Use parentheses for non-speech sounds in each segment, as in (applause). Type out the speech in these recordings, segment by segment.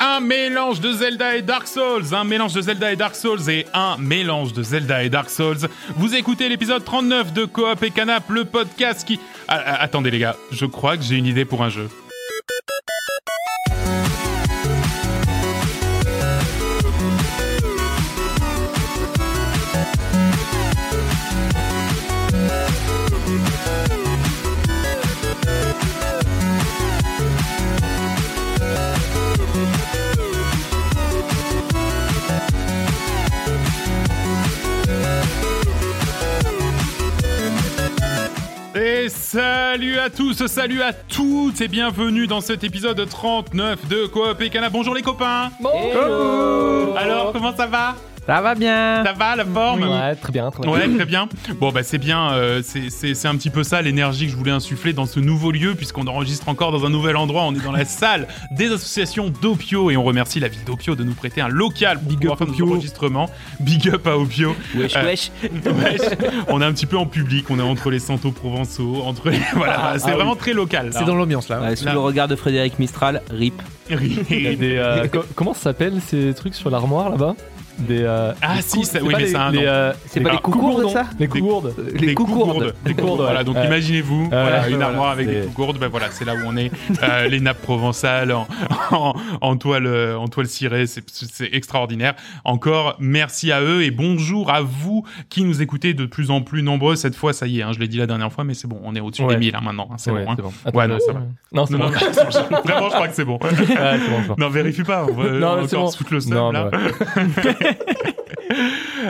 un mélange de Zelda et Dark Souls, un mélange de Zelda et Dark Souls et un mélange de Zelda et Dark Souls. Vous écoutez l'épisode 39 de Coop et Canap, le podcast qui... Ah, ah, attendez les gars, je crois que j'ai une idée pour un jeu. Et salut à tous, salut à toutes et bienvenue dans cet épisode 39 de Coop et Canap. Bonjour les copains Alors comment ça va Ça va bien Ça va la forme Ouais, très bien, très bien. Ouais, (laughs) très bien. Bon, bah, c'est bien. euh, c'est- c'est c'est un petit peu ça l'énergie que je voulais insuffler dans ce nouveau lieu, puisqu'on enregistre encore dans un nouvel endroit. On est dans la (laughs) salle des associations d'Opio et on remercie la ville d'Opio de nous prêter un local pour Big pouvoir up faire nos Opio. enregistrements. Big up à Opio. Wesh, Euh, wesh (laughs) Ouais, on est un petit peu en public. On est entre les santos provençaux, entre les. (laughs) Voilà, c'est ah vraiment très local. là. C'est dans l'ambiance là. Ouais, Sous euh, là- le regard de Frédéric Mistral, rip. Il y a des, (laughs) euh, co- comment ça s'appelle ces trucs sur l'armoire là-bas Des. euh, Ah, des si, cou- ça- c'est oui, pas mais les- ça a un les, nom. euh, C'est pas les les coucourdes, coucourdes, ça Les Des- cougourdes. des cougourdes. Des cougourdes, voilà. Donc Ouais. imaginez-vous, voilà, une voilà, armoire avec c'est- des cougourdes, ben voilà, c'est là où on est. Euh, (laughs) les nappes provençales en, en, en toile, euh, en toile cirée, c'est- c'est extraordinaire. Encore merci à eux et bonjour à vous qui nous écoutez de plus en plus nombreux. Cette fois, ça y est, hein, je l'ai dit la dernière fois, mais c'est bon, on est au-dessus Ouais. des 1000 hein, maintenant, hein, c'est Ouais, bon. hein. c'est bon. Ouais, non, ça va. Non, c'est Non, bon. non, (laughs) Ouais, vraiment, je crois que c'est bon. c'est bon, c'est bon. Non, vérifie pas. On va, Non, on va mais c'est encore bon. se foutre le seum, Non, mais là. (laughs)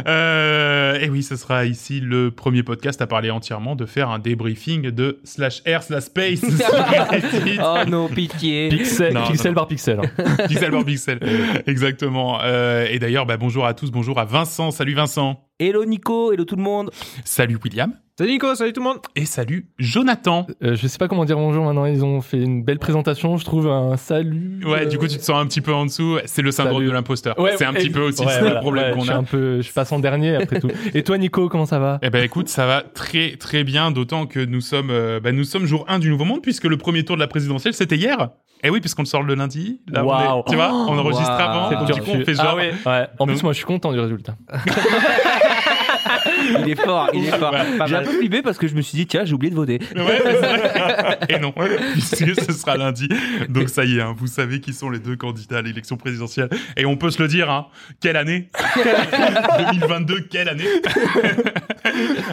Euh, et oui, ce sera ici le premier podcast à parler entièrement de faire un débriefing de slash air slash space. Oh non, pitié Pixel, Non, pixel non. par pixel. hein. pixel par pixel. Eh Exactement. Euh, et d'ailleurs, bah, bonjour à tous. Bonjour à Vincent. Salut Vincent. Hello Nico, hello tout le monde Salut William. Salut Nico, salut tout le monde Et salut Jonathan. Euh, je sais pas comment dire bonjour maintenant. Ils ont fait une belle présentation. Je trouve un salut. Ouais, euh, du coup, tu te sens un petit peu en dessous. C'est le syndrome Salut. de l'imposteur. Ouais, C'est un ouais, petit peu aussi ouais, ça voilà, le problème ouais, qu'on je a. suis un peu, je passe en dernier (laughs) après tout. Et toi, Nico, comment ça va Eh ben écoute, ça va très très bien, d'autant que nous sommes, euh, bah, nous sommes jour 1 du Nouveau Monde, puisque le premier tour de la présidentielle, c'était hier. Eh oui, puisqu'on le sort le lundi. Là, on Waouh. est- tu vois, on enregistre Waouh. avant, C'est donc dur, du coup, je on suis- fait genre... Ah ouais, ouais. En Donc- plus, moi, je suis content du résultat. Il est fort, il est fort Ouais. J'ai un peu flippé parce que je me suis dit, tiens, j'ai oublié de voter. Ouais, c'est vrai. Et non, puisque ce sera lundi. Donc ça y est, hein, vous savez qui sont les deux candidats à l'élection présidentielle. Et on peut se le dire, hein, quelle année 2022, quelle année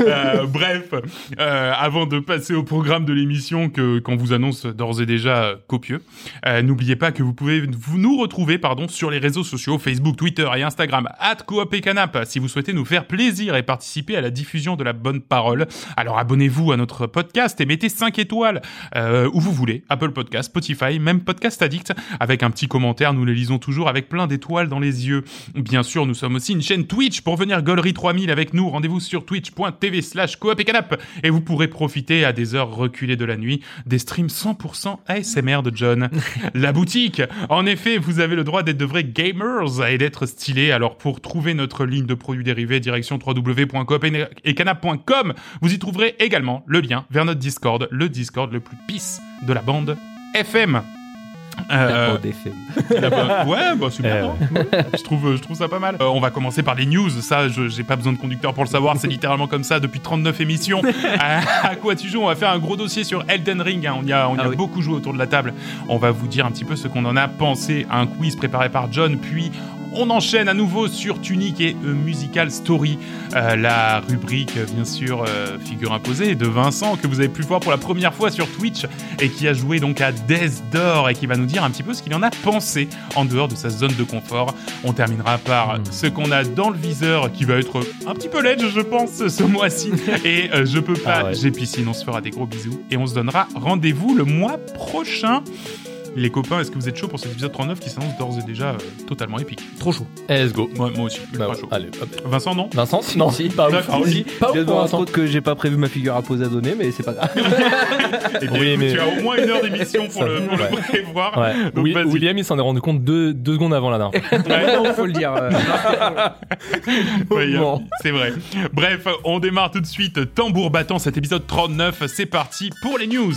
Euh, Bref, euh, avant de passer au programme de l'émission que qu'on vous annonce d'ores et déjà euh, copieux, euh, n'oubliez pas que vous pouvez vous nous retrouver pardon sur les réseaux sociaux Facebook, Twitter et Instagram @coop et canap si vous souhaitez nous faire plaisir et participer à la diffusion de la bonne parole. Alors abonnez-vous à notre podcast et mettez 5 étoiles euh, où vous voulez, Apple Podcast, Spotify, même Podcast Addict, avec un petit commentaire, nous les lisons toujours avec plein d'étoiles dans les yeux. Bien sûr, nous sommes aussi une chaîne Twitch pour venir Gollery 3000 avec nous. Rendez-vous sur twitch.tv slash coop et canap et vous pourrez profiter à des heures reculées de la nuit des streams 100% ASMR de John. la boutique En effet, vous avez le droit d'être de vrais gamers et d'être stylés. Alors pour trouver notre ligne de produits dérivés, direction www.coop et canap.com vous y trouverez également le lien vers notre Discord, le Discord le plus pisse de la bande FM. Euh, Oh, des faits. (laughs) la bonne- ouais, bah super. Eh non Ouais, je trouve, je trouve ça pas mal. Euh, on va commencer par les news. Ça, je- j'ai pas besoin de conducteur pour le savoir. C'est littéralement comme ça depuis 39 émissions. à, à quoi tu joues On va faire un gros dossier sur Elden Ring. hein. On y a, on y Ah a oui. beaucoup joué autour de la table. On va vous dire un petit peu ce qu'on en a pensé. Un quiz préparé par John, puis. On enchaîne à nouveau sur Tunic et euh, Musical Story, Euh, la rubrique euh, bien sûr euh, figure imposée de Vincent que vous avez pu voir pour la première fois sur Twitch et qui a joué donc à Death Door et qui va nous dire un petit peu ce qu'il en a pensé en dehors de sa zone de confort. On terminera par Mm. ce qu'on a dans le viseur qui va être un petit peu ledge, je pense, ce (laughs) mois-ci. et euh, je peux pas, Ah ouais. j'ai piscine, on se fera des gros bisous et on se donnera rendez-vous le mois prochain. Les copains, est-ce que vous êtes chaud pour cet épisode 39 qui s'annonce d'ores et déjà euh, totalement épique Trop chaud. Eh, Let's go. Moi, moi aussi, ultra Bah, ouais, chaud. allez, hop. Vincent, non Vincent Non, si. pas ouf. D'accord, si. oh, Pas Je viens de ouf pour me rendre Vincent. compte que j'ai pas prévu ma figure à pose à donner, mais c'est pas grave. Eh bien, Oui, écoute, mais- Tu as au moins une heure d'émission pour, Ça- le, pour le ouais. prévoir. Ouais. Donc, Will- vas-y. William, il s'en est rendu compte deux, deux secondes avant la dernière. fois. Non, faut le dire. euh, Oui, Bon. euh, c'est vrai. Bref, on démarre tout de suite. Tambour battant cet épisode 39. C'est parti pour les news.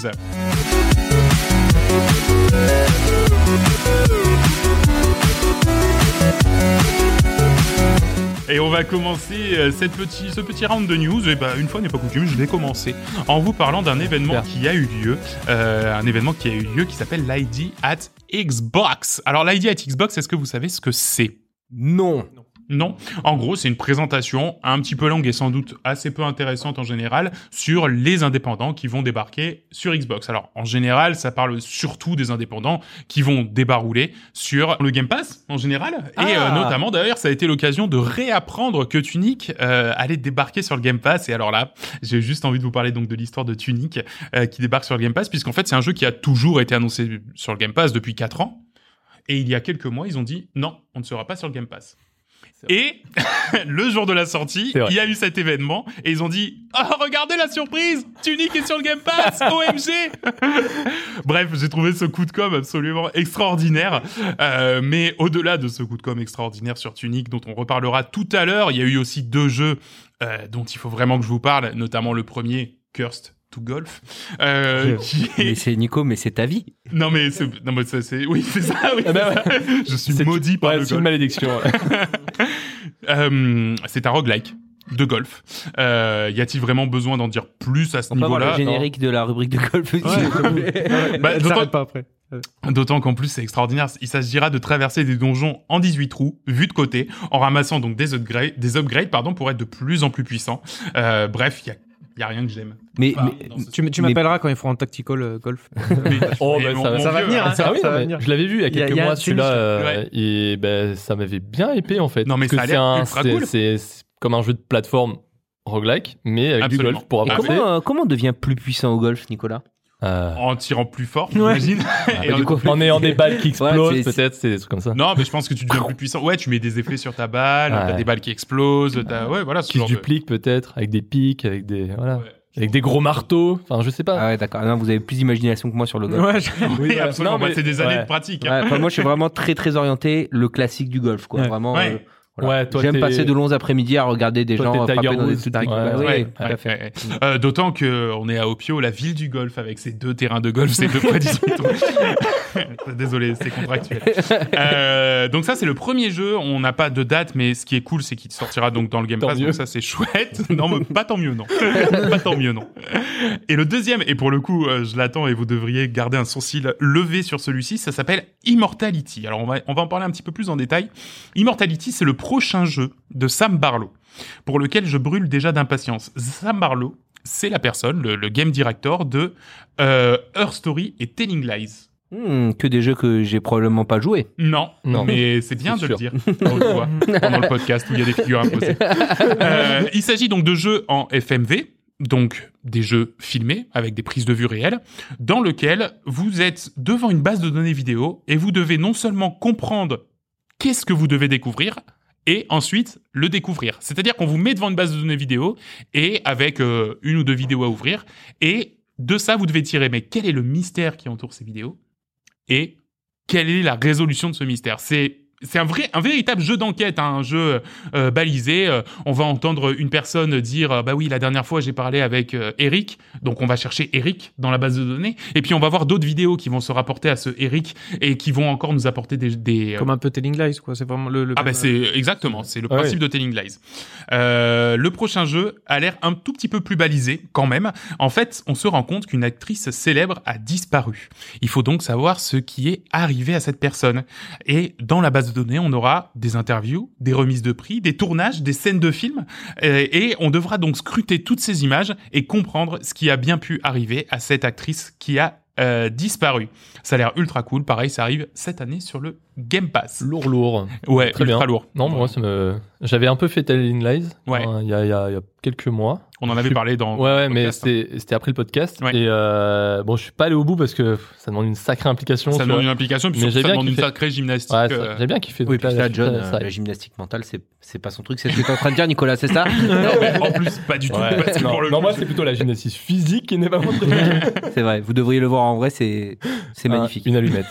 Et on va commencer euh, cette petit, ce petit round de news. Et bah, une fois n'est pas coutume, je vais commencer en vous parlant d'un événement Super. qui a eu lieu. euh, un événement qui a eu lieu qui s'appelle l'ID at Xbox. Alors, l'ID at Xbox, est-ce que vous savez ce que c'est Non. non. En gros, c'est une présentation un petit peu longue et sans doute assez peu intéressante en général sur les indépendants qui vont débarquer sur Xbox. Alors, en général, ça parle surtout des indépendants qui vont débarrouler sur le Game Pass en général. Et Ah. euh, notamment, d'ailleurs, ça a été l'occasion de réapprendre que Tunic euh, allait débarquer sur le Game Pass. Et alors là, j'ai juste envie de vous parler donc de l'histoire de Tunic euh, qui débarque sur le Game Pass, puisqu'en fait, c'est un jeu qui a toujours été annoncé sur le Game Pass depuis 4 ans. Et il y a quelques mois, ils ont dit non, on ne sera pas sur le Game Pass. Et (laughs) le jour de la sortie, C'est vrai. il y a eu cet événement et ils ont dit Oh, regardez la surprise Tunic est sur le Game (laughs) Pass OMG Bref, j'ai trouvé ce coup de com' absolument extraordinaire. Euh, mais au-delà de ce coup de com' extraordinaire sur Tunic, dont on reparlera tout à l'heure, il y a eu aussi deux jeux euh, dont il faut vraiment que je vous parle, notamment le premier, Cursed to Golf, (laughs) euh, qui est (laughs) Mais c'est Nico, mais c'est ta vie. non mais c'est non mais ça, c'est oui c'est ça oui. Ah bah c'est ça. Je suis maudit par Ouais, Ah, le c'est une golf. (laughs) malédiction. ouais. Euh, c'est un roguelike de golf. Euh, y a-t-il vraiment besoin d'en dire plus à ce On peut avoir le niveau-là générique de la rubrique de golf. (laughs) s'il Ouais. Ah vous plaît. Bah, Elle d'autant- s'arrête pas après. D'autant qu'en plus c'est extraordinaire, il s'agira de traverser des donjons en 18 trous, vus de côté, en ramassant donc des upgrades, des upgrades pardon pour être de plus en plus puissant. Euh, bref, il y a y a rien que j'aime. Mais, Enfin, mais- dans ce- Tu, m- tu Mais- m'appelleras quand ils feront un tactical euh, golf. mais- Oh, mais bah, mon- ça va- mon ça va vieux, venir, hein. hein. ça- Ah oui, ça non, va mais venir. je l'avais vu il y a Il y a- quelques il y a mois une celui-là euh, Ouais. et ben ça m'avait bien épé en fait. Non, mais ça Parce que a c'est l'air un- ultra c'est- cool. c'est c'est comme un jeu de plateforme roguelike mais avec Absolument. Ah, du golf pour Et Et avancer. comment, euh, comment on devient plus puissant au golf, Nicolas Euh, En tirant plus fort, Ouais. j'imagine. Bah, Et en- du coup, en ayant des balles qui explosent Ouais, c'est- peut-être c'est des trucs comme ça. Non, mais je pense que tu (laughs) deviens plus puissant. Ouais, tu mets des effets sur ta balle, Ouais. t'as des balles qui explosent, t'as ouais, voilà, ce qui se genre de- dupliquent peut-être avec des pics avec des voilà Ouais. avec des gros marteaux enfin je sais pas Ah ouais, d'accord. Non, vous avez plus d'imagination que moi sur le golf. (laughs) Ouais, je- Oui, (laughs) voilà. absolument. Non, Bah, mais- c'est des années ouais. de pratique. hein. Ouais, enfin, moi, je suis vraiment très très orienté le classique du golf, quoi. Ouais. Vraiment. Ouais. euh, voilà. Ouais, toi, J'aime t'es- passer de longs après-midi à regarder des Toi, gens euh, t'es Tiger frapper dans des Woods, trucs. ouais, Bah oui, ouais, tout à ouais, fait. ouais, ouais. Euh, D'autant que on est à Opio, la ville du golf, avec ses deux terrains de golf, (laughs) ses deux fois 18 trous. (laughs) Désolé, c'est contractuel. Euh, donc ça, c'est le premier jeu. On n'a pas de date, mais ce qui est cool, c'est qu'il sortira donc dans le Game Tant Pass. mieux. Donc ça, c'est chouette. (laughs) Non, mais pas tant mieux, non. pas tant mieux, non. Et le deuxième, et pour le coup, euh, je l'attends et vous devriez garder un sourcil levé sur celui-ci, ça s'appelle Immortality. Alors on va, on va en parler un petit peu plus en détail. Immortality, c'est le prochain jeu de Sam Barlow, pour lequel je brûle déjà d'impatience. Sam Barlow, c'est la personne, le, le game director de euh, Her Story et Telling Lies. Hmm, que des jeux que j'ai probablement pas joué. Non, Non. mais c'est bien de C'est le dire on le voit, pendant le podcast où il y a des figures imposées. Euh, il s'agit donc de jeux en FMV, donc des jeux filmés avec des prises de vue réelles, dans lequel vous êtes devant une base de données vidéo et vous devez non seulement comprendre qu'est-ce que vous devez découvrir et ensuite le découvrir. C'est-à-dire qu'on vous met devant une base de données vidéo et avec euh, une ou deux vidéos à ouvrir et de ça vous devez tirer mais quel est le mystère qui entoure ces vidéos et quelle est la résolution de ce mystère C'est c'est un vrai un véritable jeu d'enquête, hein, un jeu euh, balisé. Euh, on va entendre une personne dire euh, bah oui la dernière fois j'ai parlé avec euh, Eric, donc on va chercher Eric dans la base de données et puis on va voir d'autres vidéos qui vont se rapporter à ce Eric et qui vont encore nous apporter des, des euh, Comme un peu Telling Lies, quoi. C'est vraiment le. le- ah bah c'est exactement, c'est le Ah principe de Telling Lies. Euh, le prochain jeu a l'air un tout petit peu plus balisé quand même. En fait, on se rend compte qu'une actrice célèbre a disparu. Il faut donc savoir ce qui est arrivé à cette personne. Et dans la base de données, on aura des interviews, des remises de prix, des tournages, des scènes de films, Euh, et on devra donc scruter toutes ces images et comprendre ce qui a bien pu arriver à cette actrice qui a euh, disparu. Ça a l'air ultra cool. Pareil, ça arrive cette année sur le Game Pass. lourd lourd Ouais, Mmh. Très ultra bien. lourd. non moi ça me j'avais un peu fait Telling Lies Ouais. hein, il y, a, il y a- il y a quelques mois On en avait parlé dans. ouais ouais mais podcast, hein. c'était c'était après le podcast Ouais. et euh, bon je suis pas allé au bout parce que pff, ça demande une sacrée implication Ça tu demande vois. une implication, puis Mais surtout, j'ai ça bien demande une kiffé. sacrée gymnastique. Ouais, ça- euh, j'ai bien kiffé Oui, donc puis là, John, ça- euh, ça- la gymnastique mentale, c'est c'est pas son truc. C'est ce que t'es en train de dire, Nicolas, c'est non, ça (laughs) mais en plus, pas du tout. Ouais. parce que (laughs) non, pour le non, coup, moi c'est plutôt la gymnastique physique qui n'est pas mon (laughs) truc. C'est vrai. Vous devriez le voir en vrai. C'est c'est magnifique. Ah, Une allumette.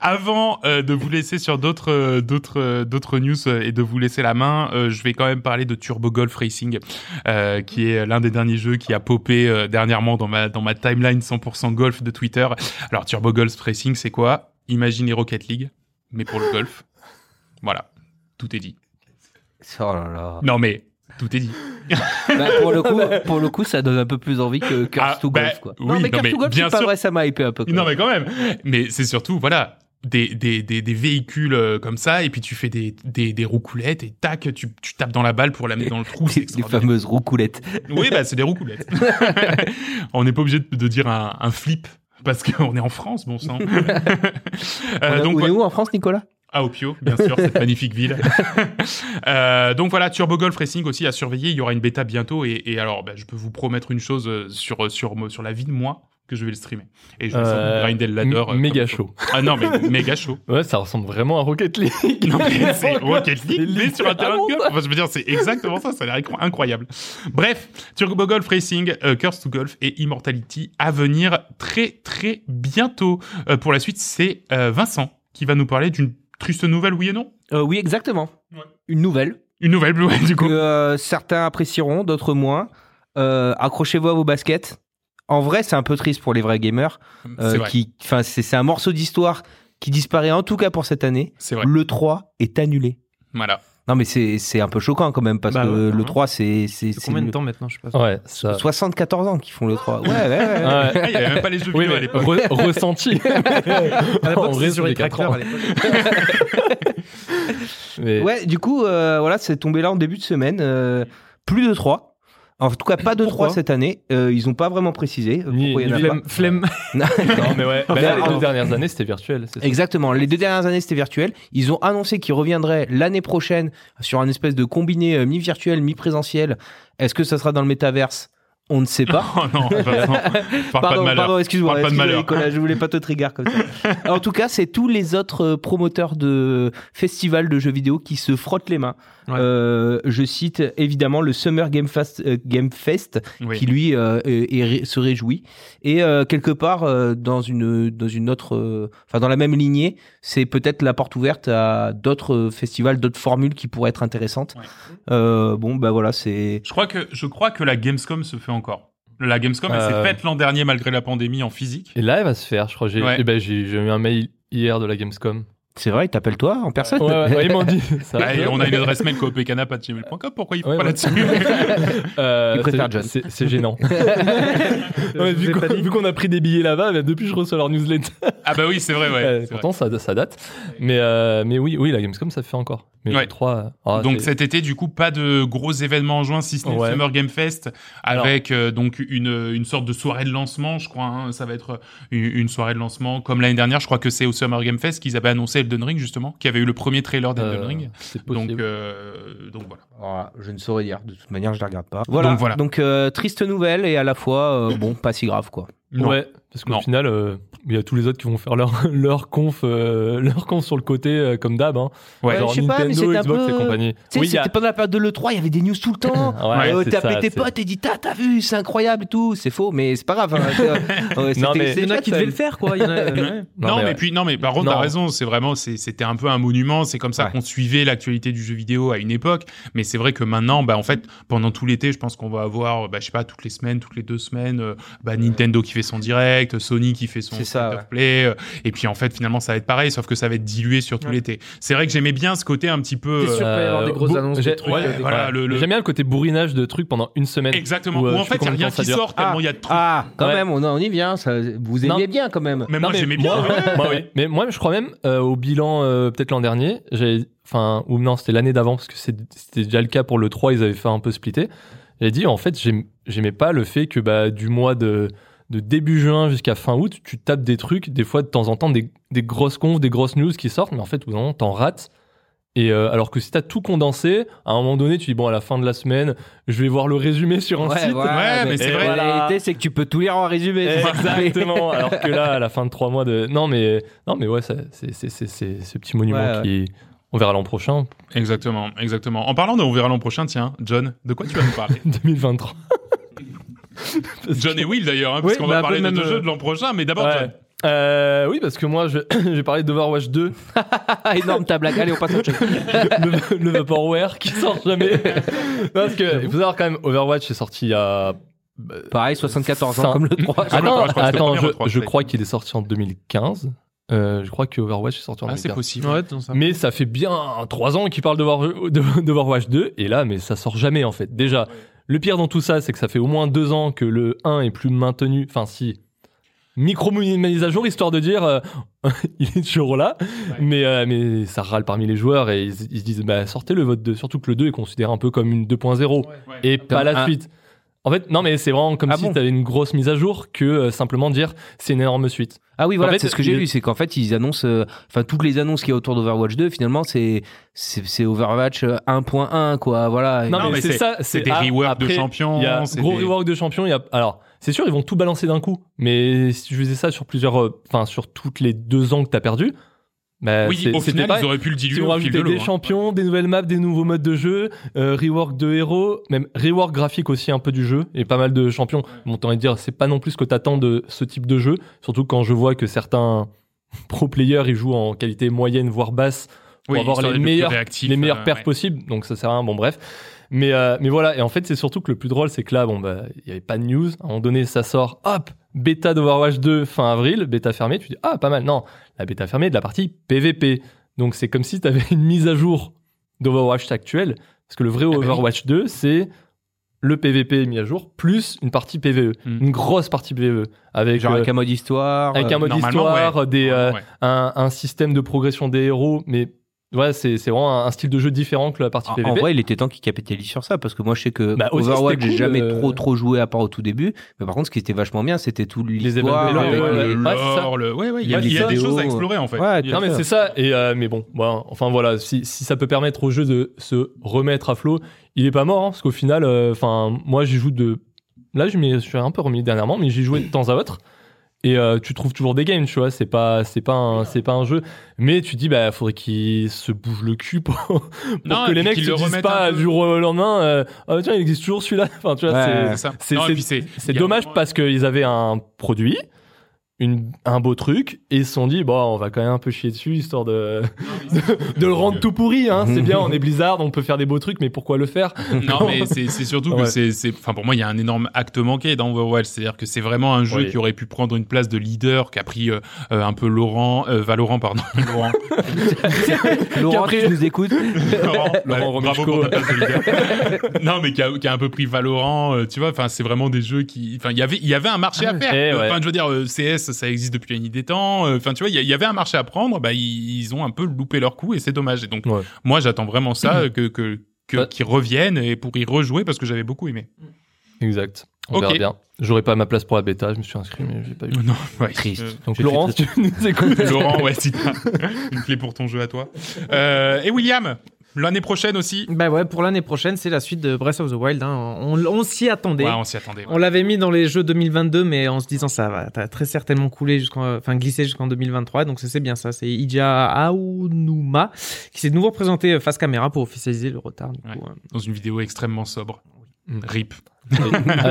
Avant euh, de vous laisser sur d'autres euh, d'autres euh, d'autres news euh, et de vous laisser la main, euh, je vais quand même parler de Turbo Golf Racing, euh, qui est l'un des derniers jeux qui a popé euh, dernièrement dans ma dans ma timeline 100% golf de Twitter. Alors Turbo Golf Racing, c'est quoi Imaginez Rocket League, mais pour le golf. Voilà, tout est dit. (laughs) Oh là là. Non mais tout est dit. Bah, pour, le coup, pour le coup, ça donne un peu plus envie que Curse Ah, to bah, Golf, quoi. oui, non, mais non, Curse mais to Golf, bien c'est pas sûr. vrai, ça m'a hypé un peu. quoi. (laughs) Non mais quand même. Mais c'est surtout voilà des, des, des, des véhicules euh, comme ça et puis tu fais des, des, des roucoulettes et tac tu, tu tapes dans la balle pour l'amener dans le trou. c'est (laughs) Les- les extraordinaire. fameuses roucoulettes. Oui bah c'est des (laughs) roucoulettes. on n'est pas obligé de, de dire un, un flip parce qu'on est en France bon (laughs) sang. On Euh, est- donc on voilà. est où en France, Nicolas À Opio, bien sûr, cette magnifique (laughs) ville. Euh, donc voilà, Turbo Golf Racing aussi à surveiller. Il y aura une bêta bientôt. Et, et alors, bah, je peux vous promettre une chose euh, sur, sur, mo- sur la vie de moi que je vais le streamer. Et je vais sans doute Euh, grinder le ladder. m- euh, comme méga il faut. chaud. Ah non, mais méga chaud. Ouais, ça ressemble vraiment à Rocket League. Non, mais c'est Encore. Rocket League, Les mais ligues sur un terrain de allemandes. golf. Enfin, je veux dire, c'est exactement ça. Ça a l'air incro- incroyable. Bref, Turbo Golf Racing, euh, Curse to Golf et Immortality à venir très, très bientôt. Euh, pour la suite, c'est euh, Vincent qui va nous parler d'une triste nouvelle, oui et non Euh, Oui, exactement. Ouais. Une nouvelle Une nouvelle Blue Whale, du que coup. euh, certains apprécieront, d'autres moins. Euh, Accrochez-vous à vos baskets. En vrai, c'est un peu triste pour les vrais gamers. euh, c'est vrai. qui, enfin, c'est c'est un morceau d'histoire qui disparaît en tout cas pour cette année. C'est vrai. Le 3 est annulé. Voilà. Non, mais c'est c'est un peu choquant quand même parce Bah que ouais, le ouais. 3, c'est c'est- C'est c'est combien de le- temps maintenant Je sais (laughs) pas. Ouais, ça. 74 ans qu'ils font le 3. Ouais, ouais, (laughs) ouais. ouais. Ouais. Ah, Il n'y avait même pas les jeux Oui, vidéo à mais l'époque. (laughs) re- ressenti. À en l'époque, c'était raison sur les des 4 tracteurs. ans. à l'époque. (laughs) Mais- Ouais, du coup, euh, voilà, c'est tombé là en début de semaine. euh, plus de 3. En tout cas, pas de Pourquoi 3 cette année. Euh, ils n'ont pas vraiment précisé euh, Ni- pourquoi il y en a ni pas. (laughs) Flemme. flemme. Non, mais ouais. Bah, Bah, les en- deux dernières années, c'était virtuel. c'est ça. Exactement. Les deux dernières années, c'était virtuel. Ils ont annoncé qu'ils reviendraient l'année prochaine sur un espèce de combiné euh, mi-virtuel, mi-présentiel. Est-ce que ça sera dans le métaverse On ne sait pas. Oh (laughs) non, Vincent, (laughs) parle pas de Pardon, malheur. pardon, excuse-moi, Parle pas de excuse-moi, malheur. Nicolas, je voulais pas te trigger comme (laughs) ça. en tout cas, c'est tous les autres euh, promoteurs de festivals de jeux vidéo qui se frottent les mains. Ouais. Euh, je cite évidemment le Summer Game Fest, euh, Game Fest Oui. qui lui euh, est- est ré- se réjouit et euh, quelque part euh, dans une dans une autre euh, enfin dans la même lignée c'est peut-être la porte ouverte à d'autres euh, festivals d'autres formules qui pourraient être intéressantes Ouais. Euh, bon bah voilà c'est Je crois que je crois que la Gamescom se fait encore. La Gamescom, elle s'est Euh. faite l'an dernier malgré la pandémie en physique. Et là, elle va se faire, je crois. J'ai Ouais. eh ben, j'ai j'ai eu un mail hier de la Gamescom. c'est vrai t'appelles toi en personne Ouais, ouais, ouais, ils m'ont dit. (laughs) ça. Bah, et on a une (laughs) adresse mail coopcanap.gmail.com. Pourquoi ils font Ouais, pas ouais. (laughs) là-dessus Euh, Ils préfèrent c'est- John. C'est c'est gênant. Je (laughs) Ouais, vous ai vu qu'on pas (laughs) dit. vu qu'on a pris des billets là-bas, bah, depuis, je reçois leur newsletter. Ah bah oui, c'est vrai, ouais. Euh, c'est vrai. pourtant, ça, ça date. Mais, euh, mais oui, oui, la Gamescom, ça fait encore. Mais Ouais. 3. euh, ah, donc c'est- cet été, du coup, pas de gros événements en juin, si ce n'est Ouais. le Summer Game Fest, avec euh, donc une, une sorte de soirée de lancement, je crois. hein. Ça va être une, une soirée de lancement comme l'année dernière. Je crois que c'est au Summer Game Fest qu'ils avaient annoncé Elden Ring justement, qui avait eu le premier trailer d'Elden euh, Ring. c'est possible. Donc, euh, donc voilà. (laughs) Voilà, je ne saurais dire de toute manière je la regarde pas voilà donc, Donc, voilà. euh, triste nouvelle et à la fois euh, bon pas si grave quoi Non. Ouais, parce qu'au Non. final, euh, il y a tous les autres qui vont faire leur, (laughs) leur, conf, euh, leur conf sur le côté, euh, comme d'hab. Hein. Ouais. Genre je sais pas, mais Nintendo, c'était un Xbox peu- et compagnie. Tu sais, Oui, il y c'était a- pendant la période de l'E3, il y avait des news tout le (laughs) temps. Ouais, Euh, c'est T'appelais ça, tes c'est- potes et dis, t'as t'as vu, c'est incroyable et tout. C'est faux, mais c'est pas grave. (laughs) hein. Euh, c'était- Non, mais- c'était Il y en a chouette, qui ça. devaient le faire, quoi. Il y en a, euh, ouais. Non, mais, ouais. puis non mais par contre Non. t'as raison c'est vraiment c'est- c'était un peu un monument c'est comme ça Ouais. qu'on suivait l'actualité du jeu vidéo à une époque mais c'est vrai que maintenant bah en fait pendant tout l'été je pense qu'on va avoir bah je sais pas toutes les semaines toutes les deux semaines euh, bah Nintendo qui fait son direct Sony qui fait son C'est ça, state of ouais. play euh, et puis en fait finalement ça va être pareil sauf que ça va être dilué sur tout Ouais. l'été c'est vrai que j'aimais bien ce côté un petit peu T'es sûr qu'il va y avoir des grosses bou- annonces, des j'ai- trucs, ouais, euh, des- voilà, ouais. le- le- J'aime bien le côté bourrinage de trucs pendant une semaine. exactement Ou, euh, où je en sais fait il y a combien de rien temps ça qui dure. sort tellement il y a de trucs Ah, quand Ouais. même, on, en- on y vient. ça- vous Non. aimiez bien quand même. mais Non, moi mais j'aimais bien moi, ouais. (laughs) moi, oui. Mais moi, je crois même euh, au bilan, euh, peut-être l'an dernier, j'avais- enfin, ou non, c'était l'année d'avant, parce que c'est- c'était déjà le cas pour le 3, ils avaient fait un peu splitter. J'ai dit, en fait, j'aime- j'aimais pas le fait que bah, du mois de, de début juin jusqu'à fin août, tu tapes des trucs, des fois, de temps en temps, des, des grosses confs, des grosses news qui sortent, mais en fait, au bout d'un moment, t'en rates. Et euh, alors que si t'as tout condensé, à un moment donné, tu dis, bon, à la fin de la semaine, je vais voir le résumé sur un site. Ouais, mais c'est la vrai. réalité, c'est que tu peux tout lire en résumé. c'est ça. Eh, (laughs) Exactement. Alors que là, à la fin de trois mois de. Non, mais, non, mais ouais, ça- c'est c'est- c'est- c'est ce petit monument Ouais, ouais. qui. On verra l'an prochain, (laughs) exactement exactement en parlant de on verra l'an prochain tiens John de quoi tu vas nous parler 2023. John et Will d'ailleurs hein, Oui, parce qu'on bah, va un parler peu de le deux même, jeux de l'an prochain mais d'abord Ouais. John Euh, oui, parce que moi, je- (laughs) j'ai parlé d'Overwatch 2, Ah, (laughs) énorme ta blague. Allez, on passe à autre chose. le, le Vaporware qui sort (laughs) jamais. Non, parce que, il faut savoir quand même, Overwatch est sorti il y a. euh, Pareil, 74 ans Ça- comme le 3. Ah, Attends, je crois que c'est le attends, premier je, Overwatch, je ouais. crois qu'il est sorti en 2015. Euh, je crois que Overwatch est sorti en Ah, c'est 2015. possible. Ouais, dans ça. Mais ça fait bien trois ans qu'ils parlent d'Over- de- d'Overwatch 2, et là, mais ça sort jamais en fait. Déjà, le pire dans tout ça, c'est que ça fait au moins deux ans que le 1 est plus maintenu. Enfin, si. Micro mise à jour, histoire de dire euh, (laughs) il est toujours là, mais, euh, mais ça râle parmi les joueurs et ils, ils se disent bah, sortez le vote 2, surtout que le 2 est considéré un peu comme une 2.0 Ouais. Ah, et pas la un- suite. En fait, non, mais c'est vraiment comme Ah si bon t'avais une grosse mise à jour que euh, simplement dire c'est une énorme suite. Ah oui, voilà, fait, c'est ce que j'ai il- lu, c'est qu'en fait, ils annoncent, euh, enfin, toutes les annonces qu'il y a autour d'Overwatch 2, finalement, c'est c'est c'est Overwatch euh, 1.1, quoi, voilà. Et- Non, Non, mais, mais c'est ça, C'est des ah, reworks de après, champions. Il y a Oh, c'est gros des- rework de champion. Il y a, alors, c'est sûr, ils vont tout balancer d'un coup. Mais si tu faisais ça sur plusieurs, euh, enfin, sur toutes les deux ans que t'as perdu, bah, Oui, c'est- au c'était final, pas. ils auraient pu le diluer Ils ont au fil de rajouté l'eau. des hein. champions, des nouvelles maps, des nouveaux modes de jeu, euh, rework de héros, même rework graphique aussi un peu du jeu et pas mal de champions. Bon, t'as envie de dire, c'est pas non plus ce que t'attends de ce type de jeu, surtout quand je vois que certains (laughs) pro players ils jouent en qualité moyenne voire basse pour Oui, avoir histoire les d'être le plus meilleurs réactif, les meilleures euh, perfs ouais. possibles, donc ça sert à rien, bon bref. Mais, euh, mais voilà, et en fait c'est surtout que le plus drôle c'est que là, bon bah, il n'y avait pas de news, à un moment donné ça sort, hop, bêta d'Overwatch 2 fin avril, bêta fermée, tu dis ah pas mal, non, la bêta fermée est de la partie PVP. Donc c'est comme si tu avais une mise à jour d'Overwatch actuel, parce que le vrai bah oui. Overwatch 2 c'est le PVP mis à jour, plus une partie PVE, Hmm. une grosse partie PVE, avec, Genre euh, avec un mode histoire. avec euh, un mode Normalement, histoire, ouais. des, euh, Ouais. un, un système de progression des héros, mais voilà, c'est c'est vraiment un, un style de jeu différent que la partie Ah, En, PVP. en vrai, il était temps qu'ils capitalisent sur ça parce que moi, je sais que Bah, aussi, Overwatch, c'était j'ai cool, jamais euh, trop trop joué à part au tout début. Mais par contre, ce qui était vachement bien, c'était tout l'histoire. événements, avec ouais, le- ouais. le c'est ça. lore, le- ouais, ouais, il y a, Il y a il y a des des choses à vidéos. explorer en fait. Ouais, Il y a- Non mais c'est hein. ça et euh, mais bon bah, enfin voilà si, si ça peut permettre au jeu de se remettre à flot il est pas mort hein, parce qu'au final euh, enfin moi j'y joue de là je m'y suis un peu remis dernièrement mais j'y jouais de temps à autre et euh, tu trouves toujours des games tu vois c'est pas c'est pas un, c'est pas un jeu mais tu dis bah faudrait qu'ils se bougent le cul pour, (laughs) pour Non, que et les puis mecs qu'ils se le disent remettent pas un peu. du jour au lendemain euh, Ah, tiens il existe toujours celui-là enfin tu vois Ouais. c'est C'est ça. c'est- Non, et c'est- puis c'est il y a- dommage parce qu'ils avaient un produit, une, un beau truc, et ils se sont dit, bon, on va quand même un peu chier dessus, histoire de, (laughs) de, de le rendre tout pourri. Hein. C'est bien, on est Blizzard, on peut faire des beaux trucs, mais pourquoi le faire Non, mais c'est c'est surtout Ouais. que c'est- c'est. Enfin, pour moi, il y a un énorme acte manqué dans Overwatch. C'est-à-dire que c'est vraiment un jeu Oui. qui aurait pu prendre une place de leader, qui a pris euh, euh, un peu Laurent, euh, Valorant, pardon. Laurent. Laurent, Capri- tu nous (laughs) écoutes (laughs) Laurent, Laurent bravo Romichko. pour ta place de leader. (laughs) non, mais qui a, qui a un peu pris Valorant, euh, tu vois. Enfin, c'est vraiment des jeux qui. Enfin, il y avait, il y avait un marché à eh faire. ouais. Enfin, je veux dire, euh, CS, ça existe depuis la nuit des temps. Euh, Enfin, tu vois, il y a- il y, avait un marché à prendre. Bah, ils, ils ont un peu loupé leur coup et c'est dommage. Et donc, Ouais. Mm-hmm. moi, j'attends vraiment ça euh, que. que que- Bah. qu'ils reviennent et pour y rejouer parce que j'avais beaucoup (laughs) aimé. Exact. On Ok. verra bien. J'aurais pas ma place pour la bêta, je me suis inscrit, mais j'ai pas eu. Non, ouais. Triste. Euh, Donc J'ai Laurent, fait si tu nous écoutes. Laurent, ouais, si t'as une clé pour ton jeu à toi. Euh, et William, l'année prochaine aussi. Bah ouais, pour l'année prochaine, c'est la suite de Breath of the Wild. hein. On, on s'y attendait. Ouais, on s'y attendait. On l'avait mis dans les jeux 2022, mais en se disant ça va t'as très certainement coulé jusqu'en, enfin glissé jusqu'en 2023. Donc ça, c'est bien ça. C'est Ija Aonuma qui s'est de nouveau présenté face caméra pour officialiser le retard. Du coup, Ouais. hein. Dans une vidéo extrêmement sobre. Mm. Rip.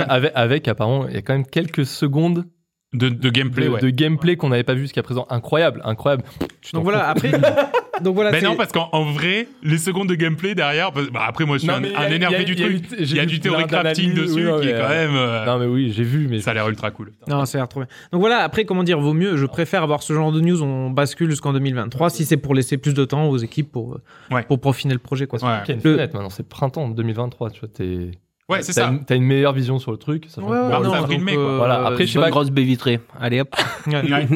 avec, avec, apparemment, il y a quand même quelques secondes De, de gameplay, de, ouais. de gameplay qu'on n'avait pas vu jusqu'à présent. Incroyable, incroyable. Tu t'en Donc voilà. Après, donc Ah, voilà. Ben c'est- non, parce qu'en en vrai, les secondes de gameplay derrière, parce- bah après moi je suis Non, un, mais il y a- un énervé il y a- du il y a truc. eu- j'ai Il y a vu du plein théorie crafting d'analyses, dessus oui, qui ouais, est quand ouais. même. euh, Non mais oui, j'ai vu, mais ça a l'air ultra cool. Non, ça a l'air trop bien. Donc voilà, après, comment dire, vaut mieux, je préfère avoir ce genre de news, on bascule jusqu'en 2023, si c'est pour laisser plus de temps aux équipes pour, euh, Ouais. pour profiner le projet. Quoi. Ouais, Il y a une Le- fenêtre maintenant, c'est printemps 2023, tu vois, t'es... ouais c'est T'as ça. une- T'as une meilleure vision sur le truc. Ça fait- Ouais, ouais, Bah, non, ça a pris donc, le mai, quoi. euh, Voilà, après, je sais Bonne pas- Oh, grosse baie vitrée. Allez hop. ouais. Ouais.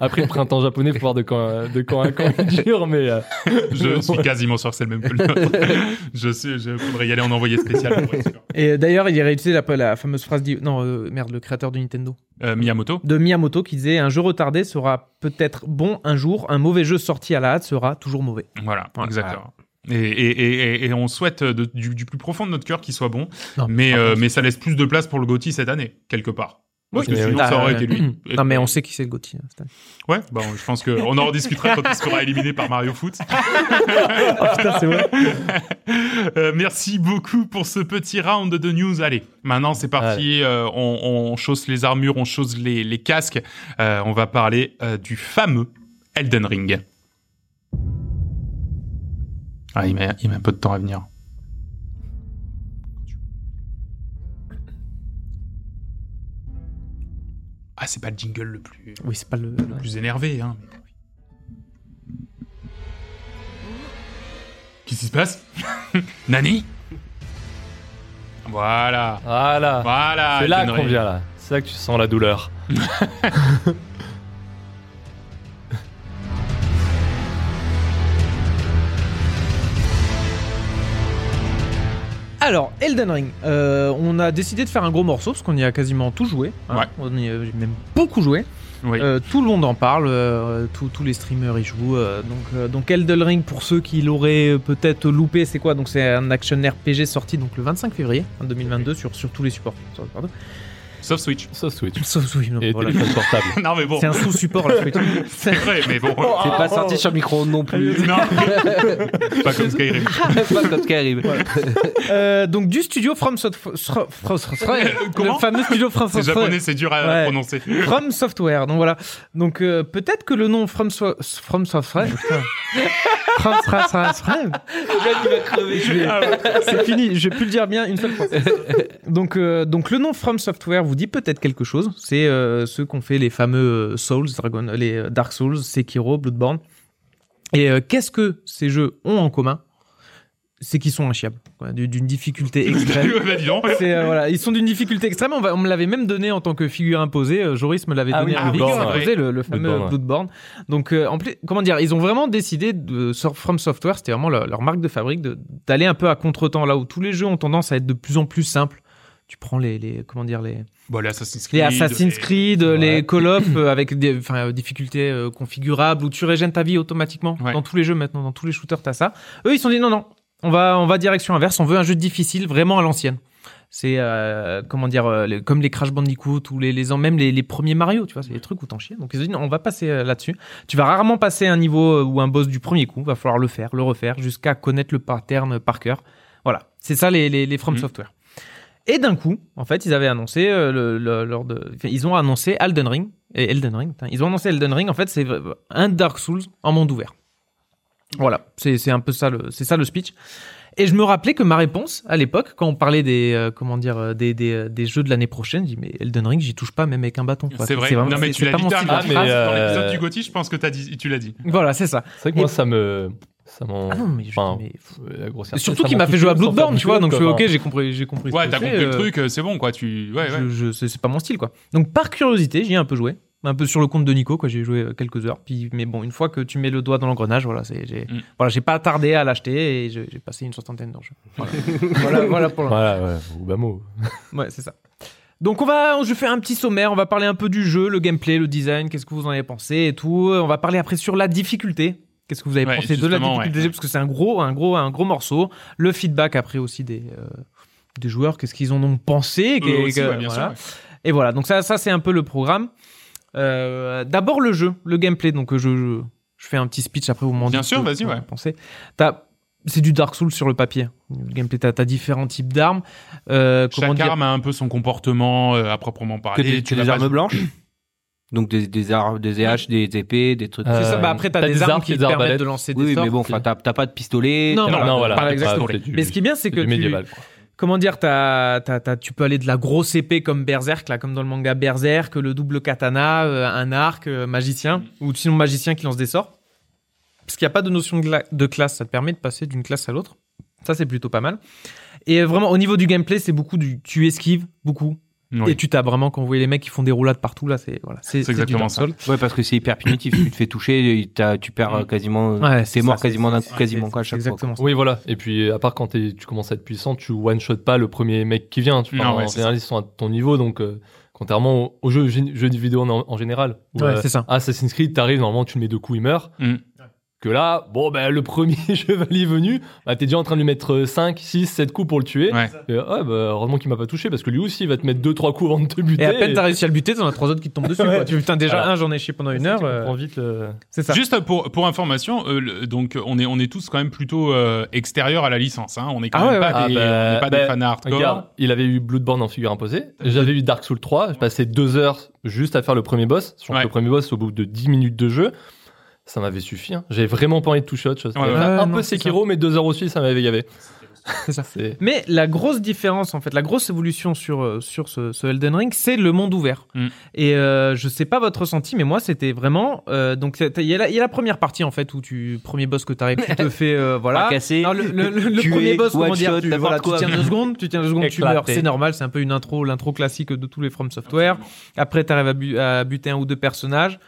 Après le printemps japonais, faut voir de quand, euh, de quand à quand il dure, mais euh, (laughs) je suis quasiment sûr que c'est le même que le (laughs) nôtre. je sais, je faudrait y aller en envoyé spécial pour être sûr. Et euh, d'ailleurs, il y a réutilisé la, la fameuse phrase, d'I- non, euh, merde, le créateur de Nintendo, Euh, Miyamoto. de Miyamoto, qui disait Un jeu retardé sera peut-être bon un jour, un mauvais jeu sorti à la hâte sera toujours mauvais. Voilà, Voilà. exactement. Et, et, et, et- et on souhaite euh, de- du, du plus profond de notre cœur qu'il soit bon, Non, mais, euh, mais ça laisse plus de place pour le Gotti cette année, quelque part. Parce Oui, que mais sinon, oui. ça aurait Ah, été lui. (laughs) Non, mais on sait qui c'est le Gauthier. hein, (laughs) cette année. Ouais, bon, je pense qu'on en rediscutera quand il sera éliminé par Mario Foot. Euh, merci beaucoup pour ce petit round de news. Allez, maintenant c'est parti. euh, on, on chausse les armures, on chausse les, les casques. Euh, on va parler euh, du fameux Elden Ring. Ah, il met, il met un peu de temps à venir. Ah, c'est pas le jingle le plus, Oui, c'est pas le. le plus énervé. Hein, mais bon, oui. Qu'est-ce qui se passe Nani Voilà. Voilà. Voilà. c'est là Elden qu'on Ring. vient là. C'est là que tu sens la douleur. Alors, Elden Ring, euh, on a décidé de faire un gros morceau parce qu'on y a quasiment tout joué. hein. Ouais. On y a même beaucoup joué. Oui. Euh, tout le monde en parle, euh, tous- tous les streamers y jouent. euh, donc, euh, donc Elden Ring, pour ceux qui l'auraient euh, peut-être loupé, c'est quoi Donc c'est un action RPG sorti donc le 25 février hein, 2022 sur, sur tous les supports. Sur- pardon. (laughs) Sauf Switch. (laughs) Ça, Switch. Sauf Switch, non, Et voilà. téléphone portable. non mais bon, C'est Oh, un sous-support le Switch. (laughs) c'est vrai, mais bon. C'est pas oh. sorti sur micro non (laughs) plus. non, pas comme (laughs) Skyrim. pas comme Skyrim. Euh, donc du studio From Software. Comment Le fameux studio From C'est Software. japonais, c'est dur à Ouais. prononcer. (laughs) (laughs) From Software. Donc voilà. Donc euh, peut-être que le nom From, So- From Software. Putain. (laughs) From Software. Le gars, il va crever. Ah Je vais- C'est fini, je vais plus le dire bien une (laughs) seule fois. Donc, euh, donc le nom From Software vous dit peut-être quelque chose. C'est euh, ceux qu'on fait les fameux euh, Souls, Dragon, les euh, Dark Souls, Sekiro, Bloodborne. Et euh, qu'est-ce que ces jeux ont en commun C'est qu'ils sont inchiables, quoi, du- d'une difficulté extrême. Bah, dis donc. C'est, euh, voilà, ils sont d'une difficulté extrême. On, va- on me l'avait même donné en tant que figure imposée. euh, Joris me l'avait Ah donné oui, en figure Bloodborne, imposée, le, le fameux Bloodborne, Bloodborne. ouais. Donc, euh, en plus, comment dire, ils ont vraiment décidé de sur- From Software, c'était vraiment leur, leur marque de fabrique, de- d'aller un peu à contre-temps là où tous les jeux ont tendance à être de plus en plus simples. Tu prends les, les comment dire les, Bon, les Assassin's Creed. les Assassin's et- Creed, Ouais. les Call of (coughs) euh, avec des enfin, euh, difficultés euh, configurables où tu régènes ta vie automatiquement Ouais. dans tous les jeux maintenant, dans tous les shooters t'as ça. Eux ils se sont dit non non, on va on va direction inverse, on veut un jeu difficile vraiment à l'ancienne. C'est euh, comment dire euh, les- comme les Crash Bandicoot ou les les même les, les premiers Mario, tu vois, c'est des trucs où t'en chies. Donc ils se disent non, on va passer euh, là-dessus. Tu vas rarement passer un niveau euh, ou un boss du premier coup, va falloir le faire, le refaire jusqu'à connaître le pattern par cœur. Voilà, c'est ça les les, les From Mhm. Software. Et d'un coup, en fait, ils avaient annoncé euh, le, le- lors de, enfin, ils ont annoncé Elden Ring et Elden Ring. putain, ils ont annoncé Elden Ring. En fait, c'est un Dark Souls en monde ouvert. Voilà, c'est c'est un peu ça le, c'est ça le speech. Et je me rappelais que ma réponse à l'époque, quand on parlait des, euh, comment dire, euh, des, des, euh, des jeux de l'année prochaine, je dis mais Elden Ring, j'y touche pas même avec un bâton. quoi. C'est vrai. vraiment- non mais c'est- tu c'est l'as pas dit mon tard, style, la dans mais, phrase. euh, l'épisode du Gotti, je pense que t'as dit, tu l'as dit. Voilà, c'est ça. C'est vrai que moi, ça me. Ça m'en. Ah non, mais je- Enfin, mais- euh, la grossièreté, surtout ça qu'il m'en m'a fait touche jouer à sans faire Bloodborne, du tu vois, bien, donc je suis quoi. ok, j'ai compris, j'ai compris. ce Ouais, que t'as c'est, compris le euh, truc, euh, c'est bon quoi. Tu, ouais, Euh, ouais. Je- je- c'est c'est pas mon style quoi. Donc par curiosité, j'y ai un peu joué, un peu sur le compte de Nico quoi, j'ai joué euh, quelques heures. Puis mais bon, une fois que tu mets le doigt dans l'engrenage, voilà, c'est j'ai Mm. voilà, j'ai pas tardé à l'acheter et j'ai j'ai passé une soixantaine d'heures. Voilà. voilà, voilà pour l'instant. Voilà, ouais. Ou bah, mot. Ouais, c'est ça. Donc on va, je fais un petit sommaire, on va parler un peu du jeu, le gameplay, le design, qu'est-ce que vous en avez pensé et tout. On va parler après sur la difficulté. Qu'est-ce que vous avez Ouais, pensé de la justement, difficulté ouais. des jeux parce que c'est un gros, un gros, un gros morceau. Le feedback après aussi des euh, des joueurs, qu'est-ce qu'ils en ont pensé, Eux qu'est- aussi, que- ouais, bien sûr, voilà. ouais. Et voilà, donc ça, ça c'est un peu le programme. Euh, D'abord le jeu, le gameplay. Donc euh, je, je, je fais un petit speech après vous m'en Bien dites sûr, ce que vas-y, vous en ouais. pensez. T'as- C'est du Dark Souls sur le papier. Le gameplay, t'as as différents types d'armes. Euh, comment Chaque dire arme a un peu son comportement euh, à proprement Que parler. des, Tu que vas des pas- armes blanches. Donc des, des, armes, des EH, des épées, des trucs. Euh, C'est ça, bah après, t'as t'as des, des armes arcs et qui des te permettent arbalètes. de lancer des oui, sorts. mais bon, enfin, t'as t'as pas de pistolet. Non, t'as non, pas de- voilà. Pas c'est exactement. c'est du- Mais ce qui est bien, c'est que du tu, médiéval, quoi. comment dire, t'as- t'as- t'as- tu peux aller de la grosse épée comme Berserk, là, comme dans le manga Berserk, le double katana, euh, un arc, euh, magicien, ou sinon magicien qui lance des sorts. Parce qu'il n'y a pas de notion de, gla- de classe, ça te permet de passer d'une classe à l'autre. Ça, c'est plutôt pas mal. Et euh, vraiment, au niveau du gameplay, c'est beaucoup du. Tu esquives, beaucoup. Oui. Et tu tapes vraiment quand vous voyez les mecs qui font des roulades partout, là, c'est voilà, c'est- C'est c'est du exactement Dark ça. Souls. Ouais, parce que c'est hyper punitif. tu te fais toucher, et t'as- tu Mm. perds euh, quasiment. Ouais, T'es mort ça, quasiment d'un c'est- coup, quasiment c'est- quoi, à chaque c'est fois. Exactement ça. Oui, voilà. Et puis, à part quand t'es- tu commences à être puissant, tu one-shot pas le premier mec qui vient. Tu Non, enfin, ouais, en c'est général, ils sont à ton niveau, donc euh, contrairement aux, aux jeux, jeux vidéo en, en général. où, Ouais, euh, c'est ça. Assassin's Creed, t'arrives, normalement, tu le mets deux coups, il meurt. Mm. Que là, bon, bah, le premier (laughs) chevalier venu, bah, t'es déjà en train de lui mettre 5, 6, 7 coups pour le tuer. Ouais. Et, euh, ouais, bah, heureusement qu'il m'a pas touché, parce que lui aussi, il va te mettre 2-3 coups avant de te buter. Et à peine t'as réussi à le buter, t'en as trois autres qui te tombent dessus. quoi. Tu- Putain, déjà Voilà. un, j'en ai chié pendant une heure. Tu euh, comprends vite le- C'est ça. Juste pour, pour information, euh, le- donc on est, on est tous quand même plutôt euh, extérieurs à la licence. Hein. On est quand Ah même ouais, pas, ouais. des, Ah bah, on est pas bah, des fans hardcore. Regarde, il avait eu Bloodborne en figure imposée. J'avais eu Dark Souls 3. J'ai passé deux heures juste à faire le premier boss. Je pense que Ouais. le premier boss, au bout de 10 minutes de jeu, ça m'avait suffi. hein. J'avais vraiment pas envie de toucher à autre chose. Ouais, ouais. Enfin, Ouais, un non, peu c'est Sekiro, mais deux heures aussi, ça m'avait gavé. C'est- Mais la grosse différence, en fait, la grosse évolution sur, euh, sur ce, ce Elden Ring, c'est le monde ouvert. Mm. Et euh, je sais pas votre ressenti, mais moi, c'était vraiment. euh, donc, c'est- il y, a la- il y a la première partie, en fait, où tu. Premier boss que t'arrives, tu (laughs) te fais. euh, voilà. Pas cassé. Non, le le- le- le Tuer, premier boss, comment one dire, shot, tu, n'importe voilà, tu quoi. tiens deux secondes, tu tiens deux secondes, tu Éclaté. meurs. C'est normal, c'est un peu une intro, l'intro classique de tous les From Software. Après, t'arrives à, bu- à buter un ou deux personnages.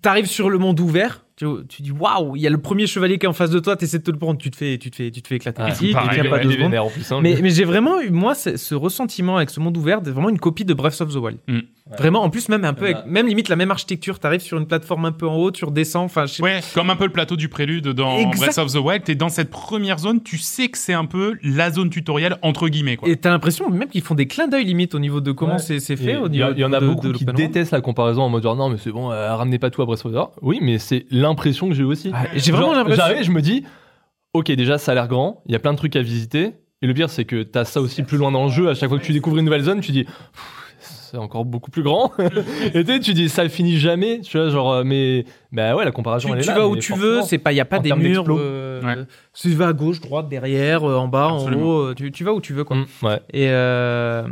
T'arrives sur le monde ouvert. Tu, tu dis waouh, il y a le premier chevalier qui est en face de toi, t'essaies de te le prendre, tu te fais, tu te fais, tu te fais éclater. Ouais. ici, tu Pareil, tiens pas ouais, deux il est secondes. vénère en plus. hein, Mais, le- mais j'ai vraiment eu, moi, ce, ce ressentiment avec ce monde ouvert, c'est vraiment une copie de Breath of the Wild. Mm. Vraiment, en plus, même un peu, Ouais. avec- même limite la même architecture, t'arrives sur une plateforme un peu en haut, tu redescends, enfin, je sais Ouais, comme un peu le plateau du prélude dans Exact. Breath of the Wild. T'es dans cette première zone, tu sais que c'est un peu la zone tutoriel entre guillemets quoi. Et t'as l'impression même qu'ils font des clins d'œil limite au niveau de comment Ouais. c'est c'est Il y fait. a- au il y, niveau a- il y en a de- beaucoup de qui l'open world. détestent la comparaison en mode genre non mais c'est bon, euh, ramenez pas tout à Breath of the Wild. Oui mais c'est l'impression que j'ai aussi. Ah, J'ai vraiment Genre, l'impression. J'arrive, je me dis, ok, déjà, ça a l'air grand, il y a plein de trucs à visiter. Et le pire, c'est que t'as ça aussi plus loin dans le jeu. À chaque fois que tu découvres une nouvelle zone, tu dis, Pff, c'est encore beaucoup plus grand. (laughs) et tu sais, tu dis, ça finit jamais. Tu vois, genre, euh, mais bah ouais, la comparaison, Tu, elle est tu là. vas où mais tu forcément. veux, c'est pas, il y a pas en des termes murs. d'explos. euh, Ouais. Tu vas à gauche, droite, derrière, euh, en bas, en Absolument. haut. euh, Tu, tu vas où tu veux quoi. Mm, ouais. Et euh,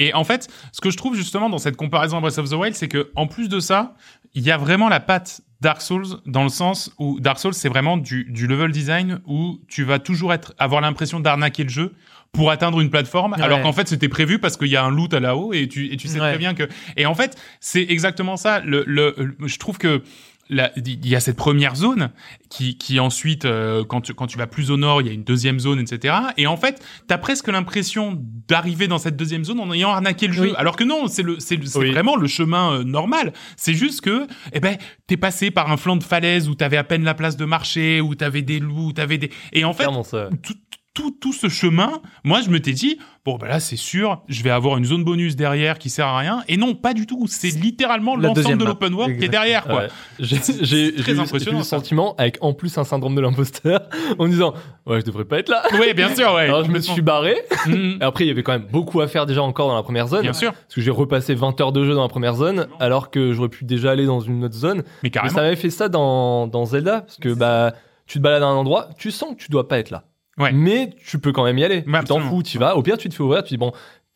Et en fait, ce que je trouve justement dans cette comparaison à Breath of the Wild, c'est que en plus de ça, il y a vraiment la patte Dark Souls dans le sens où Dark Souls, c'est vraiment du, du level design où tu vas toujours être, avoir l'impression d'arnaquer le jeu pour atteindre une plateforme, Ouais. alors qu'en fait c'était prévu parce qu'il y a un loot à là-haut et tu, et tu sais Ouais. très bien que. Et en fait, c'est exactement ça. Le, le, le- je trouve que la- il y a cette première zone qui, qui ensuite, euh, quand, tu, quand tu vas plus au nord, il y a une deuxième zone, etc. Et en fait, t'as presque l'impression d'arriver dans cette deuxième zone en ayant arnaqué le jeu. Oui. Alors que non, c'est le, c'est le- c'est Oui. vraiment le chemin euh, normal. C'est juste que, eh ben, t'es passé par un flanc de falaise où t'avais à peine la place de marché, où t'avais des loups, où t'avais des. Et en fait, Clairement, ça. tout, tout, tout ce chemin, moi, je me t'ai dit, bon, bah là, c'est sûr, je vais avoir une zone bonus derrière qui sert à rien. Et non, pas du tout. C'est littéralement La l'ensemble deuxième de map. l'open world qui est derrière, quoi. Ouais. J'ai j'ai- j'ai eu, très j'ai eu impressionnant, le ça. sentiment avec en plus un syndrome de l'imposteur (laughs) en me disant ouais je devrais pas être là. Oui, bien sûr, ouais. Alors je me complètement. suis barré. (laughs) Mhm. Et après il y avait quand même beaucoup à faire déjà encore dans la première zone. Bien sûr, Parce que j'ai repassé 20 heures de jeu dans la première zone, alors que j'aurais pu déjà aller dans une autre zone. mais Mais carrément. ça m'avait fait ça dans, dans Zelda, parce que bah, tu te balades à un endroit, tu sens que tu dois pas être là. Ouais. Mais tu peux quand même y aller. Mais tu t'en absolument. fous, tu y vas. Au pire, tu te fais ouvrir, tu dis bon,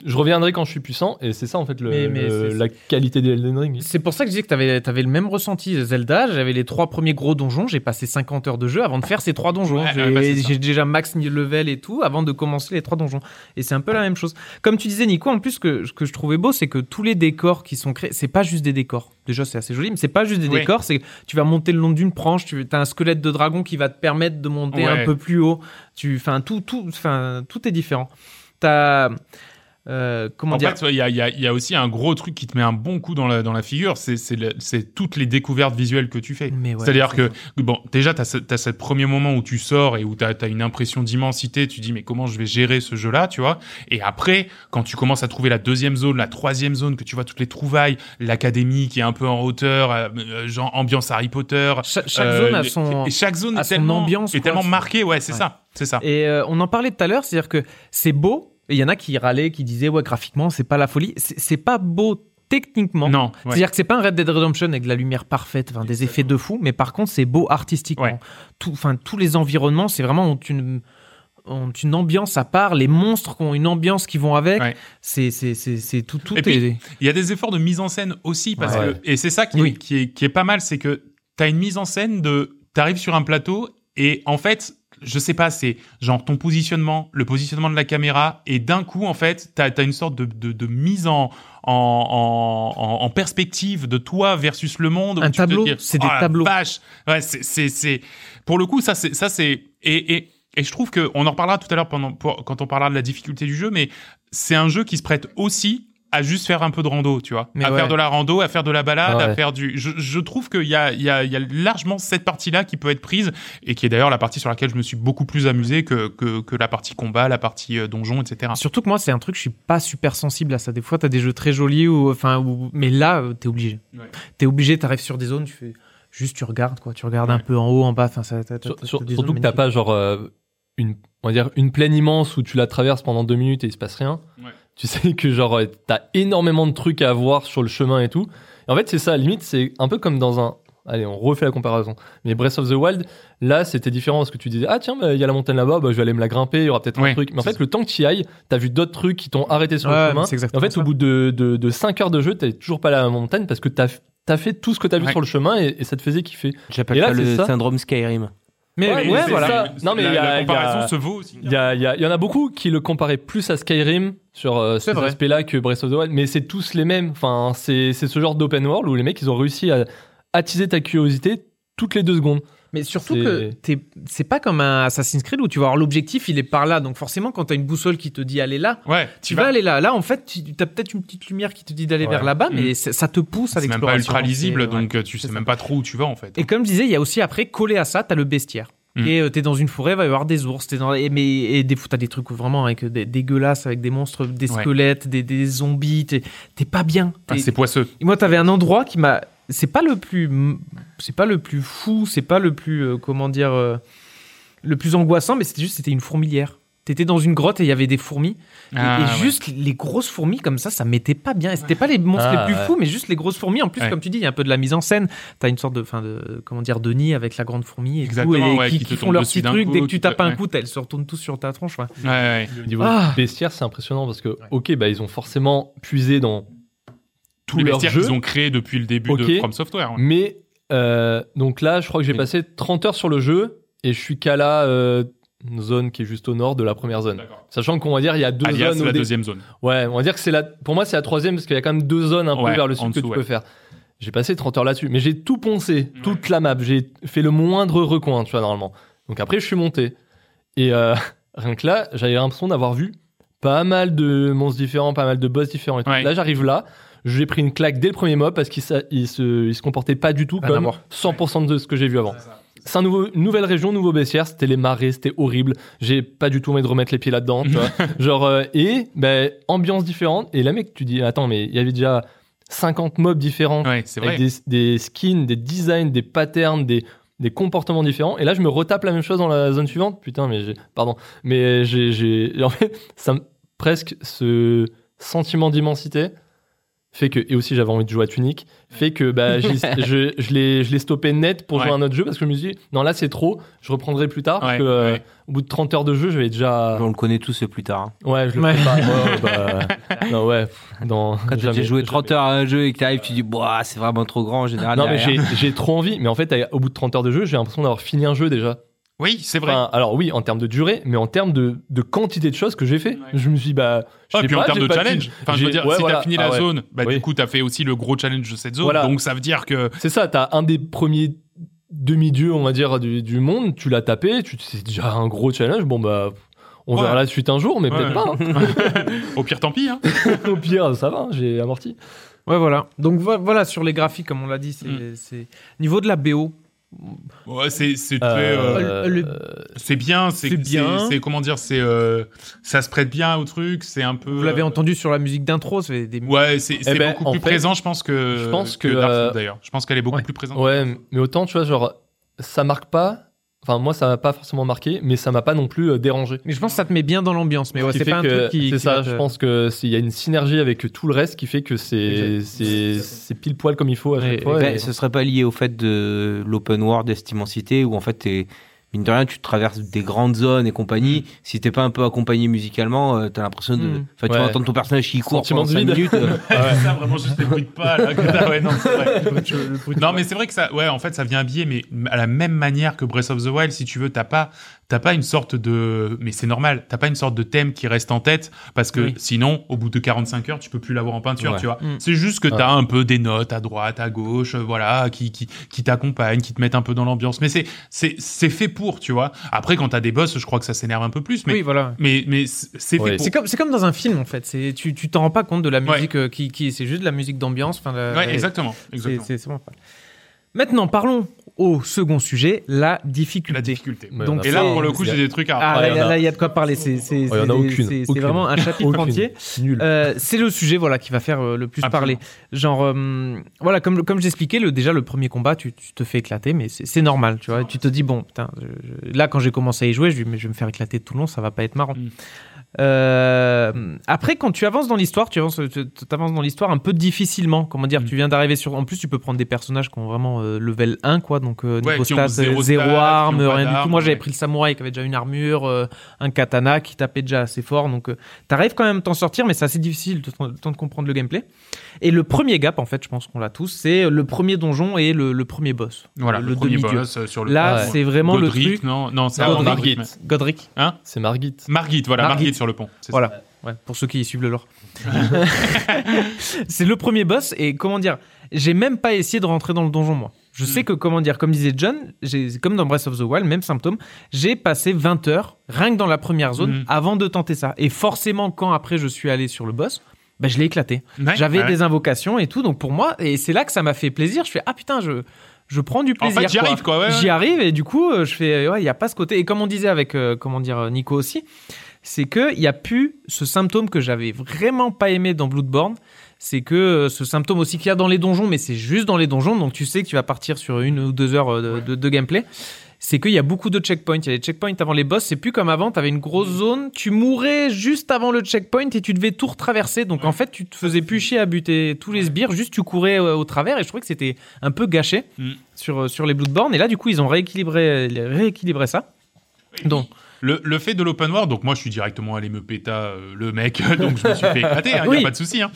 je reviendrai quand je suis puissant. Et c'est ça en fait le, Mais- mais le- c'est- la qualité des Elden Ring. c'est pour ça que je disais que t'avais avais le même ressenti. Zelda, j'avais les trois premiers gros donjons. J'ai passé 50 heures de jeu avant de faire ces trois donjons. Ouais, J'ai- ouais, bah, c'est ça. J'ai déjà max level et tout avant de commencer les trois donjons. Et c'est un peu la même chose. Comme tu disais, Nico, en plus, ce que, ce que je trouvais beau, c'est que tous les décors qui sont créés, c'est pas juste des décors. Déjà, c'est assez joli, mais c'est pas juste des Oui. décors. C'est que tu vas monter le long d'une branche, tu as un squelette de dragon qui va te permettre de monter Ouais. un peu plus haut. Tu, enfin, tout, tout, enfin, tout est différent. T'as, euh, comment En dire? fait, il y a, il y a- il y a aussi un gros truc qui te met un bon coup dans la, dans la figure, c'est- c'est le- c'est toutes les découvertes visuelles que tu fais. Mais ouais, C'est-à-dire c'est que, bon, déjà, tu as, ce premier moment où tu sors et où tu as, une impression d'immensité, tu dis, mais comment je vais gérer ce jeu-là, tu vois Et après, quand tu commences à trouver la deuxième zone, la troisième zone, que tu vois toutes les trouvailles, l'académie qui est un peu en hauteur, euh, euh, genre ambiance Harry Potter. Cha- chaque euh, zone a les- son, et chaque zone a est son tellement, ambiance, est quoi. tellement marquée, ouais, c'est Ouais. ça, c'est ça. Et euh, on en parlait tout à l'heure, c'est-à-dire que c'est beau. et Il y en a qui râlaient, qui disaient ouais graphiquement c'est pas la folie. C'est c'est pas beau techniquement. Non, ouais. C'est-à-dire que c'est pas un Red Dead Redemption avec de la lumière parfaite, enfin, des effets de fou, mais par contre c'est beau artistiquement. Ouais. Tout, enfin tous les environnements, c'est vraiment ont une ont une ambiance à part. Les monstres qui ont une ambiance qui vont avec. Ouais. C'est c'est c'est c'est tout tout Et puis, est- Il y a des efforts de mise en scène aussi parce Ouais. que et c'est ça qui, est- Oui. qui est qui est pas mal, c'est que t'as une mise en scène de t'arrives sur un plateau et en fait je sais pas, c'est genre ton positionnement, le positionnement de la caméra, et d'un coup, en fait, t'as as une sorte de, de, de mise en, en, en, en- en perspective de toi versus le monde. où Un tu te tableau, dis, c'est des Oh la tableaux. vache ouais, c'est, c'est, c'est, pour le coup, ça, c'est, ça, c'est, et, et, et je trouve que, on en reparlera tout à l'heure pendant, pour- quand on parlera de la difficulté du jeu, mais c'est un jeu qui se prête aussi à juste faire un peu de rando, tu vois. Mais à ouais. faire de la rando, à faire de la balade, Ouais. à faire du. Je, je trouve qu'il y a, il y, a, il y a largement cette partie-là qui peut être prise et qui est d'ailleurs la partie sur laquelle je me suis beaucoup plus amusé que, que, que la partie combat, la partie euh, donjon, etc. Surtout que moi, c'est un truc, je suis pas super sensible à ça. Des fois, t'as des jeux très jolis, ou, enfin, ou- mais là, euh, t'es obligé. Ouais. T'es obligé, t'arrives sur des zones, tu fais juste, tu regardes, quoi. Tu regardes un Ouais. peu en haut, en bas. Enfin, ça, t'as- t'as- Sur- t'as sur- des surtout zones que t'as magnifiques. pas genre euh, une, on va dire, une plaine immense où tu la traverses pendant deux minutes et il se passe rien. Ouais. Tu (laughs) sais que genre euh, t'as énormément de trucs à voir sur le chemin et tout. Et en fait c'est ça, à la limite c'est un peu comme dans un, allez, on refait la comparaison. Mais Breath of the Wild, là, c'était différent parce que tu disais, ah tiens, bah, il y a la montagne là-bas, bah, je vais aller me la grimper, il y aura peut-être Ouais. un truc. Mais en fait, le temps que tu y ailles, t'as vu d'autres trucs qui t'ont arrêté sur le chemin. c'est Et En exactement fait, ça. au bout de, de, 5 heures de jeu, t'es toujours pas à la montagne parce que t'as as fait tout ce que t'as vu Ouais. sur le chemin et, et ça te faisait kiffer. (laughs) J'appelle Et là, ça le c'est ça. syndrome Skyrim. mais, Ouais, mais ouais, c'est- voilà. c'est- Non, mais la, il y a- la il y a- comparaison se vaut aussi. Il y, a- il y a- il y en a beaucoup qui le comparaient plus à Skyrim sur euh, C'est ces vrai. aspects-là que Breath of the Wild, mais c'est tous les mêmes. Enfin, c'est c'est ce genre d'open world où les mecs, ils ont réussi à attiser ta curiosité toutes les deux secondes. Mais surtout C'est- que t'es- c'est pas comme un Assassin's Creed où tu vas avoir l'objectif, il est par là. Donc forcément, quand t'as une boussole qui te dit allez là, Ouais, tu vas aller là. Là, en fait, tu as peut-être une petite lumière qui te dit d'aller Ouais. vers là-bas, Mm. mais c'est- ça te pousse à C'est même pas l'exploration. ultra lisible, C'est- ouais. donc euh, tu sais ça. même pas trop où tu vas en fait. Et comme je disais, il y a aussi après, collé à ça, t'as le bestiaire. Mm. Et euh, t'es dans une forêt, va y avoir des ours, t'es dans et, mais et des t'as des trucs vraiment avec euh, des dégueulasses, avec des monstres, des Ouais. squelettes, des, des zombies. T'es t'es pas bien. Ah, T'es- c'est poisseux. moi, t'avais un endroit qui m'a. C'est pas le plus. C'est pas le plus fou, c'est pas le plus. euh, comment dire. euh, le plus angoissant, mais c'était juste, c'était une fourmilière. T'étais dans une grotte et il y avait des fourmis. Et- Ah, et ouais. juste les grosses fourmis comme ça, ça mettait pas bien. Et c'était pas les monstres Ah, les plus ouais. fous, mais juste les grosses fourmis. En plus, Ouais. comme tu dis, il y a un peu de la mise en scène. T'as une sorte de, enfin, de, comment dire, de nid avec la grande fourmi et Exactement, tout, et les- ouais, qui, qui te qui font tombent leur dessus petit d'un truc. coup, Dès que tu qui te- tapes un ouais. coup, elles se retournent tous sur ta tronche. ouais. Ouais, ouais. Au niveau Ah. du bestiaire, c'est impressionnant parce que, ok, bah, ils ont forcément puisé dans tout Tous les leur vestiaires jeu. qu'ils ont créés depuis le début Ok. Mmh. de From Software. ouais. Mais euh, donc là, je crois que j'ai Oui. passé 30 heures sur le jeu et je suis qu'à la euh, zone qui est juste au nord de la première zone. D'accord. Sachant qu'on va dire il y a deux Alias, zones. au la dé- deuxième zone. Ouais, on va dire que c'est la. Pour moi, c'est la troisième parce qu'il y a quand même deux zones un peu Ouais, vers le en sud que dessous, tu ouais. peux faire. J'ai passé 30 heures là-dessus, mais j'ai tout poncé, Ouais. toute la map. J'ai fait le moindre recoin, tu vois, normalement. Donc après, je suis monté. Et euh, (laughs) rien que là, j'avais l'impression d'avoir vu pas mal de monstres différents, pas mal de boss différents. Et tout. Ouais. Là, j'arrive là. J'ai pris une claque dès le premier mob parce qu'il sa- il se, il se comportait pas du tout Rien à comme voir. 100% de ce que j'ai vu avant. C'est un nouveau, une nouvelle région, nouveau baissière, c'était les marais, c'était horrible. J'ai pas du tout envie de remettre les pieds là-dedans. tu vois. Genre, euh, et ben, ambiance différente. Et là, mec, tu dis, attends, mais il y avait déjà 50 mobs différents, Ouais, c'est vrai. avec des, des skins, des designs, des patterns, des, des comportements différents. Et là, je me retape la même chose dans la zone suivante. Putain, mais j'ai. Pardon. Mais j'ai. j'ai- (laughs) En fait, ça me- presque ce sentiment d'immensité fait que. Et aussi, j'avais envie de jouer à Tunic. Fait que bah, (laughs) j'y- je, je l'ai je l'ai stoppé net pour Ouais. jouer à un autre jeu parce que je me suis dit, non, là, c'est trop. Je reprendrai plus tard. parce Ouais, que, euh, ouais. Au bout de 30 heures de jeu, je vais déjà. On le connaît tous plus tard. hein. Ouais, je le Ouais. fais pas. (laughs) Ouais, bah, non, ouais. pff, Non, Quand t'as jamais, déjà joué jamais. 30 heures à un jeu et que t'arrives, tu dis, Boah, c'est vraiment trop grand en général. Non, mais Ah, derrière. j'ai j'ai trop envie. Mais en fait, au bout de 30 heures de jeu, j'ai l'impression d'avoir fini un jeu déjà. Oui, c'est vrai. Enfin, alors oui, en termes de durée, mais en termes de, de quantité de choses que j'ai fait. Ouais. Je me suis dit, bah. je Ah, sais puis en pas, termes j'ai de pas challenge, fini. enfin, je veux J'ai- dire, ouais, si voilà. t'as fini Ah la ouais. zone, bah, Oui. du coup, t'as fait aussi le gros challenge de cette zone. Voilà. Donc, ça veut dire que C'est ça, t'as un des premiers demi-dieux, on va dire, du, du monde, tu l'as tapé, tu- c'est déjà un gros challenge. Bon, bah. On Ouais. verra la suite un jour, mais Ouais. peut-être pas. hein. au pire, tant pis. hein. (laughs) Au pire, ça va, j'ai amorti. Ouais, voilà. Donc vo- voilà, sur les graphiques, comme on l'a dit, c'est. Mm. c'est- Niveau de la BO, Ouais, c'est c'est Euh, très, euh, le- euh, c'est bien, c'est c'est bien. c'est- c'est- comment dire, c'est euh, ça se prête bien au truc, c'est un peu. vous l'avez euh, entendu sur la musique d'intro, c'est des Ouais, c'est c'est ben, beaucoup en plus fait, présent, je pense que. je pense que, Dark Souls, euh, d'ailleurs, je pense qu'elle est beaucoup plus présente. ouais, m- mais autant, tu vois, genre, ça marque pas. Enfin, moi, ça m'a pas forcément marqué, mais ça m'a pas non plus euh, dérangé. Mais je pense que ça te met bien dans l'ambiance. Mais ouais, qui c'est fait pas un que- truc qui. C'est qui ça, va te- je pense qu'il y a une synergie avec tout le reste qui fait que c'est c'est- c'est pile poil comme il faut à chaque Et- fois. et Ben, et- ce serait pas lié au fait de l'open world et cette immensité où en fait t'es mine de rien tu traverses des grandes zones et Mm. compagnie si t'es pas un peu accompagné musicalement euh, t'as l'impression de Mm. enfin tu Ouais. vas entendre ton personnage qui court Sentiment pendant de 5 vide. minutes euh, (laughs) (laughs) C'est ça, vraiment, juste les bruits de pas. (laughs) Là, que t'as- Ah ouais, non, c'est (laughs) vrai. Non, mais c'est vrai que ça, ouais, en fait, ça vient habiller, mais à la même manière que Breath of the Wild, si tu veux, t'as pas, t'as pas une sorte de, mais c'est normal, t'as pas une sorte de thème qui reste en tête, parce que Oui. sinon, au bout de 45 heures, tu peux plus l'avoir en peinture, Ouais. tu vois. Mm. C'est juste que Ouais. t'as un peu des notes à droite, à gauche, euh, voilà, qui, qui, qui t'accompagnent, qui te mettent un peu dans l'ambiance. Mais c'est, c'est, c'est fait pour, tu vois. Après, quand t'as des boss, je crois que ça s'énerve un peu plus, mais, Oui, voilà. mais, mais c'est c'est fait Ouais. pour. C'est comme, c'est comme dans un film en fait. C'est, tu, tu t'en rends pas compte de la Ouais. musique euh, qui, qui c'est juste de la musique d'ambiance. Enfin, la- Ouais, la- exactement, euh, C'est, exactement. c'est, c'est vraiment pas- Maintenant, parlons au second sujet, la La difficulté. difficulté. Ouais, Donc on a Et là, pas- pour le coup, j'ai des trucs à. Ah, Ah, là, y en là, a. là, il y a de quoi parler. C'est, c'est, Oh, y en a c'est- aucune, c'est- c'est aucune. vraiment un chapitre Aucune. (laughs) entier. nul. Euh, c'est le sujet voilà qui va faire euh, le plus Absolument. parler. Genre euh, voilà comme comme j'expliquais le déjà le premier combat tu, tu te fais éclater mais c'est c'est normal tu vois tu te dis bon putain je- je- là quand j'ai commencé à y jouer je dis mais je vais me faire éclater tout le long ça va pas être marrant. Mm. Euh, après, quand tu avances dans l'histoire, tu avances, tu- tu avances dans l'histoire un peu difficilement. Comment Mm. dire Tu viens d'arriver sur. En plus, tu peux prendre des personnages qui ont vraiment euh, level 1, quoi. Donc, euh, Ouais, niveau qui ont stats, euh, zéro zéro, stats, qui ont arme, pas rien du tout. d'armes, Moi, j'avais ouais. pris le samouraï qui avait déjà une armure, euh, un katana qui tapait déjà assez fort. Donc, euh, t'arrives quand même à t'en sortir, mais c'est assez difficile de- le temps de comprendre le gameplay. Et le premier gap, en fait, je pense qu'on l'a tous, c'est le premier donjon et le, le premier boss. Voilà, le, premier demi-dieu. boss euh, sur le. Là, Ouais. c'est vraiment le Godric, truc. non, non, c'est Non, avant Godric. Margit. Godric. C'est Margit. Margit, voilà, Margit, Margit. sur le pont. c'est Voilà. Ouais, pour ceux qui suivent le lore. (laughs) c'est le premier boss et comment dire, j'ai même pas essayé de rentrer dans le donjon moi. Je sais Hmm. que comment dire, comme disait John, j'ai c'est comme dans Breath of the Wild, même symptôme, j'ai passé 20 heures rien que dans la première zone Hmm. avant de tenter ça. Et forcément quand après je suis allé sur le boss, bah, je l'ai éclaté. ça. Ouais, J'avais ouais. des invocations et tout, donc pour moi et c'est là que ça m'a fait plaisir. Je fais ah putain je je prends du En plaisir. fait, j'y quoi. arrive, quoi. ouais, ouais. J'y arrive et du coup, euh, je fais, euh, ouais, il n'y a pas ce côté. Et comme on disait avec, euh, comment dire, euh, Nico aussi, c'est que il n'y a plus ce symptôme que j'avais vraiment pas aimé dans Bloodborne. C'est que euh, ce symptôme aussi qu'il y a dans les donjons, mais c'est juste dans les donjons, donc tu sais que tu vas partir sur une ou deux heures euh, de, de- de gameplay. C'est qu'il y a beaucoup de checkpoints. Il y a les checkpoints avant les boss. C'est plus comme avant. T'avais une grosse zone. Tu mourais juste avant le checkpoint et tu devais tout retraverser. Donc en fait, tu te faisais plus chier à buter tous les sbires. Juste tu courais euh, au travers. Et je trouvais que c'était un peu gâché Mm. sur, sur les Bloodborne. Et là, du coup, ils ont rééquilibré, euh, rééquilibré ça. Donc, Le, le fait de l'open world, donc moi je suis directement allé me péta euh, le mec, (laughs) donc je me suis fait éclater, il Ah n'y Oui. a pas de souci. hein.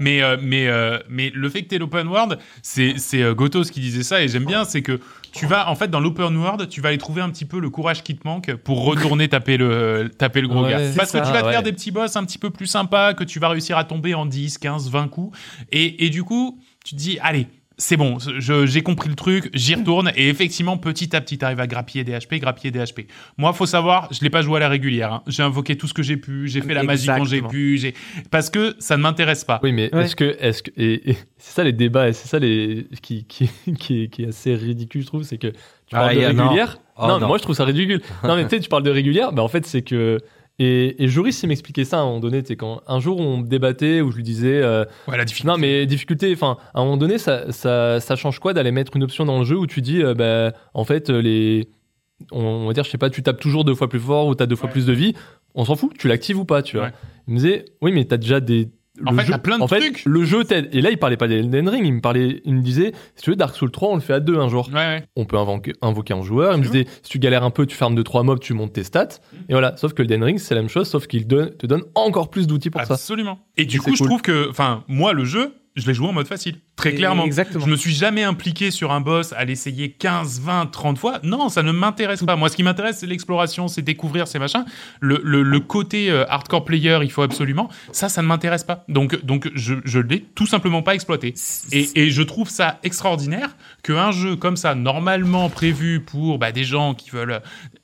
Mais, euh, mais, euh, mais le fait que tu es l'open world, c'est c'est, euh, Gotos qui disait ça et j'aime bien, c'est que tu vas, en fait, dans l'open world, tu vas aller trouver un petit peu le courage qui te manque pour (laughs) retourner taper le, taper le gros Ouais, gars. c'est Parce ça, que tu vas te ouais. faire des petits boss un petit peu plus sympas que tu vas réussir à tomber en 10, 15, 20 coups. Et, et du coup, tu te dis, allez. C'est bon, je- j'ai compris le truc, j'y retourne et effectivement petit à petit t'arrives à grappiller des HP, grappiller des HP. Moi, faut savoir, je l'ai pas joué à la régulière. hein. J'ai invoqué tout ce que j'ai pu, j'ai fait la magie quand j'ai Exactement. pu, j'ai parce que ça ne m'intéresse pas. Oui, mais Ouais. est-ce que, est-ce que, et, (laughs) et c'est ça les débats, et c'est ça les qui qui, (laughs) qui, est- qui est assez ridicule, je trouve, c'est que tu Ah, parles y de a- non. régulière. Oh, non, mais non. moi je trouve (laughs) ça ridicule. non, mais tu sais, tu parles de régulière, bah en fait c'est que et, et Joris il m'expliquait ça à un moment donné, c'est quand un jour on débattait où je lui disais euh, Ouais, la difficulté. non mais difficulté, enfin à un moment donné ça ça, ça change quoi d'aller mettre une option dans le jeu où tu dis euh, bah en fait euh, les on, on va dire je sais pas tu tapes toujours deux fois plus fort ou t'as deux fois Ouais. plus de vie, on s'en fout, tu l'actives ou pas, tu vois. Ouais. Il me disait oui mais t'as déjà des En le fait, jeu- t'as plein de en fait, trucs. le jeu t'aide. Et là, il parlait pas d'Elden Ring, il me parlait, il me disait, si tu veux, Dark Souls 3, on le fait à deux un jour. Ouais, ouais. On peut invoquer, invoquer un joueur. Il me C'est vrai. Mm. disait, si tu galères un peu, tu farmes deux trois mobs, tu montes tes stats. Et voilà. Sauf que Elden Ring, c'est la même chose, sauf qu'il donne, te donne encore plus d'outils Ah, pour ça. Absolument. Et du Et coup, c'est je cool. trouve que, enfin, moi, le jeu, je l'ai joué en mode facile, très clairement. Exactement. Je me suis jamais impliqué sur un boss à l'essayer 15, 20, 30 fois. Non, ça ne m'intéresse pas. Moi, ce qui m'intéresse, c'est l'exploration, c'est découvrir ces machins. Le, le- le côté euh, hardcore player, il faut absolument. Ça, ça ne m'intéresse pas. Donc, donc je, je l'ai tout simplement pas exploité. Et, et je trouve ça extraordinaire qu'un jeu comme ça, normalement prévu pour bah, des gens qui veulent.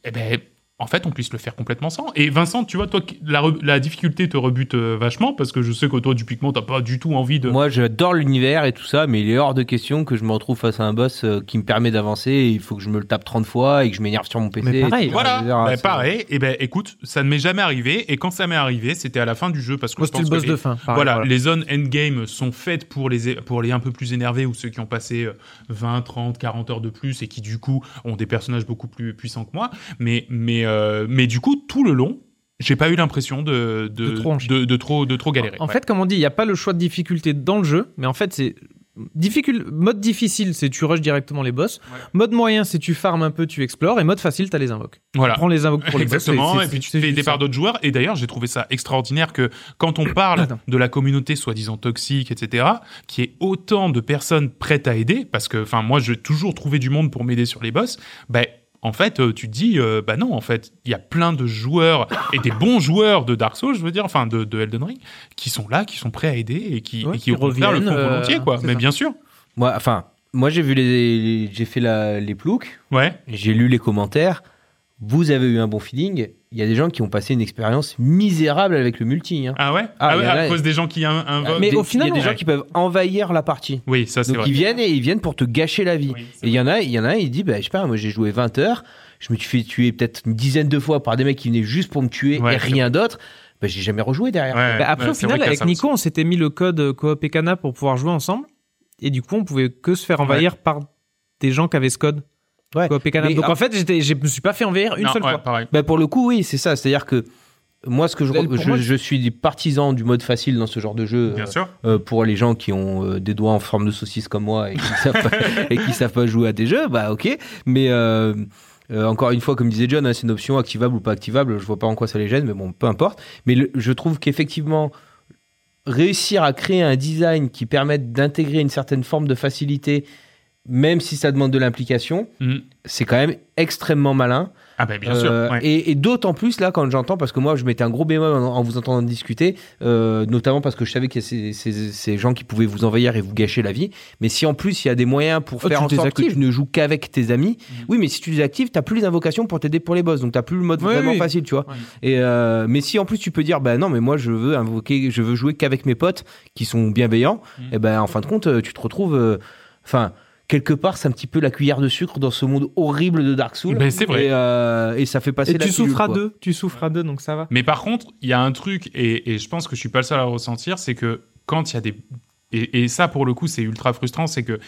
euh, Eh ben, en fait, on puisse le faire complètement sans. Et Vincent, tu vois, toi, qui- la, re- la difficulté te rebute euh, vachement parce que je sais que toi, du Pikmin, t'as pas du tout envie de. Moi, j'adore l'univers et tout ça, mais il est hors de question que je me retrouve face à un boss euh, qui me permet d'avancer. et Il faut que je me le tape 30 fois et que je m'énerve sur mon PC. Mais pareil. etc. Voilà, Je veux dire, Bah, c'est- pareil. Et ben, écoute, ça ne m'est jamais arrivé. Et quand ça m'est arrivé, c'était à la fin du jeu parce que Moi, je c'était pense le boss que de les- fin. pareil, Voilà, les zones endgame sont faites pour les, pour les un peu plus énervés ou ceux qui ont passé euh, 20, 30, 40 heures de plus et qui du coup ont des personnages beaucoup plus puissants que moi. Mais, mais, euh, mais du coup, tout le long, j'ai pas eu l'impression de, de, De trop enchaîner. de, de trop, de trop galérer. En Ouais. fait, comme on dit, il n'y a pas le choix de difficulté dans le jeu, mais en fait, c'est. Difficult... Mode difficile, c'est tu rushes directement les boss. Ouais. Mode moyen, c'est tu farmes un peu, tu explores. Et mode facile, t'as les invoques. voilà. Prends (laughs) les invoques pour les boss. Ah. Exactement, c'est- c'est- et puis tu c'est te fais juste aider ça. par d'autres joueurs. Et d'ailleurs, j'ai trouvé ça extraordinaire que quand on parle Attends. de la communauté soi-disant toxique, etc., qu'il y ait autant de personnes prêtes à aider, parce que, enfin, moi, j'ai toujours trouvé du monde pour m'aider sur les boss, ben, en fait, euh, tu te dis, euh, bah non, en fait, il y a plein de joueurs et des bons joueurs de Dark Souls, je veux dire, enfin, de, de Elden Ring, qui sont là, qui sont prêts à aider et qui, Ouais, et qui, qui au contraire, le reviennent, font euh, volontiers, quoi. c'est Mais ça. bien sûr. Moi, enfin, moi, j'ai vu les, les- j'ai fait la, les ploucs, Ouais. j'ai lu les commentaires. Vous avez eu un bon feeling. Il y a des gens qui ont passé une expérience misérable avec le multi. hein. Ah ouais? Ah, Ah ouais, mais à là- cause des gens qui in- invoquent. Ah, mais Des- au final, il y a des on- gens qui peuvent envahir la partie. Oui, ça, c'est Donc vrai. ils viennent et ils viennent pour te gâcher la vie. Oui, c'est et il y en a, il y en a, un, il dit, bah, je sais pas, moi j'ai joué 20 heures, je me suis fait tuer peut-être une dizaine de fois par des mecs qui venaient juste pour me tuer Ouais, et c'est rien d'autre. Bah, j'ai jamais rejoué derrière. Ouais, Bah, après, ouais, au c'est vrai final, qu'il y a avec ça aussi. Nico, on s'était mis le code euh, coop et cana pour pouvoir jouer ensemble. Et du coup, on pouvait que se faire envahir par des gens qui avaient ce code. Ouais. Coop et cana. Mais, Donc ah- en fait, j'étais- je me suis pas fait envahir une Non, seule ouais, fois. pareil. Bah, pour le coup, oui, c'est ça. C'est-à-dire que moi, ce que je, Pour moi, je, c'est- je suis partisan du mode facile dans ce genre de jeu. Bien euh, sûr. euh, pour les gens qui ont euh, des doigts en forme de saucisse comme moi et qui savent pas, et qui savent pas jouer à des jeux, bah ok. Mais euh, euh, encore une fois, comme disait John, hein, c'est une option activable ou pas activable. Je vois pas en quoi ça les gêne, mais bon, peu importe. Mais le- je trouve qu'effectivement, réussir à créer un design qui permette d'intégrer une certaine forme de facilité, même si ça demande de l'implication, Mm. c'est quand même extrêmement malin. Ah bah bien Euh, sûr. ouais. Et, et d'autant plus là quand j'entends, parce que moi je mettais un gros bémol en, en vous entendant discuter, euh, notamment parce que je savais qu'il y a ces, ces- ces gens qui pouvaient vous envahir et vous gâcher la vie. Mais si en plus il y a des moyens pour Oh, faire tu en les sorte que actives. tu ne joues qu'avec tes amis, Mhm. oui, mais si tu les actives, t'as plus les invocations pour t'aider pour les boss, donc t'as plus le mode Oui, vraiment oui. facile, tu vois. Ouais. Et euh, mais si en plus tu peux dire, bah non, mais moi je veux invoquer, je veux jouer qu'avec mes potes qui sont bienveillants, Mhm. et ben en fin de compte euh, tu te retrouves, euh, enfin. Quelque part, c'est un petit peu la cuillère de sucre dans ce monde horrible de Dark Souls. Ben, c'est vrai. Et, euh, et ça fait passer Et la tu pilule, souffres à quoi. deux, tu souffres à deux, donc ça va. Mais par contre, il y a un truc, et, et je pense que je suis pas le seul à le ressentir, c'est que quand il y a des... Et, et ça, pour le coup, c'est ultra frustrant, c'est que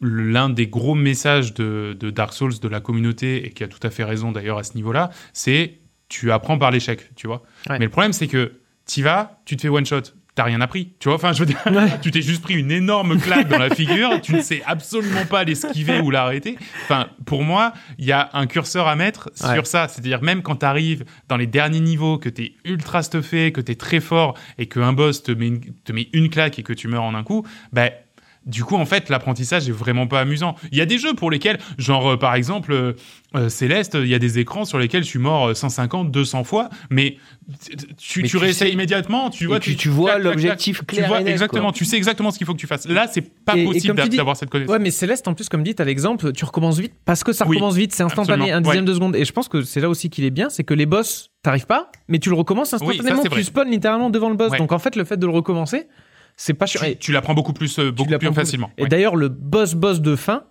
l'un des gros messages de, de Dark Souls, de la communauté, et qui a tout à fait raison d'ailleurs à ce niveau-là, c'est tu apprends par l'échec, tu vois. Ouais. Mais le problème, c'est que t'y vas, tu te fais one-shot. T'as rien appris, tu vois. Enfin, je veux dire, (laughs) tu t'es juste pris une énorme claque dans la figure. Tu ne sais absolument pas l'esquiver ou l'arrêter. Enfin, pour moi, il y a un curseur à mettre sur Ouais. ça. C'est-à-dire même quand t'arrives dans les derniers niveaux, que t'es ultra stuffé, que t'es très fort et qu'un boss te met, une, te met une claque et que tu meurs en un coup, ben du coup, en fait, l'apprentissage est vraiment pas amusant. Il y a des jeux pour lesquels, genre euh, par exemple euh, euh, Céleste, il y a des écrans sur lesquels je suis mort euh, 150, 200 fois, mais t- t- tu, tu Mais tu réessayes sais- immédiatement, tu Et vois, tu, tu vois clac, clac, clac, l'objectif tu clair vois et net, exactement, tu sais exactement ce qu'il faut que tu fasses. Là, c'est pas Et- et possible comme tu d'a- dis- d'avoir cette connaissance. Ouais, mais Céleste, en plus, comme dit, t'as l'exemple, tu recommences vite parce que ça Oui, recommence vite, c'est instantané, absolument, un dixième de seconde. Et je pense que c'est là aussi qu'il est bien, c'est que les boss, t'arrives pas, mais tu le recommences instantanément, c'est vrai. tu spawns littéralement devant le boss. Ouais. Donc en fait, le fait de le recommencer, c'est pas chiant. tu, Et, tu l'apprends beaucoup plus, euh, beaucoup plus l'apprends beaucoup- facilement. et Ouais. d'ailleurs, le boss-boss de fin,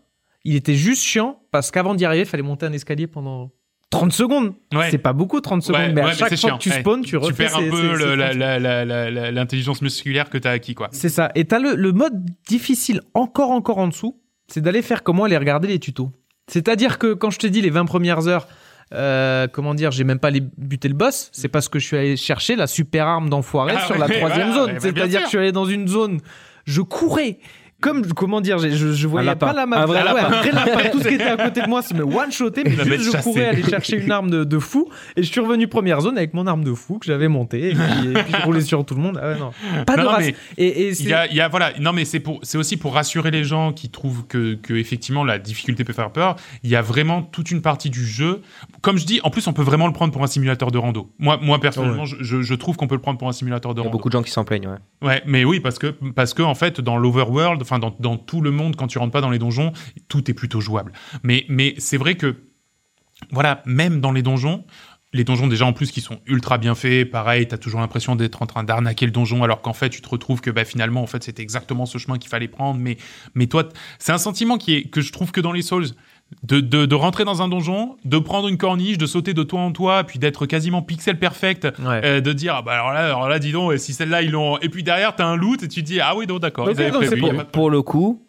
il était juste chiant parce qu'avant d'y arriver, fallait monter un escalier pendant 30 secondes. Ouais. C'est pas beaucoup 30 secondes, Ouais, mais à ouais, chaque c'est fois chiant. que tu Ouais. spawns, tu refais Tu perds un ces- ces- peu le- ces la- la- la- la- la- l'intelligence musculaire que t'as acquis, quoi. C'est ça. Et t'as le, le mode difficile encore, encore en dessous, c'est d'aller faire comme moi, aller regarder les tutos. C'est-à-dire que quand je te dis les 20 premières heures, euh, comment dire, j'ai même pas les, buté le boss, c'est parce que je suis allé chercher la super arme d'enfoiré Ah sur ouais, la mais troisième voilà, zone. mais bien sûr. C'est-à-dire que je suis allé dans une zone, je courais. Comme, comment dire, j'ai- je, je voyais lapin. pas la map. Un vrai Ah ouais, lapin. un vrai lapin. Tout ce qui était à côté de moi se me one-shoté, mais La bête juste je chassée. courais aller chercher une arme de, de fou. Et je suis revenu première zone avec mon arme de fou que j'avais montée. Et puis, et puis je roulais sur tout le monde. Ah ouais, non. Pas Non, de non, race. mais Et, et c'est- Il y a, il y a- voilà, non mais c'est pour, c'est aussi pour rassurer les gens qui trouvent que, que effectivement la difficulté peut faire peur. Il y a vraiment toute une partie du jeu. Comme je dis, en plus on peut vraiment le prendre pour un simulateur de rando. Moi, moi personnellement, je, je- je trouve qu'on peut le prendre pour un simulateur de Il y a rando. beaucoup de gens qui s'en plaignent. Ouais. Ouais, mais oui, parce que, parce que en fait, dans l'overworld, enfin, dans, dans tout le monde, quand tu rentres pas dans les donjons, tout est plutôt jouable. Mais, mais c'est vrai que, voilà, même dans les donjons, les donjons, déjà, en plus, qui sont ultra bien faits, pareil, t'as toujours l'impression d'être en train d'arnaquer le donjon, alors qu'en fait, tu te retrouves que, bah, finalement, en fait, c'était exactement ce chemin qu'il fallait prendre, mais, mais toi, t- c'est un sentiment qui est, que je trouve que dans les Souls, de, de, de rentrer dans un donjon, de prendre une corniche, de sauter de toit en toit, puis d'être quasiment pixel perfect, Ouais. (laughs) euh, de dire ah bah alors là alors là dis donc et si celle-là ils l'ont et puis derrière t'as un loot et tu te dis ah oui donc d'accord Donc, ils avaient donc, prévu, il c'est y a Pour, pas de- pour le coup,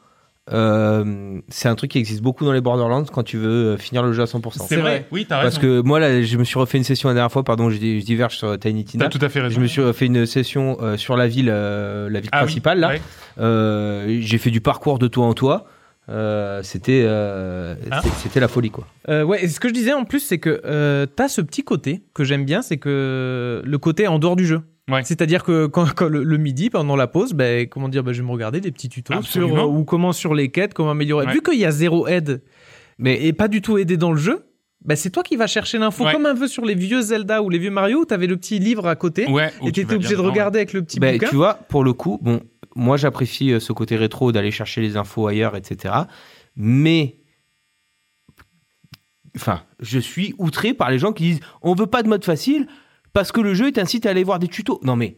euh, c'est un truc qui existe beaucoup dans les Borderlands quand tu veux euh, finir le jeu à 100%. c'est c'est vrai vrai. oui t'as Parce raison que moi, là, je me suis refait une session la dernière fois, pardon, je, di- je diverge sur Tiny t'as Tina. tout à fait Je raison me suis refait une session euh, sur la ville, euh, la ville Ah oui, principale, là. ouais. Euh, J'ai fait du parcours de toi en toi. Euh, C'était euh, Hein c'est- c'était la folie, quoi. Euh, ouais, et ce que je disais en plus, c'est que euh, t'as ce petit côté que j'aime bien, c'est que le côté en dehors du jeu. Ouais. C'est-à-dire que quand, quand le, le midi, pendant la pause, ben, comment dire, ben, je vais me regarder des petits tutos sur, Absolument. euh, ou comment sur les quêtes, comment améliorer. Ouais. Vu qu'il y a zéro aide, mais et pas du tout aidé dans le jeu, ben, c'est toi qui vas chercher l'info, Ouais. comme un peu sur les vieux Zelda ou les vieux Mario, où t'avais le petit livre à côté. ouais où Et tu t'étais vas obligé bien dedans, de ouais. regarder avec le petit Ben, bouquin. tu vois, pour le coup, bon, moi j'apprécie euh, ce côté rétro d'aller chercher les infos ailleurs, etc. Mais, enfin, je suis outré par les gens qui disent on veut pas de mode facile parce que le jeu t'incite à aller voir des tutos. Non mais,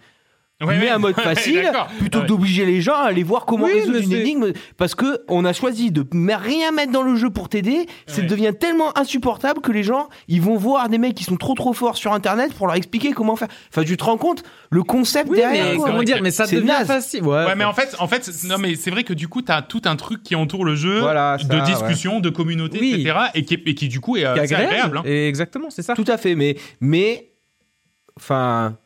Ouais, mets ouais. un (laughs) mode facile D'accord. plutôt Ouais. que d'obliger les gens à aller voir comment Oui, résoudre mais une c'est- énigme parce que on a choisi de m- rien mettre dans le jeu pour t'aider. Ça Ouais. devient tellement insupportable que les gens ils vont voir des mecs qui sont trop trop forts sur internet pour leur expliquer comment faire. Enfin, tu te rends compte le concept Oui, derrière mais quoi. comment correct. dire, mais ça C'est devient naze. facile. Ouais, mais en fait, en fait, c'est- non, mais c'est vrai que du coup, t'as tout un truc qui entoure le jeu, Voilà, ça, de discussion, de communauté, Oui. etc., et qui, est- et qui du coup est, euh, C'est assez agréable. agréable. hein. Et exactement, c'est ça. Tout à fait, mais mais enfin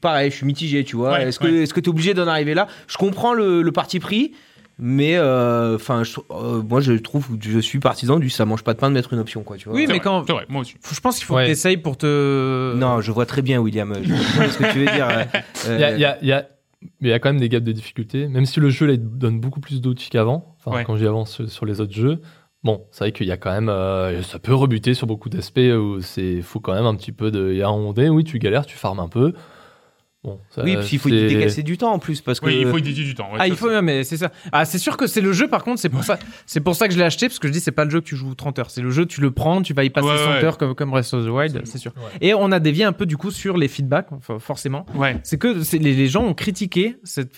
pareil, je suis mitigé, tu vois. Ouais, est-ce que ouais. est-ce que t'es obligé d'en arriver là Je comprends le, le parti pris, mais euh, enfin je- euh, moi je trouve que je suis partisan du ça mange pas de pain de mettre une option quoi, tu vois. Oui, C'est mais vrai, quand- c'est vrai, moi aussi. Faut- Je pense qu'il faut Ouais. que t'essayes pour te. Euh, Non, je vois très bien William. Je comprends ce que tu veux dire. (laughs) euh, euh, Il y a, il y a- il y a- mais il y a quand même des gaps de difficulté, même si le jeu là, il donne beaucoup plus d'outils qu'avant, enfin, Ouais. quand j'y avance sur, sur les autres jeux. Bon, c'est vrai qu'il y a quand même. euh, ça peut rebuter sur beaucoup d'aspects où c'est faut quand même un petit peu de. Il y a un moment donné, oui, tu galères, tu farmes un peu. Bon, ça, Euh, oui, puis il faut y c'est- dégaisser du temps en plus parce que euh, Oui, il faut y dédier du temps. ouais, Ah, ça, il faut, c'est- mais c'est ça. Ah, c'est sûr que c'est le jeu, par contre, c'est pour ça, c'est pour ça que je l'ai acheté, parce que je dis, c'est pas le jeu que tu joues 30 heures. C'est le jeu, tu le prends, tu vas y passer Ouais, 100 ouais. heures comme, comme Breath of the Wild, c'est sûr. Ouais. Et on a dévié un peu, du coup, sur les feedbacks, enfin, forcément. Ouais. C'est que c'est- les, les gens ont critiqué cette.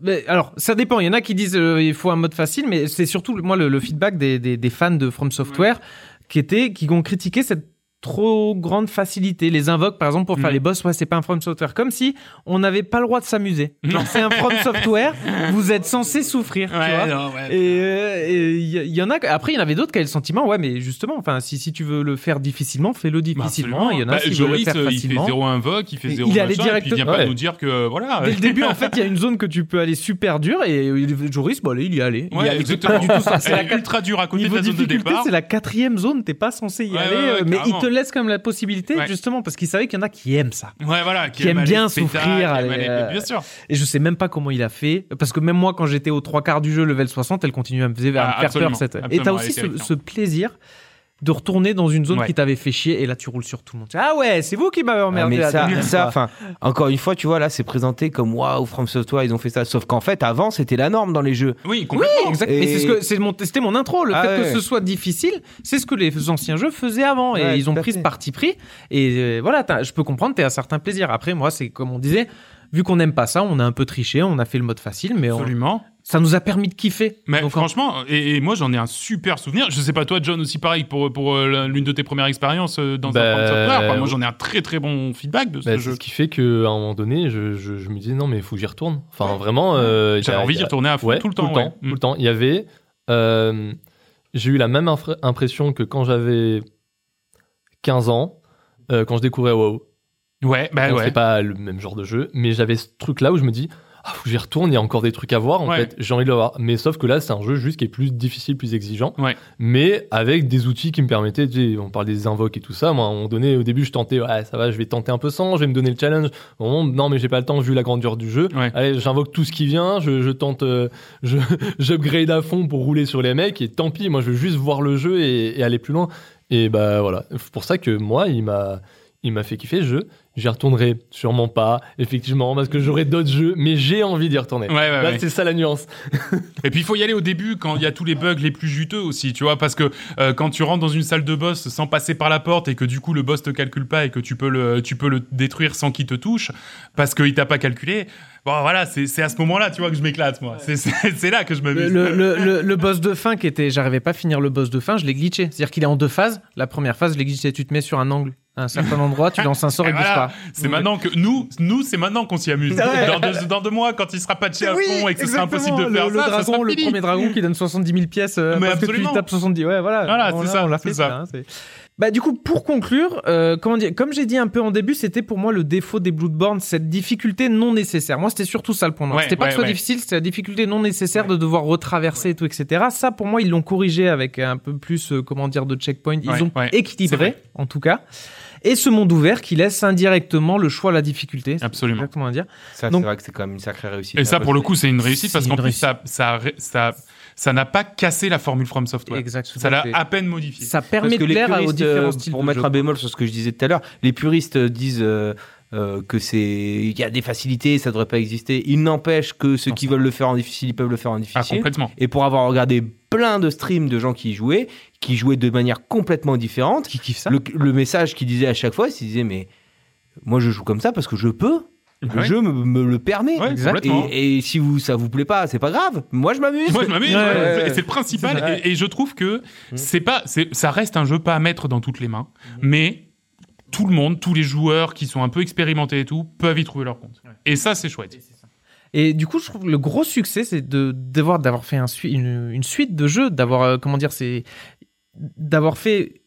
Mais, alors, ça dépend. Il y en a qui disent euh, il faut un mode facile, mais c'est surtout moi le, le feedback des, des- des fans de From Software qui étaient, qui ont critiqué cette trop grande facilité. Les invoques, par exemple, pour faire Mhm. les boss, ouais, c'est pas un From Software. Comme si on n'avait pas le droit de s'amuser. Genre, c'est un From (laughs) Software, vous êtes censé souffrir. tu vois. Ouais, non, ouais. Et euh, et il y, il y en a. Après, il y en avait d'autres qui avaient le sentiment, ouais, mais justement, enfin, si, si tu veux le faire difficilement, Bah, fais-le difficilement. Il y en a Bah, qui veulent le Joris, faire euh, il fait facilement. 0 invoque, il fait Mais 0 il est allé machin, et puis il vient pas directe- nous dire que euh, voilà. Dès le début, en fait, il (laughs) y a une zone que tu peux aller super dur et euh, Joris, bon, allez, il y est allé. Il y Ouais, allait. exactement. du tout ça. C'est Elle la est quat- ultra dure à côté de Niveau la zone de difficulté, départ. c'est la quatrième zone, t'es pas censé y Ouais, aller, ouais, ouais, euh, mais il carrément. te laisse quand même la possibilité, Ouais. justement, parce qu'il savait qu'il y en a qui aiment ça. Ouais, voilà. qui aime aller bien se péter, souffrir, qui aime aller, aller- euh, Bien sûr. Et je sais même pas comment il a fait, parce que même moi, quand j'étais aux trois quarts du jeu, level 60, elle continue à me faire, à Ah, me faire absolument, peur. Cette... Et absolument, t'as elle aussi est ce, terrifiante. ce plaisir de retourner dans une zone Ouais. qui t'avait fait chier, et là, tu roules sur tout le monde. Ah ouais, c'est vous qui m'avez Ah, emmerdé. mais la ça, dernière ça, fois. enfin, euh, encore une fois, tu vois, là, c'est présenté comme waouh, From Software, ils ont fait ça. Sauf qu'en fait, avant, c'était la norme dans les jeux. Oui, complètement. Exact. Et- Mais c'est ce que c'est mon c'était mon intro. Le Ah fait ouais. que ce soit difficile, c'est ce que les anciens jeux faisaient avant Ouais, et ils ont tout à pris ce fait. parti pris. Et euh, voilà, t'as- je peux comprendre, t'es un certain plaisir. Après, moi, c'est comme on disait. Vu qu'on n'aime pas ça, on a un peu triché, on a fait le mode facile, mais on- Absolument. ça nous a permis de kiffer. Mais Donc, en- franchement, et, et moi j'en ai un super souvenir. Je sais pas toi, John aussi pareil pour pour euh, la- l'une de tes premières expériences euh, dans un Bah, From Software. Enfin, moi ouais. j'en ai un très très bon feedback de ce Bah, c'est jeu. ce qui fait qu'à un moment donné, je, je- je me disais non, mais il faut que j'y retourne. Enfin, vraiment. euh, il y a- J'avais envie il y d'y a- retourner à fond Ouais, tout le temps. Tout le ouais. Mm. temps, tout le temps. Il y avait. euh, j'ai eu la même infra- impression que quand j'avais 15 ans, euh, quand je découvrais WoW. Mm. Ouais, bah Bon, ouais. C'est pas le même genre de jeu, mais j'avais ce truc-là où je me dis. Ah, faut que j'y retourne, il y a encore des trucs à voir, en Ouais. fait, j'ai envie de le voir. Mais sauf que là, c'est un jeu juste qui est plus difficile, plus exigeant, Ouais. mais avec des outils qui me permettaient, tu sais, on parle des invoques et tout ça, moi, à un moment donné, au début, je tentais, ouais, ça va, je vais tenter un peu sans, je vais me donner le challenge, Au moment, non, mais j'ai pas le temps, vu la grandeur du jeu, Ouais. allez, j'invoque tout ce qui vient, je, je tente, euh, je- j'upgrade à fond pour rouler sur les mecs, et tant pis, moi, je veux juste voir le jeu et, et aller plus loin. Et bah voilà, c'est pour ça que moi, il m'a... Il m'a fait kiffer ce jeu, j'y retournerai sûrement pas, effectivement, parce que j'aurai d'autres jeux, mais j'ai envie d'y retourner. Ouais, ouais, Là, ouais. Bah, c'est ça la nuance. Et puis il faut y aller au début quand il y a tous les bugs les plus juteux aussi, tu vois, parce que euh, quand tu rentres dans une salle de boss sans passer par la porte et que du coup le boss te calcule pas et que tu peux le, tu peux le détruire sans qu'il te touche parce qu'il t'a pas calculé, bon voilà, c'est c'est à ce moment-là, tu vois, que je m'éclate moi. C'est- C'est c'est là que je Le, m'amuse. le- le- le- le boss de fin qui était, j'arrivais pas à finir le boss de fin, je l'ai glitché. C'est-à-dire qu'il est en deux phases. La première phase, je l'ai glitché. Tu te mets sur un angle, à un certain (laughs) endroit, tu lances un sort Et et il bouge voilà, pas. c'est maintenant que nous, nous c'est maintenant qu'on s'y amuse. Dans deux, dans deux mois, quand il sera patché à fond et que ce sera impossible de le, faire le ça, ça dragon, sera le fini. premier dragon qui donne 70 000 pièces euh, Mais parce que absolument. tu tapes 70 ouais voilà Voilà, On c'est l'a- ça, on l'a c'est fait ça. hein, c'est- bah du coup pour conclure euh, comment dire comme j'ai dit un peu en début c'était pour moi le défaut des Bloodborne cette difficulté non nécessaire moi c'était surtout ça le point noir. Ouais, c'était pas ouais, que ce soit ouais. difficile c'était la difficulté non nécessaire de devoir retraverser et tout etc ça pour moi ils l'ont corrigé avec un peu plus euh, comment dire de checkpoint ils Ouais, ont ouais. C'est équilibré en tout cas et ce monde ouvert qui laisse indirectement le choix à la difficulté c'est Absolument. exactement à dire Ça, Donc- c'est vrai que c'est quand même une sacrée réussite. Et ça, pour le coup, c'est une réussite C'est parce qu'en une plus, ça, ça, ça, ça n'a pas cassé la formule From Software. exactement Ça l'a à peine modifiée. ça Parce permet que de les plaire à- aux puristes, différents euh, styles pour de mettre jeu. un bémol sur ce que je disais tout à l'heure, les puristes disent euh, euh, que c'est il y a des facilités, ça devrait pas exister. Il n'empêche que ceux Non, qui veulent le faire en difficile, ils peuvent le faire en Ah, difficile. complètement. et pour avoir regardé plein de streams de gens qui y jouaient, qui jouaient de manière complètement différente, qui kiffe ça le, le message qu'ils disaient à chaque fois, c'est qu'ils disaient mais moi je joue comme ça parce que je peux, le Ouais. jeu me, me le permet. Ouais, Exact. complètement. Et, et si vous ça vous plaît pas, c'est pas grave. Moi je m'amuse. Moi, je m'amuse, Ouais, ouais, ouais, c'est- ouais. c'est le principal. C'est ça, ouais. et, et je trouve que Mm. c'est pas, c'est, ça reste un jeu pas à mettre dans toutes les mains, mais tout le monde, tous les joueurs qui sont un peu expérimentés et tout, peuvent y trouver leur compte. Et ça, c'est chouette. Et du coup, je trouve que le gros succès, c'est de d'avoir d'avoir fait un sui- une, une suite de jeux, d'avoir euh, comment dire, c'est d'avoir fait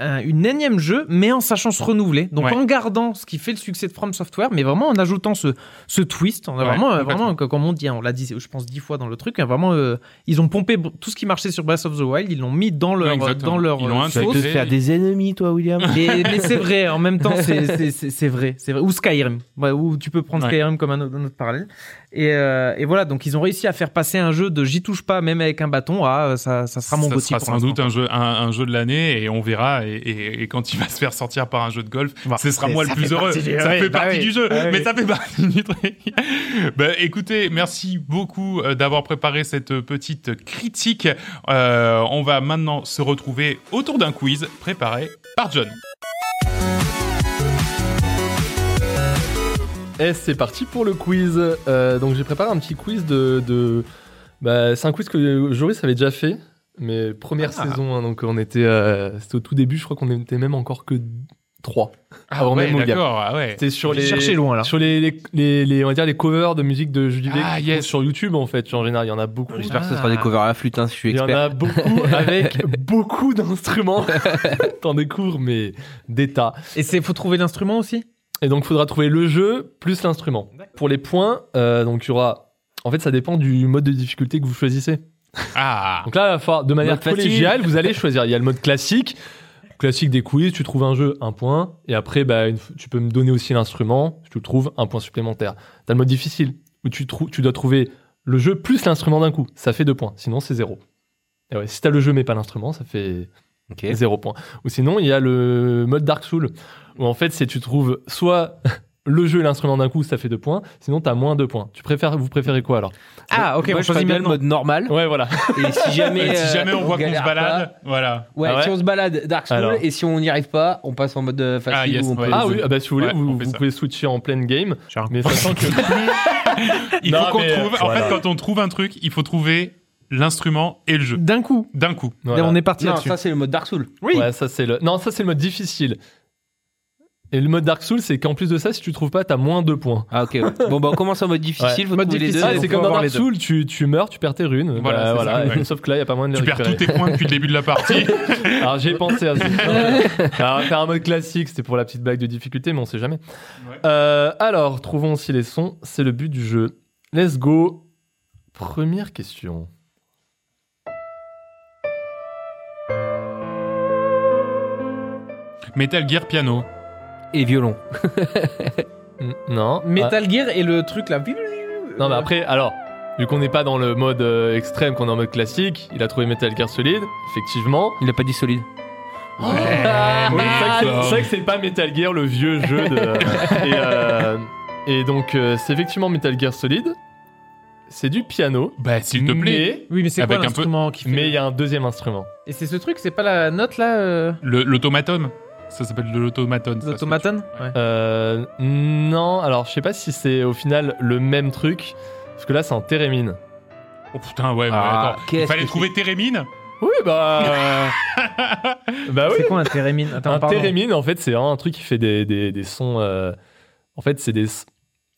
un une énième jeu, mais en sachant se renouveler. Donc Ouais. en gardant ce qui fait le succès de From Software, mais vraiment en ajoutant ce, ce twist. On a Ouais, vraiment, euh, complètement. vraiment, que- comme on dit, hein, on l'a dit, je pense, dix fois dans le truc. hein, vraiment, euh, ils ont pompé b- tout ce qui marchait sur Breath of the Wild, ils l'ont mis dans leur, exactement. dans leur Ils l'ont euh, Tu vas intégré. sauce. te faire des ennemis, toi, William. Mais, mais c'est vrai, en même temps, c'est- c'est c'est- c'est vrai, c'est vrai. Ou Skyrim, ouais, ou tu peux prendre Ouais. Skyrim comme un autre, un autre parallèle. Et, euh, et voilà, donc ils ont réussi à faire passer un jeu de j'y touche pas, même avec un bâton, à euh, ça, ça sera mon ça gothi sera pour sans l'instant. doute un jeu, un, un jeu de l'année et on verra. Et, et- et quand il va se faire sortir par un jeu de golf, ce sera c'est- moi le Bah, ça plus fait heureux. partie du- ça ouais, fait bah partie oui, du jeu, bah oui. mais ça fait partie du truc. (laughs) bah, écoutez, merci beaucoup euh, d'avoir préparé cette petite critique. Euh, on va maintenant se retrouver autour d'un quiz préparé par John. Et c'est parti pour le quiz. Euh, donc j'ai préparé un petit quiz de. de- Bah, c'est un quiz que Joris avait déjà fait, mais première Ah. saison. hein, donc on était, euh, c'était au tout début. Je crois qu'on était même encore que 3 avant ouais, même Mondial. d'accord. Ah ouais. C'était sur les. Cherchez loin là. Sur les, les, les- les- on va dire les covers de musique de Julie Ah, Beck yes. sur YouTube en fait en général il y en a beaucoup J'espère que ce sera des covers à la flûte, hein, si je suis il y en expert. a beaucoup avec beaucoup d'instruments t'en découvres mais des tas Et c'est faut trouver l'instrument aussi Et donc, il faudra trouver le jeu plus l'instrument. Pour les points, euh, donc il y aura. En fait, ça dépend du mode de difficulté que vous choisissez. (laughs) Ah. Donc là, il va falloir- de manière Mode facile. collégiale, vous allez choisir. Il y a le mode classique, classique des quiz. Tu trouves un jeu, un point. Et après, bah, une f- tu peux me donner aussi l'instrument. Si tu le trouves, un point supplémentaire. T'as le mode difficile où tu, trou- tu dois trouver le jeu plus l'instrument d'un coup. Ça fait deux points. Sinon, c'est zéro. Et ouais, si t'as le jeu mais pas l'instrument, ça fait Ok. zéro point. Ou sinon, il y a le mode Dark Soul, où en fait, si tu trouves soit (laughs) le jeu et l'instrument d'un coup, ça fait deux points, sinon t'as moins deux points. Tu préfères, vous préférez quoi alors Ah, ok, Moi, on je ferais choisit bien le maintenant. mode normal. Ouais, voilà. Et si jamais, Et si euh, jamais on, voit qu'on se galère balade, voilà. pas- ouais, Ah ouais si on se balade Dark Souls Alors. et si on n'y arrive pas, on passe en mode euh, facile Ah, yes, où on ouais. peut- Ah oui, ah bah, si vous voulez, Ouais, on vous, fait vous ça. pouvez switcher en pleine game, Genre. mais sachant que (laughs) Il Non, faut qu'on mais, trouve. En voilà. fait, quand on trouve un truc, il faut trouver l'instrument et le jeu D'un coup, d'un coup. Voilà. on est parti Non, là-dessus. ça c'est le mode Dark Souls. Oui. Ouais, ça c'est le. Non, ça c'est le mode difficile. Et le mode Dark Soul, c'est qu'en plus de ça, si tu trouves pas, t'as moins deux points. Ah ok. ouais. Bon bah on commence en mode difficile. Faut Mode trouver les deux. difficile, Ah, on c'est peut comme dans avoir Dark les deux. Soul, tu, tu meurs, tu perds tes runes. Voilà, Bah, c'est voilà. ça, ouais. (laughs) Sauf que là, il y a pas moyen de les Tu perds tous récupérer. tes points depuis le début de la (laughs) partie. Alors j'ai pensé à ça. Alors, on va faire un mode classique, c'était pour la petite blague de difficulté, mais on sait jamais. Ouais. Euh, alors, trouvons aussi les sons, c'est le but du jeu. Let's go. Première question. Metal Gear Piano. Et violon. Mm, Non. Metal Gear et le truc là. Ah, non, mais après, alors, vu qu'on n'est pas dans le mode euh, extrême, qu'on est en mode classique, il a trouvé Metal Gear Solid, effectivement. Il a pas dit solide. Ah, oui, c'est vrai que c'est- d'accord. c'est vrai que c'est pas Metal Gear, le vieux jeu de. et, euh, et donc, euh, c'est effectivement Metal Gear Solid. C'est du piano. Bah, s'il te plaît. mais- Oui, mais c'est quoi Avec un peu- l'instrument qui fait Mais il y a un deuxième instrument. Et c'est ce truc, c'est pas la note là euh, Le- L'automaton. Ça s'appelle de l'automaton. ça, L'automaton c'est- Ouais. Euh, non, alors je sais pas si c'est au final le même truc, parce que là c'est en térémine. Oh putain, ouais, mais Ah, attends. qu'est-ce Il fallait que trouver Térémine Oui, (laughs) bah. bah oui. C'est quoi un térémine Attends, Un pardon. térémine, en fait, c'est vraiment un truc qui fait des, des, des sons. euh, En fait, c'est des.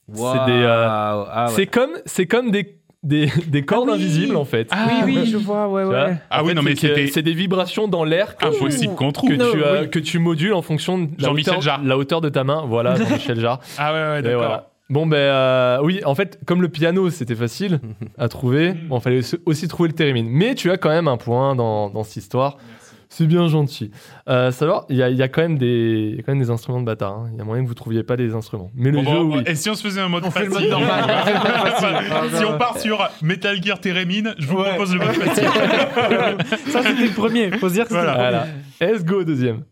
Waouh. des, euh, Ah, ouais. C'est comme, c'est comme des, des, des cordes oui. invisibles, en fait. Ah, Oui, oui, je vois, ouais, Tu ouais. vois Ah En oui, fait, non, mais c'est que- c'était- C'est des vibrations dans l'air que, Impossible qu'on trouve. que, tu, as- oui. que tu modules en fonction de la Jean-Michel hauteur, Jarre. la hauteur de ta main. Voilà, Jean-Michel Jarre. Ah ouais, ouais, Et d'accord. voilà. Bon, ben euh, oui, en fait, comme le piano, (laughs) c'était facile à trouver, Mhm. bon, fallait aussi trouver le thérémine. Mais tu as quand même un point dans, dans cette histoire. Merci. C'est bien gentil. Euh, savoir, il y a, il y, a quand même des- il y a quand même des instruments de bâtard. hein. Il y a moyen que vous trouviez pas les instruments. Mais le Bon, jeu, bon, oui. Et si on se faisait un mode On fait facile le (laughs) mode normal. On (laughs) fait le mode facile. Si on part sur Metal Gear Térémine, je vous Ouais. propose le mode facile. Ça, c'était le premier. Faut se dire que c'était Voilà. le Voilà. Let's go, deuxième.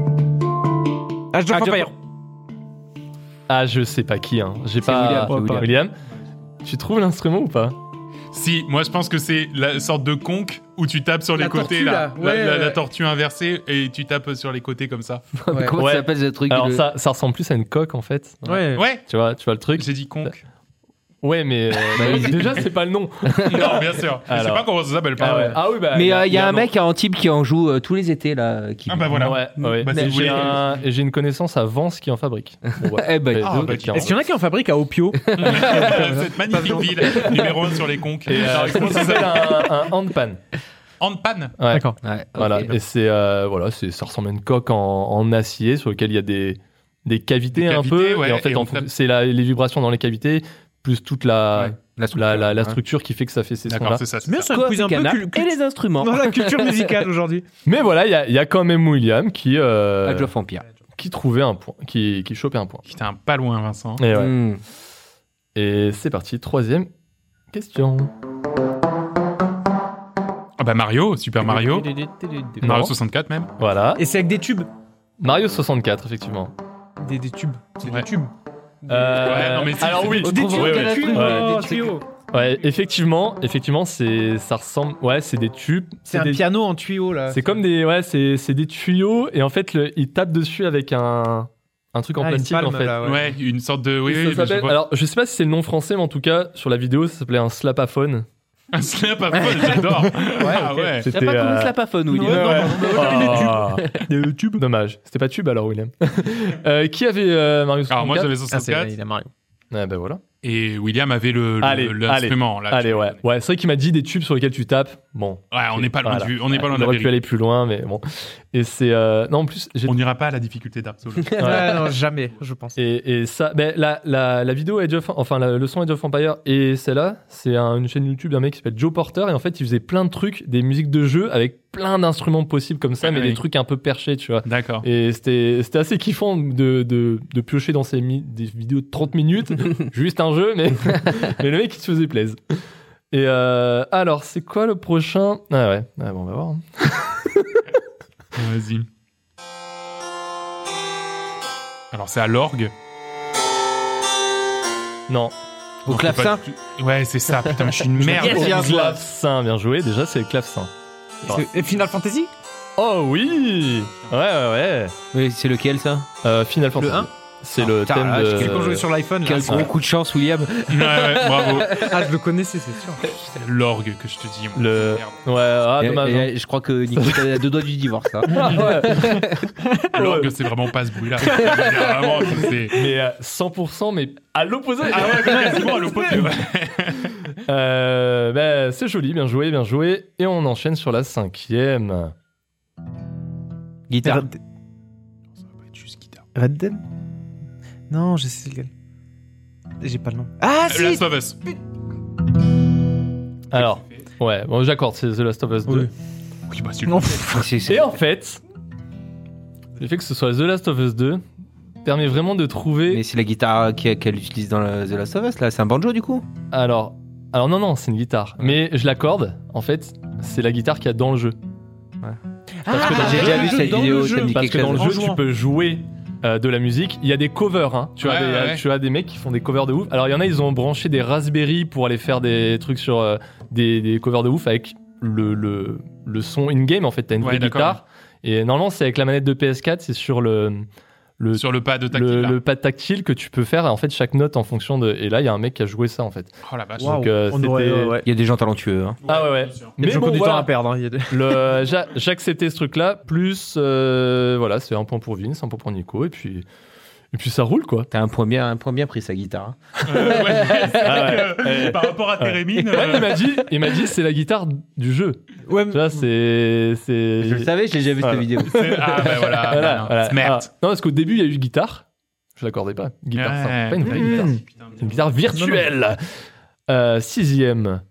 premier. Age of Ah, Empire. Ah, je sais pas qui. Hein. J'ai C'est pas. William, c'est William. William. Tu trouves l'instrument ou pas Si, moi je pense que c'est la sorte de conque où tu tapes sur les La côtés tortue, là, là. La- Ouais, la, ouais. la tortue inversée et tu tapes sur les côtés comme ça. Ouais. Comment Ouais. ça s'appelle ce truc Alors le- ça, ça ressemble plus à une coque en fait. Ouais. Ouais, Tu vois, tu vois le truc. j'ai dit (laughs) conque. Ouais, mais euh, bah, déjà c'est pas le nom. non, bien sûr. Je sais Alors. pas comment ça s'appelle. Ah pardon. ouais. Ah oui, bah. Mais euh, il y a un nom. mec à Antibes qui en joue euh, tous les étés là. Qui... Ah bah voilà. Ouais, ouais. Bah, si Mais vous voulez- Mm. j'ai, un- et j'ai une connaissance à Vence qui (laughs) en fabrique. Bon, ouais. Eh ben, Et Ah, deux, bah, quelqu'un. Est-ce qu'il y en a qui en fabriquent à (laughs) Opio Cette magnifique ville, numéro 1 sur les conques. Et, euh, Alors, ça comment ça s'appelle s'appelle un, un handpan. en panne. Ouais. D'accord. Ouais, Voilà, ok. et c'est euh, voilà, c'est ça ressemble à une coque en, en acier sur lequel il y a des, des cavités Des un cavités, peu. ouais, et en fait, et en on fon- tape- c'est la- les vibrations dans les cavités plus toute la Ouais, la la, la, la hein. structure qui fait que ça fait ces sons-là. D'accord, c'est ça. c'est Bien ça. sûr, Quoi, quiz un peu Ghana cul- cul- et les instruments. dans la culture musicale aujourd'hui. Mais voilà, il y a, il y a quand même William qui euh, Age of Empire. qui trouvait un point, qui qui chopait un point. Putain, pas loin, Vincent. Et, ouais. Hmm. Et c'est parti, troisième question. Ah bah Mario, Super Mario. Mario Non. 64 même. Voilà. Et c'est avec des tubes. Mario 64, effectivement. Des, des tubes. C'est Ouais. des tubes. Ouais, non, mais si, Euh, alors c'est- oui, Des ouais, tuyaux, ouais, des tuyaux, ouais. des tuyaux. Ouais, effectivement, effectivement, c'est, ça ressemble, ouais, c'est des tubes. C'est un des- piano en tuyau là. C'est comme des, ouais, c'est, c'est des tuyaux et en fait, le, ils tapent dessus avec un, un truc en Ah, les plastique, palmes, en fait. là, Ouais, une sorte de. Oui, Et ça oui, mais je s'appelle- vois. alors, je sais pas si c'est le nom français, mais en tout cas, sur la vidéo, ça s'appelait un slapaphone. Ah, Un slap à (laughs) folle, j'adore. ah ok. ouais. T'as C'était, pas connu euh, Slapaphone, William Ouais, non, Ah. (laughs) Dommage. C'était pas tube alors, William. (laughs) Euh, qui avait euh, Mario 64 Alors moi j'avais Ah, c'est vrai, 64 il a Mario. Ouais, ben voilà. et William avait le Allez, le- l'instrument. là, Allez, Ah, tu- ouais. Ouais, c'est vrai qu'il m'a dit des tubes sur lesquels tu tapes. Bon, Ouais, on n'est pas loin Voilà. du, on n'est pas loin de Il la aurait pu vérité. aller plus loin, mais bon. Et c'est. euh, Non, en plus, j'ai. On n'ira pas à la difficulté Dark Souls. Ouais. Ah, non, jamais, je pense. Et, et ça, ben, la, la, la vidéo Age of, enfin la, le son Age of Empire et celle-là, c'est un- une chaîne YouTube d'un mec qui s'appelle Joe Porter et en fait il faisait plein de trucs, des musiques de jeu avec plein d'instruments possibles comme ça, Ouais, mais ouais. des trucs un peu perchés, tu vois. (laughs) D'accord. Et c'était c'était assez kiffant de, de, de piocher dans ces mi- des vidéos de (laughs) 30 minutes, juste un jeu, mais, (laughs) mais le mec il se faisait plaisir. Et euh, alors, c'est quoi le prochain Ah ouais, Ouais, bon, on va voir. (laughs) Vas-y. Alors c'est à l'orgue. Non, Au Donc, c'est pas clavecin. du tout- Ouais, c'est ça. Putain, je suis une merde. Yes, bien Au joué. clavecin, bien joué. Déjà, c'est le clavecin. C'est- Et Final Fantasy Oh oui Ouais, ouais, ouais. Oui, c'est lequel ça Euh, Final Fantasy. un C'est Ah, le putain, thème ah, de... j'ai C'est qu'on jouait sur l'iPhone. là. Quel gros ouais. coup de chance, William. Ouais, ouais, bravo. (laughs) Ah, je le connaissais, c'est sûr. L'orgue que je te dis. mon Le... merde. Ouais, ah, Et- dommage. (laughs) hein. et je crois que Nico t'as deux doigts du divorce. (laughs) hein. Ah, ouais. L'orgue, c'est vraiment pas ce (laughs) bruit-là. Vraiment, c'est. mais euh, 100%, mais à l'opposé. Ah ouais, mais quasiment à l'opposé. ouais. Euh, bah, c'est joli, bien joué, bien joué. Et on enchaîne sur la cinquième. Guitare. Ça va pas être juste guitare. Red Dead Non, je sais lequel. J'ai pas le nom. Ah, Euh, si Last of Us. Alors, ouais, bon, j'accorde, c'est The Last of Us 2. Oui. Oui, bah, c'est Non, C'est- c'est- Et en fait, le fait que ce soit The Last of Us 2 permet vraiment de trouver... Mais c'est la guitare qui- qu'elle utilise dans la- The Last of Us, là. C'est un banjo, du coup Alors, alors non, non, c'est une guitare. Mais je l'accorde, en fait, c'est la guitare qu'il y a dans le jeu. parce que J'ai déjà dans vu Ah, le jeu, cette dans le vidéo, jeu. ça me dit Parce quelque que dans le chose. en jeu, tu jouant. peux jouer euh, de la musique. Il y a des covers, hein. tu, as Ouais, des, ouais, ouais. tu as des mecs qui font des covers de ouf. Alors, il y en a, ils ont branché des Raspberry pour aller faire des trucs sur euh, des, des covers de ouf avec le, le, le son in-game. En fait, t'as une Ouais, vraie d'accord. guitare. Et normalement, c'est avec la manette de PS4, c'est sur le. Le, Sur le pas de tactile. le, là. le pad tactile que tu peux faire en fait chaque note en fonction de et là il y a un mec qui a joué ça en fait Oh la vache. Waouh. donc euh, On aurait, c'était- euh, ouais. Il y a des gens talentueux. hein. Ah ouais, ouais. bien sûr. Il y mais a toujours bon, du temps voilà. à perdre. hein, il y a des- Le- j'a- J'acceptais ce truc-là, plus euh, voilà, c'est un point pour Vince, un point pour Nico, et puis, et puis ça roule quoi. T'as un point bien, un point bien pris, sa guitare. hein. Euh, (laughs) ouais, c'est vrai Ah que, ouais. euh, Par rapport à Ouais. Térémine. Ouais, euh, il m'a dit, il m'a dit, c'est la guitare du jeu. Ouais, Tu vois, c'est, c'est. Je le savais, j'ai déjà vu Voilà. cette (laughs) vidéo. c'est- Ah bah voilà. Voilà, non, non, voilà. c'est Merde. Ah, non, parce qu'au début il y a eu guitare. Je l'accordais pas. Guitare, Ouais. ça, c'est pas une vraie Mmh. guitare. C'est une guitare virtuelle. Euh, sixième.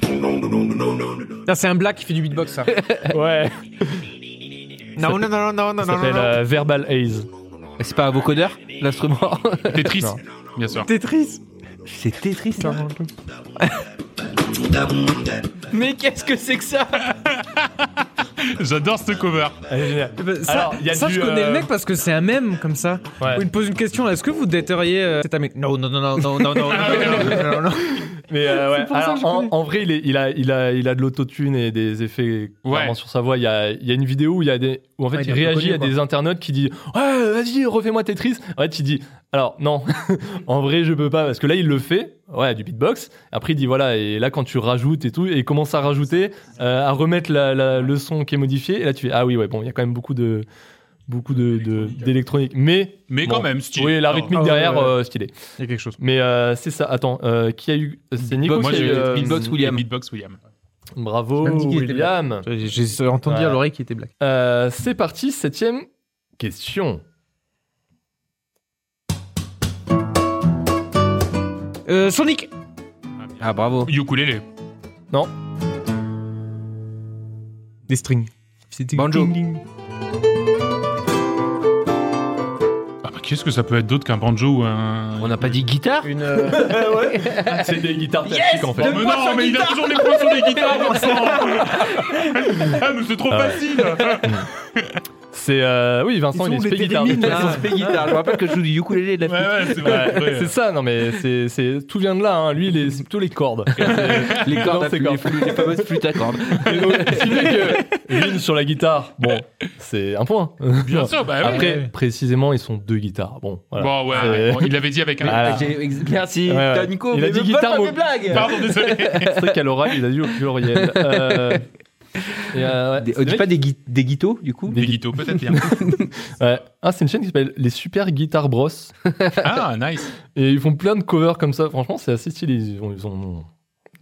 Putain, C'est un black qui fait du beatbox, (laughs) ça. Ouais. non, non, non, non, non, Ça non, non, s'appelle non. euh, Verbal Haze. C'est pas un vocodeur, (laughs) l'instrument Tetris, Ah. Non. bien sûr. Tetris. C'est Tetris, hein. Mais qu'est-ce que c'est que (laughs) ça J'adore ce cover. Elle est géniale. Bah, Ça, Alors, il y a ça, du, je connais euh, le mec parce que c'est un mème comme ça. Ouais. Il me pose une question est-ce que vous dateriez euh, cet américain Non, non, non, non, non, non, non, non, non, non. Mais euh, ouais. pour ça Alors, que je en, connais. en vrai, il, est- il a, il, a, il a de l'autotune et des effets Ouais. clairement sur sa voix. Il y a, il y a une vidéo où, il y a des, où en fait, Ouais, il, il est un peu réagit connu, à quoi. des internautes qui disent Ouais, vas-y, refais-moi Tetris. En fait, il dit Alors, non, (laughs) en vrai, je peux pas. Parce que là, il le fait, ouais, du beatbox. Après, il dit Voilà, et là, quand tu rajoutes et tout, et il commence à rajouter, euh, à remettre la, la- le son qui est modifié. Et là, tu fais Ah oui, ouais, bon, il y a quand même beaucoup de beaucoup de- de- d'électronique. Mais, Mais quand Bon. même, stylé. oui, la Non. rythmique Ah ouais, derrière, ouais, ouais. euh, stylé. Il y a quelque chose. Mais euh, c'est ça. Attends, euh, qui a eu C'est Nico Beatbox, Moi, qui a j'ai eu, euh, Beatbox et William. Beatbox William. Bravo, J'ai même dit qu'il était William. J'ai- J'ai entendu Voilà. à l'oreille qu'il était black. Euh, c'est parti, septième question. Euh, Sonic Ah, bravo. Ukulélé. Des strings. C'était Banjo. ding, ding. Bah, Qu'est-ce que ça peut être d'autre qu'un banjo ou un. On n'a pas dit guitare (laughs) Une, euh, C'est des guitares tactiques en Oh, fait. mais non, mais il a toujours les points sur les guitares, Vincent Ah, mais c'est trop Ah ouais. facile C'est euh, oui, Vincent, il est spé guitare. Ah, c'est guitare. Je me rappelle que je joue du ukulélé de la Ouais, ouais, c'est vrai. (laughs) Ouais, c'est ça, non mais c'est, c'est tout vient de là. hein. Lui, il est c'est plutôt les cordes. flûte. Les cordes, Non, à c'est flûte, cordes. les, flûtes, les fameuses flûtes à cordes. (laughs) Et donc, ce qui fait que Vin sur la guitare, bon, c'est un point. Bien sûr, bah oui. Après, Ah précisément, ils sont deux guitares. Bon, voilà. Bon, ouais, C'est- Ah. bon, il l'avait dit avec un. Voilà. J'ai- ex- Merci, Ouais, ouais. T'as Nico. Il mais a dit me guitare, vole pas moi- mes blagues. Pardon, désolé C'est vrai qu'à l'oral, il a dit au pluriel. (laughs) Euh, et, euh, ouais. Des- C'est On dit vrai pas des, gui- des guitos, du coup Des guitos, peut-être (laughs) bien. Ouais. Ah, c'est une chaîne qui s'appelle Les Super Guitar Bros. Ah, nice Et ils font plein de covers comme ça. Franchement, c'est assez stylé. Ils ont, ils ont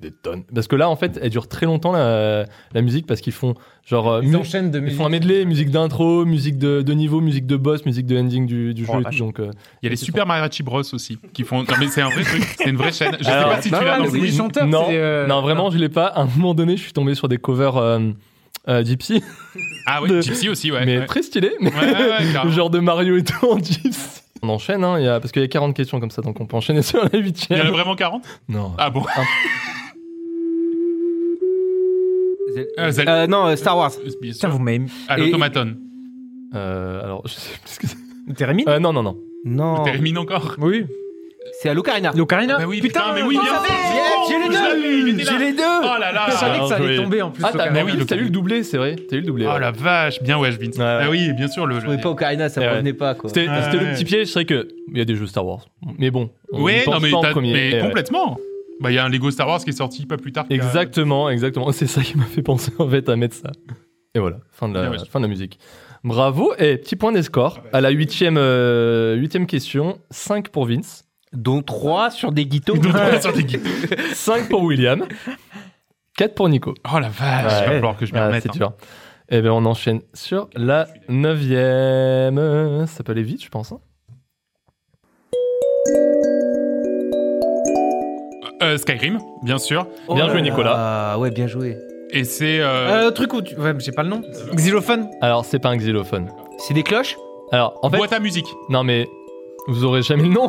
des tonnes. Parce que là, en fait, elle dure très longtemps la, la musique parce qu'ils font genre. euh, Ils mu- enchaînent de ils musique. font un medley, musique d'intro, musique de, de niveau, musique de boss, musique de ending du, du Oh, jeu. et la tout. donc, euh, Il y a les Super Mariachi Bros aussi, qui font. Non, mais c'est un vrai truc, c'est une vraie chaîne. Je sais Alors, pas si tu l'as mais dans c'est le- des chanteurs. non, c'est, euh, non, vraiment, je l'ai pas. À un moment donné, je suis tombé sur des covers euh, euh, Gypsy, Ah, de- oui, Gypsy aussi, ouais. (laughs) mais ouais. très stylé. Mais (laughs) Ouais, ouais, ouais, le carrément. genre de Mario et tout en Gypsy. On enchaîne, hein, il y a- parce qu'il y a 40 questions comme ça, donc on peut enchaîner sur la Il y en a huitième. vraiment 40 Non. Ah bon Euh, Zelda. Euh, non, euh, Star Wars. Bien Putain, sûr. vous m'avez. Ah, Et- l'automaton. Euh, alors, je sais plus ce que c'est. Termine Euh, non, non, non. Non, Termine encore Oui. c'est à l'Ocarina. L'Ocarina Bah oui, putain, mais oui, vous bien savez, sûr. Yes, j'ai les Je l'avais, il deux était là. J'ai les deux Oh là là Je savais Ah, que ça allait oui. tomber en plus. Ah, t'as, l'Ocarina. oui, oui, t'as eu le doublé, c'est vrai. T'as eu le doublé. Oh ouais. la vache, bien ouais, Vince. Ouais, ouais. Ah oui, bien sûr, le. Je trouvais pas Ocarina, ça Eh ouais. revenait pas, quoi. C'était, Ouais, c'était ouais. le petit piège, c'est vrai que il y a des jeux Star Wars. Mais bon, on Oui, y pense non, mais, pas en t'as- premier. mais Eh ouais. complètement. Bah, il y a un Lego Star Wars qui est sorti pas plus tard. que- Exactement, exactement. (laughs) C'est ça qui m'a fait penser en fait à mettre ça. Et voilà, fin de la, Bien, ouais. fin de la musique. Bravo et petit point des scores Ah, bah, à la huitième euh, huitième question, 5 pour Vince, Dont 3 sur des guitos. Nous trouvons sur des guides. 5 pour (laughs) William, 4 pour Nico. Oh la vache, il va Ouais. falloir que je me Ah, remette. c'est hein. dur. Et bien on enchaîne sur la neuvième. Ça peut aller vite, je pense. hein. Euh, Skyrim, bien sûr. Oh Bien là là. joué, Nicolas. Ah ouais, bien joué. Et c'est. euh, Euh, truc où tu. Ouais, mais j'ai pas le nom. Xylophone Alors c'est pas un xylophone. C'est des cloches Alors en fait, Boîte à musique. non mais vous aurez jamais le nom.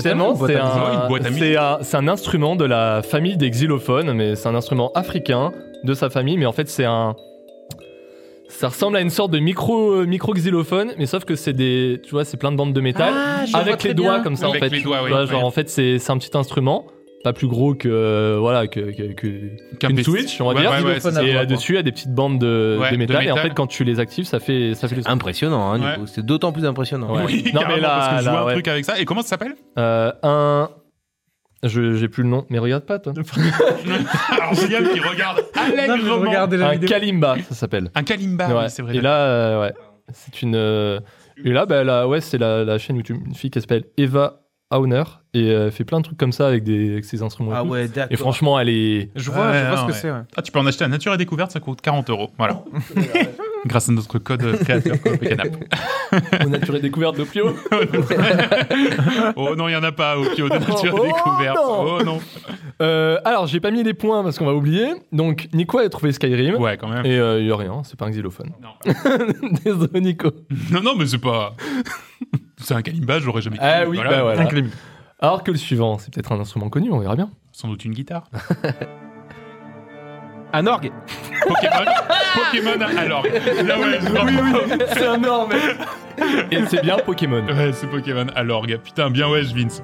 Finalement, Boîte c'est à musique. musique. Oui, un, boîte à musique. c'est un- c'est un instrument de la famille des xylophones, mais c'est un instrument africain de sa famille, mais en fait c'est un... Ça ressemble à une sorte de micro, euh, micro xylophone, mais sauf que c'est des... Tu vois, c'est plein de bandes de métal, Ah, je vois avec très les doigts bien. comme ça Avec en fait. les doigts, oui, Tu vois, genre ouais. en fait c'est c'est un petit instrument, pas plus gros que... euh, voilà, que... que- que- Qu'un Une PC. Switch, on va Ouais, dire. ouais, Ah, ouais, Xylophone c'est- à et doigts, là-dessus il y a des petites bandes de, Ouais, de de métal, et en métal. fait quand tu les actives ça fait, ça fait du son. Impressionnant, hein, Ouais. Nico. C'est d'autant plus impressionnant. Ouais. Oui, Non, mais carrément, là- parce que je là, vois un ouais. truc avec ça. Et comment ça s'appelle (laughs) Euh, un... je- J'ai plus le nom, mais regarde pas toi. Alors, William qui (laughs) regarde Non, mais je allègrement. regardais la Un vidéo. kalimba ça s'appelle. Un Kalimba, Ouais. Ah oui, c'est vrai. Et là, euh, ouais, c'est une. euh, Et là, bah, là, ouais, c'est la, la chaîne YouTube, une fille qui s'appelle Eva Auner et euh, elle fait plein de trucs comme ça avec, des, avec ses instruments. et Ah tout. ouais, d'accord. Et franchement, elle est. (laughs) Je vois, je Ouais, vois ce non, que ouais. c'est. ouais. Ah, tu peux en acheter à Nature et Découverte, ça coûte 40 euros. (laughs) Voilà. Grâce à notre code euh, créateur Coop et (laughs) Canap. On a duré découverte de Plio. Oh non, il n'y en a pas au Kyo de Nature Oh, et Découverte. non. Oh non. Euh, alors, j'ai pas mis les points parce qu'on va oublier. Donc, Nico a trouvé Skyrim. Ouais, quand même. Et il y a rien, c'est pas un xylophone. Non. (laughs) Désolé, Nico. Non, non, mais c'est pas. (laughs) C'est un Kalimba, j'aurais jamais Ah oui, bah voilà. Un Clémy. Alors que le suivant, c'est peut-être un instrument connu, on verra bien. Sans doute une guitare. Un orgue Pokémon. Pokémon, alors. Là, ouais, je c'est un orme. Et c'est bien (laughs) Pokémon. Ouais, c'est Pokémon à l'orgue. Putain, bien ouais, Vince.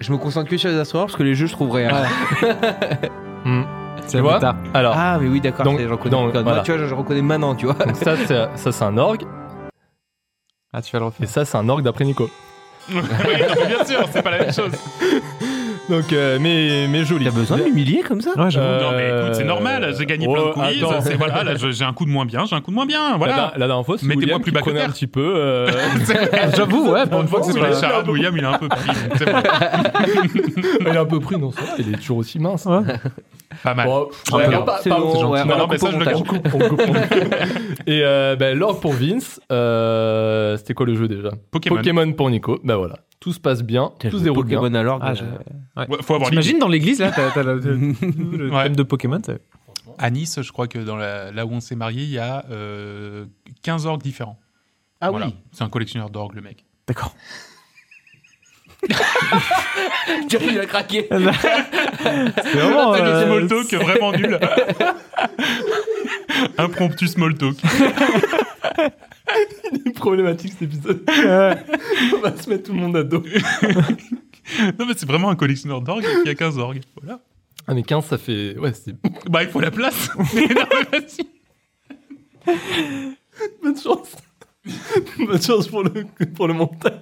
Je me concentre que sur les instruments parce que les jeux, je trouverais. hein. (laughs) Hmm. C'est Tu vois Alors, Ah, mais oui, d'accord. Donc- ça y est, je reconnais. donc, Moi, voilà. tu vois, je, je reconnais maintenant, tu vois. donc ça, c'est- ça c'est un orgue. Ah, tu vas le Et refaire. ça, c'est un orgue d'après Nico. oui, non, mais bien sûr, c'est pas la même chose. Donc, euh, mais, mais joli. T'as besoin de m'humilier comme ça Ouais, j'avoue. Euh, Non mais écoute, c'est normal, j'ai gagné ouais, plein de quiz, attends. Bah, c'est voilà, là je- j'ai un coup de moins bien, j'ai un coup de moins bien, La voilà. dernière- La dernière fois, c'est Mettez-moi William plus qui bas que prenait un terre. petit peu. (laughs) euh, J'avoue, ouais, pour une fois que Sur c'est les pas. charades, William il est un peu pris, donc c'est vrai. il est un peu pris, non ça va, Il est toujours aussi mince. Ouais. pas mal. Bon, ouais, bon, non, pas- C'est pas- bon, ouais, Non, on non, la mais coupe au ça, je le montage. garde. On coupe, on coupe, on coupe. Et euh, ben, l'or pour Vince. euh, C'était quoi le jeu déjà Pokémon. Pokémon pour Nico. Ben voilà, tout se passe bien, Putain, tout se je joue déroule bien. Pokémon à l'orgue. Ah, je- euh, Ouais, faut avoir l'idée. T'imagines dans l'église, là, t'as t'as le, le Ouais. thème de Pokémon. t'as- À Nice, je crois que dans la- là où on s'est marié, il y a euh, 15 orgues différents. Ah Voilà. oui. C'est un collectionneur d'orgues, le mec. D'accord. Jerry, (laughs) il a (laughs) craqué. C'est vraiment. C'est euh, le small talk vraiment (laughs) nul. Impromptu small talk. problématique cet épisode. On va se mettre tout le monde à dos. Non, mais c'est vraiment un collectionneur d'orgues qui a 15 orgues. Voilà. Ah mais 15 ça fait... Ouais (laughs) c'est Bah, il faut la (laughs) place. Mais non, mais vas-y. bonne chance. bonne chance pour le, pour le montage.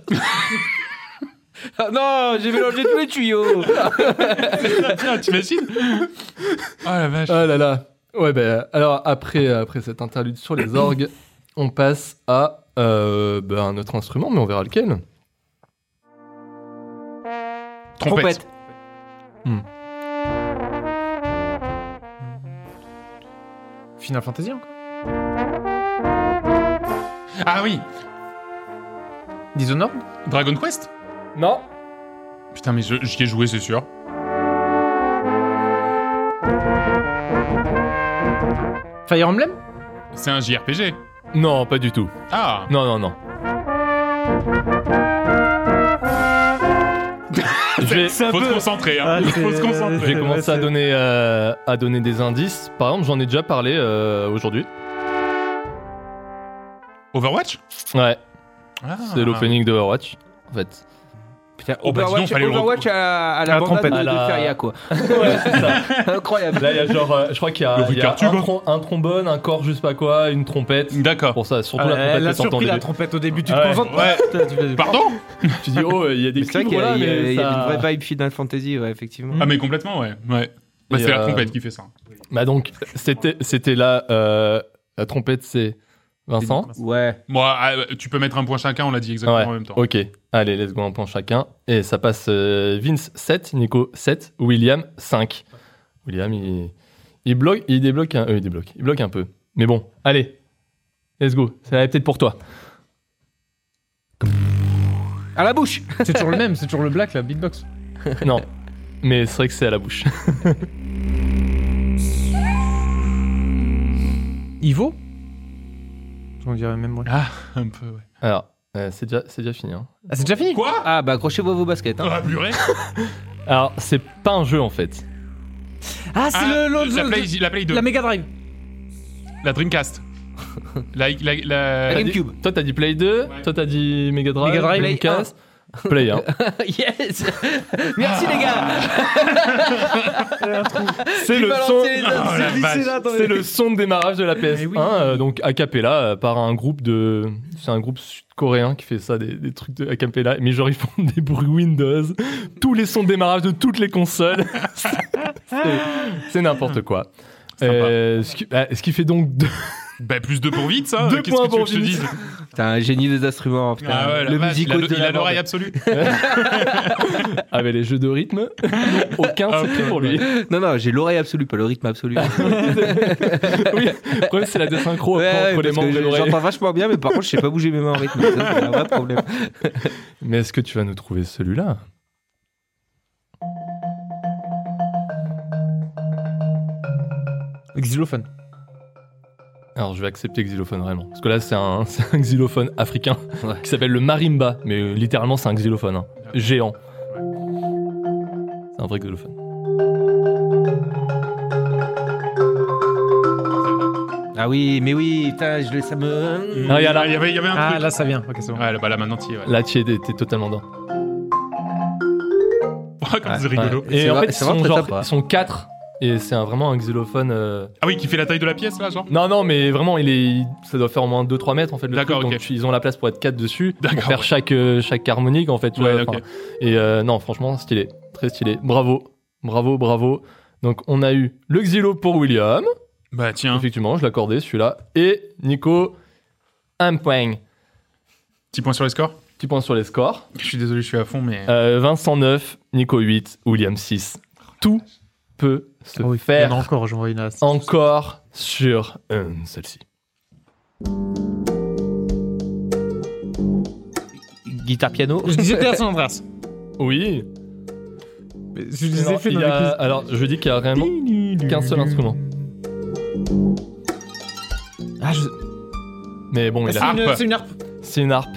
Ah non, j'ai mélangé tous (laughs) les tuyaux. Tiens, (laughs) T'imagines Oh la vache. Ah là là. Ouais ben alors après, après cette interlude sur les orgues, on passe à euh, ben, un autre instrument mais on verra lequel. Trompette. Final Fantasy encore Ah oui, Dishonored Dragon Quest Non. Putain, mais je- j'y ai joué, c'est sûr. Fire Emblem C'est un JRPG. Non pas du tout. Ah Non non non. Je vais- C'est un Faut peu- se concentrer, hein. Ah, c'est- euh, Faut se concentrer. c'est- J'ai commencé ouais, à c'est- donner, euh, à donner des indices. Par exemple, j'en ai déjà parlé euh, aujourd'hui. Overwatch Ouais, Ah. c'est l'opening de Overwatch, en fait. Putain, Oh, bah, dis donc, Overwatch, fallait le Overwatch à, à la À la bandade de, trompette. de À la- Feria, quoi. (laughs) Ouais, c'est ça. Ah (laughs) Incroyable. Là, il y a genre, euh, je crois qu'il y Le a, il y a Ricard-tube, un, hein. trom- un trombone, un corps, je sais pas quoi, une trompette. D'accord. Pour ça, surtout Ah, la Elle trompette a que t'entends au surpris la début. trompette au début, tu te Ouais. (laughs) concentres Ouais. Putain, tu fais- Pardon (laughs) Tu dis, oh, il y a des Mais C'est vrai cubes, qu'il y, a- voilà, il y a- il mais y a ça- une vraie vibe Final Fantasy, ouais, effectivement. Ah mais complètement ouais. Ouais. Bah, Et, c'est la euh, trompette qui fait ça. Bah donc, c'était, c'était là, euh, la trompette, c'est Vincent. Ouais. Moi, ah, tu peux mettre un point chacun, on l'a dit exactement Ouais. en même temps. Ok, allez, let's go, un point chacun. Et ça passe euh, Vince 7, Nico 7, William 5. William, il, il bloque, il débloque un, euh, il débloque, il bloque un peu. Mais bon, allez, let's go. Ça va être peut-être (laughs) pour toi. À la bouche. C'est toujours le même, c'est toujours le black, la beatbox. non, mais c'est vrai que c'est à la bouche. Ivo On dirait même moi. Ah, un peu ouais. Alors, euh, c'est déjà, c'est déjà fini. hein. Ah, c'est déjà fini Quoi Ah bah accrochez-vous à vos (laughs) baskets. Hein. Ah, purée. Alors, c'est pas un jeu en fait. Ah, c'est Ah, le, l'autre- la, le- Play, la Play 2, la la, Mega Drive. (laughs) Dreamcast. la, la, la- La T'as dit- GameCube. Toi, t'as dit Play 2, Ouais. toi, t'as dit Mega Drive, Mega Drive, Dreamcast, Play 1. yes. (laughs) Merci les gars. c'est J'ai le balancé son. Ah, les autres, Oh, c'est la glissé vache. là, attendez. C'est le son de démarrage de la PS1, Eh oui. euh, donc a cappella euh, par un groupe de, c'est un groupe sud-coréen qui fait ça, des, des trucs de a cappella. Mais genre ils font (laughs) des bruits Windows, tous les sons de démarrage de toutes les consoles, (laughs) C'est- c'est n'importe quoi. Sympa. Euh, ce, qui, bah, ce qui fait donc deux, Bah plus deux pour vite ça. Deux Qu'est-ce points que tu veux pour que je te Vince. dise T'as un génie des instruments. Putain. Ah ouais, la le vache, il a musico le- de il a la l'oreille absolue. (laughs) avec les jeux de rythme, (laughs) n'ont aucun Ah, secret pour lui. bande. Non non, j'ai l'oreille absolue, pas le rythme absolu. ouais, oui, le problème c'est la désynchro ouais, après, entre les parce que membres de l'oreille. j'entends vachement bien, mais par contre, je sais pas bouger mes mains en rythme. Ça, c'est un vrai problème. Mais est-ce que tu vas nous trouver celui-là Xylophone. Alors je vais accepter xylophone vraiment, parce que là c'est un, (laughs) c'est un xylophone africain Ouais. qui s'appelle le marimba, mais euh, littéralement c'est un xylophone hein. géant. C'est un vrai xylophone. Ah oui, mais oui, putain, je le- ça me. Ah, il y a Ah, là, il y avait, il y avait un Ah, truc. là, ça vient. Ok, c'est bon. Ouais, là, bah là maintenant tu y es, ouais. là tu es, t'es totalement dedans. Oh, comme c'est Ouais. rigolo. Et C'est en vrai- fait ils c'est vrai, sont, très genre, sympa. hein. ils sont quatre et c'est un- vraiment un xylophone. euh, Ah oui, qui fait la taille de la pièce là, genre. Non non mais vraiment il est, il- ça doit faire au moins 2-3 mètres en fait. le D'accord, truc, ok. Donc tu- ils ont la place pour être quatre dessus, pour D'accord, faire ouais. chaque euh, chaque harmonique en fait. tu Ouais, vois, ok. enfin, Et euh, non franchement stylé. Très stylé. Bravo. Bravo, bravo. Donc, on a eu le Xylo pour William. Bah tiens, Effectivement, je l'accordais, celui-là. Et Nico, un point. petit point sur les scores. Petit point sur les scores. Je suis désolé, je suis à fond, mais Euh, Vincent 9, Nico 8, William 6. Tout peut se Ah oui, il y en faire a encore, j'en vois une là. encore sur euh, celle-ci. Guitare (laughs) piano. Je disais Pierre San Andreas. Oui. Je les ai fait dans il y les a- quiz. alors, je dis qu'il y a vraiment qu'un seul instrument. Ah, je- Mais bon, il a- harpe. c'est, une, c'est une harpe. c'est une harpe.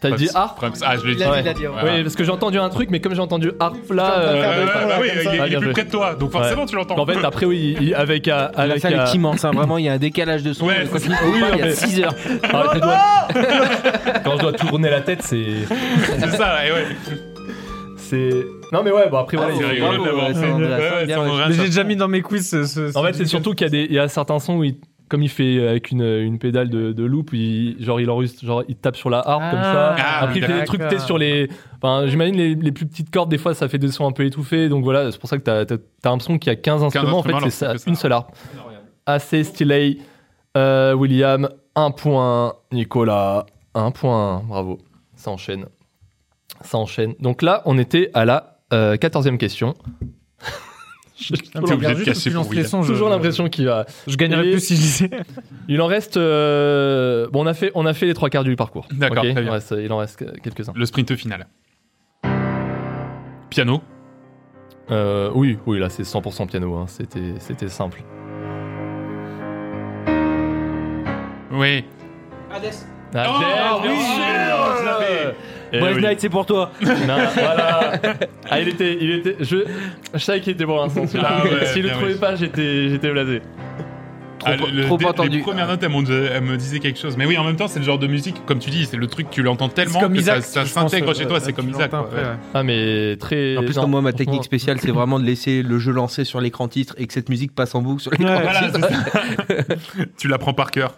T'as dit harpe Fraps. Ah, je l'ai dit. Ouais. Ouais. Voilà. Oui, parce que j'ai entendu un truc, mais comme j'ai entendu harpe là. Euh, euh, bah, bah, oui, comme il ça. est- il Ah, est bien plus joué. près de toi, donc forcément tu l'entends. En fait, après, oui, il- il- avec. euh, Il a avec fait euh, avec Timance, hein, (laughs) vraiment, il y a un décalage de son. Ouais, quand c'est il, ça. on Oui, parle, il y a mais- 6 (laughs) heures. Ah, Oh je dois- (laughs) Quand je dois tourner la tête, c'est. (laughs) c'est ça, et ouais. c'est- Non, mais ouais, bon, après, Ah, voilà. c'est ils- rigolo bravo, ouais, d'avoir ça, fait. on verra ça, Ouais, bien, ça, on ouais. verra Mais ça. j'ai déjà mis dans mes quiz ce. ce- En fait, ce- c'est surtout qu'il y a des, il y a certains sons où, il- comme il fait avec une, une pédale de, de loop, il, genre il enregistre, genre il tape sur la harpe comme ça. Ah, Après, il fait des d'accord. trucs tu sais, sur les. Enfin, j'imagine les, les plus petites cordes, des fois, ça fait des sons un peu étouffés. Donc voilà, c'est pour ça que t'as, t'as, t'as l'impression qu'il y a 15 instruments. En fait, instruments, c'est alors ça, que ça. une seule harpe. Assez stylé. Euh, William, un point. Nicolas, un point. Bravo. Ça enchaîne. Ça enchaîne. Donc là, on était à la euh, 14e question. J'ai Putain, T'es tu obligé regardes de juste casser que tu pour lances les William. sons, je- toujours l'impression qu'il va. Je gagnerais Et- plus si je lisais. Il en reste. euh, Bon, on a fait, on a fait les trois quarts du parcours. D'accord, Ok, très bien. il en reste- Il en reste que- quelques-uns. Le sprint final. Piano. Euh, oui, oui, là c'est 100% piano. hein. C'était, c'était simple. Oui. Ah, Oh, bien oui, sûr, bien sûr, là. je l'avais. Eh Boys oui. Night, c'est pour toi. (laughs) Non, voilà. Ah, il était, il était. Je, je savais qu'il était bon Vincent. celui-là. Ah ouais, si je le bien trouvais oui. pas, j'étais, j'étais blasé. Trop, Ah, le- le- trop dès- Les entendu. premières notes, elles, m'ont- elles me disaient quelque chose. Mais oui, en même temps, c'est le genre de musique, comme tu dis, c'est le truc que tu l'entends tellement comme que Isaac, ça, ça je pense, s'intègre euh, chez toi. euh, C'est comme tu Isaac. l'entends quoi. après, ouais. Ah mais très. En plus, non, non, moi, ma franchement, technique spéciale, c'est vraiment de laisser le jeu lancer sur l'écran titre et que cette musique passe en boucle sur l'écran Ouais, voilà, titre. c'est ça. (laughs) tu l'apprends par cœur.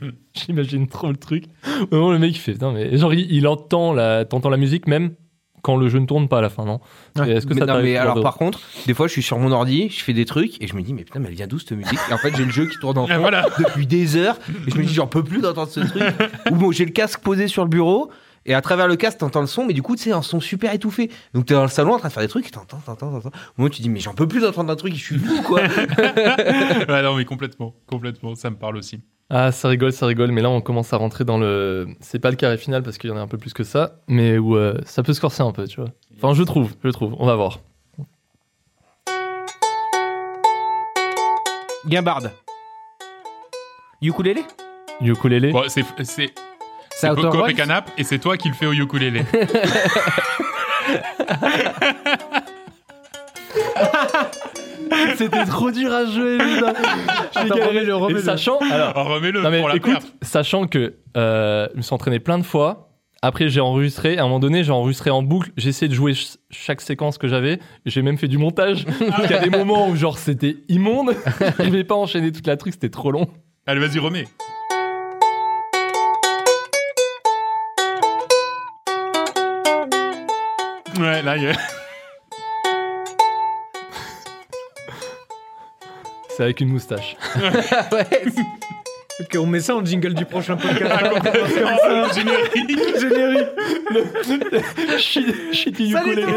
(laughs) J'imagine trop le truc. Au moment où le mec il fait, putain, mais genre il, il entend la, t'entends la musique même quand le jeu ne tourne pas à la fin, non Ouais. Est-ce que mais ça non, t'arrive mais pour alors de- par contre, des fois je suis sur mon ordi, je fais des trucs et je me dis mais putain mais elle vient d'où cette musique Et en fait j'ai le jeu qui (laughs) tourne en Ah, Et voilà. depuis des heures et je me dis j'en peux plus d'entendre ce truc. Ou bon j'ai le casque posé sur le bureau et à travers le casque t'entends le son mais du coup c'est un son super étouffé. Donc t'es dans le salon en train de faire des trucs et t'entends, t'entends, t'entends. Au moment où tu dis mais j'en peux plus d'entendre un truc, je suis fou quoi. Ouais, non, mais complètement. Complètement. Ça me parle aussi. Ah, ça rigole, ça rigole, mais là on commence à rentrer dans le. C'est pas le carré final parce qu'il y en a un peu plus que ça, mais où euh, ça peut se corser un peu, tu vois. Enfin, je trouve, je trouve, on va voir. Guimbarde. Ukulélé Ukulélé Bon, c'est. c'est... C'est Outer Coop et Worlds Canap, et c'est toi qui le fais au ukulélé. (laughs) C'était trop dur à jouer, putain. J'ai Attends, galéré. remets-le, remets-le. Et sachant, alors, Alors remets-le non, mais pour la écoute, perte. sachant que euh, je me suis entraîné plein de fois. Après, j'ai enregistré. À un moment donné, j'ai enregistré en boucle. J'ai essayé de jouer ch- chaque séquence que j'avais. J'ai même fait du montage. Il y a des moments où, genre, c'était immonde. (laughs) Je vais pas enchaîner toute la truc, c'était trop long. Allez, vas-y, remets. Ouais, là, il y a... C'est avec une moustache. Ok, on met ça en jingle du prochain (laughs) podcast. Ah, complètement. Générique. (laughs) Générique. Shit, shit, ukulélé.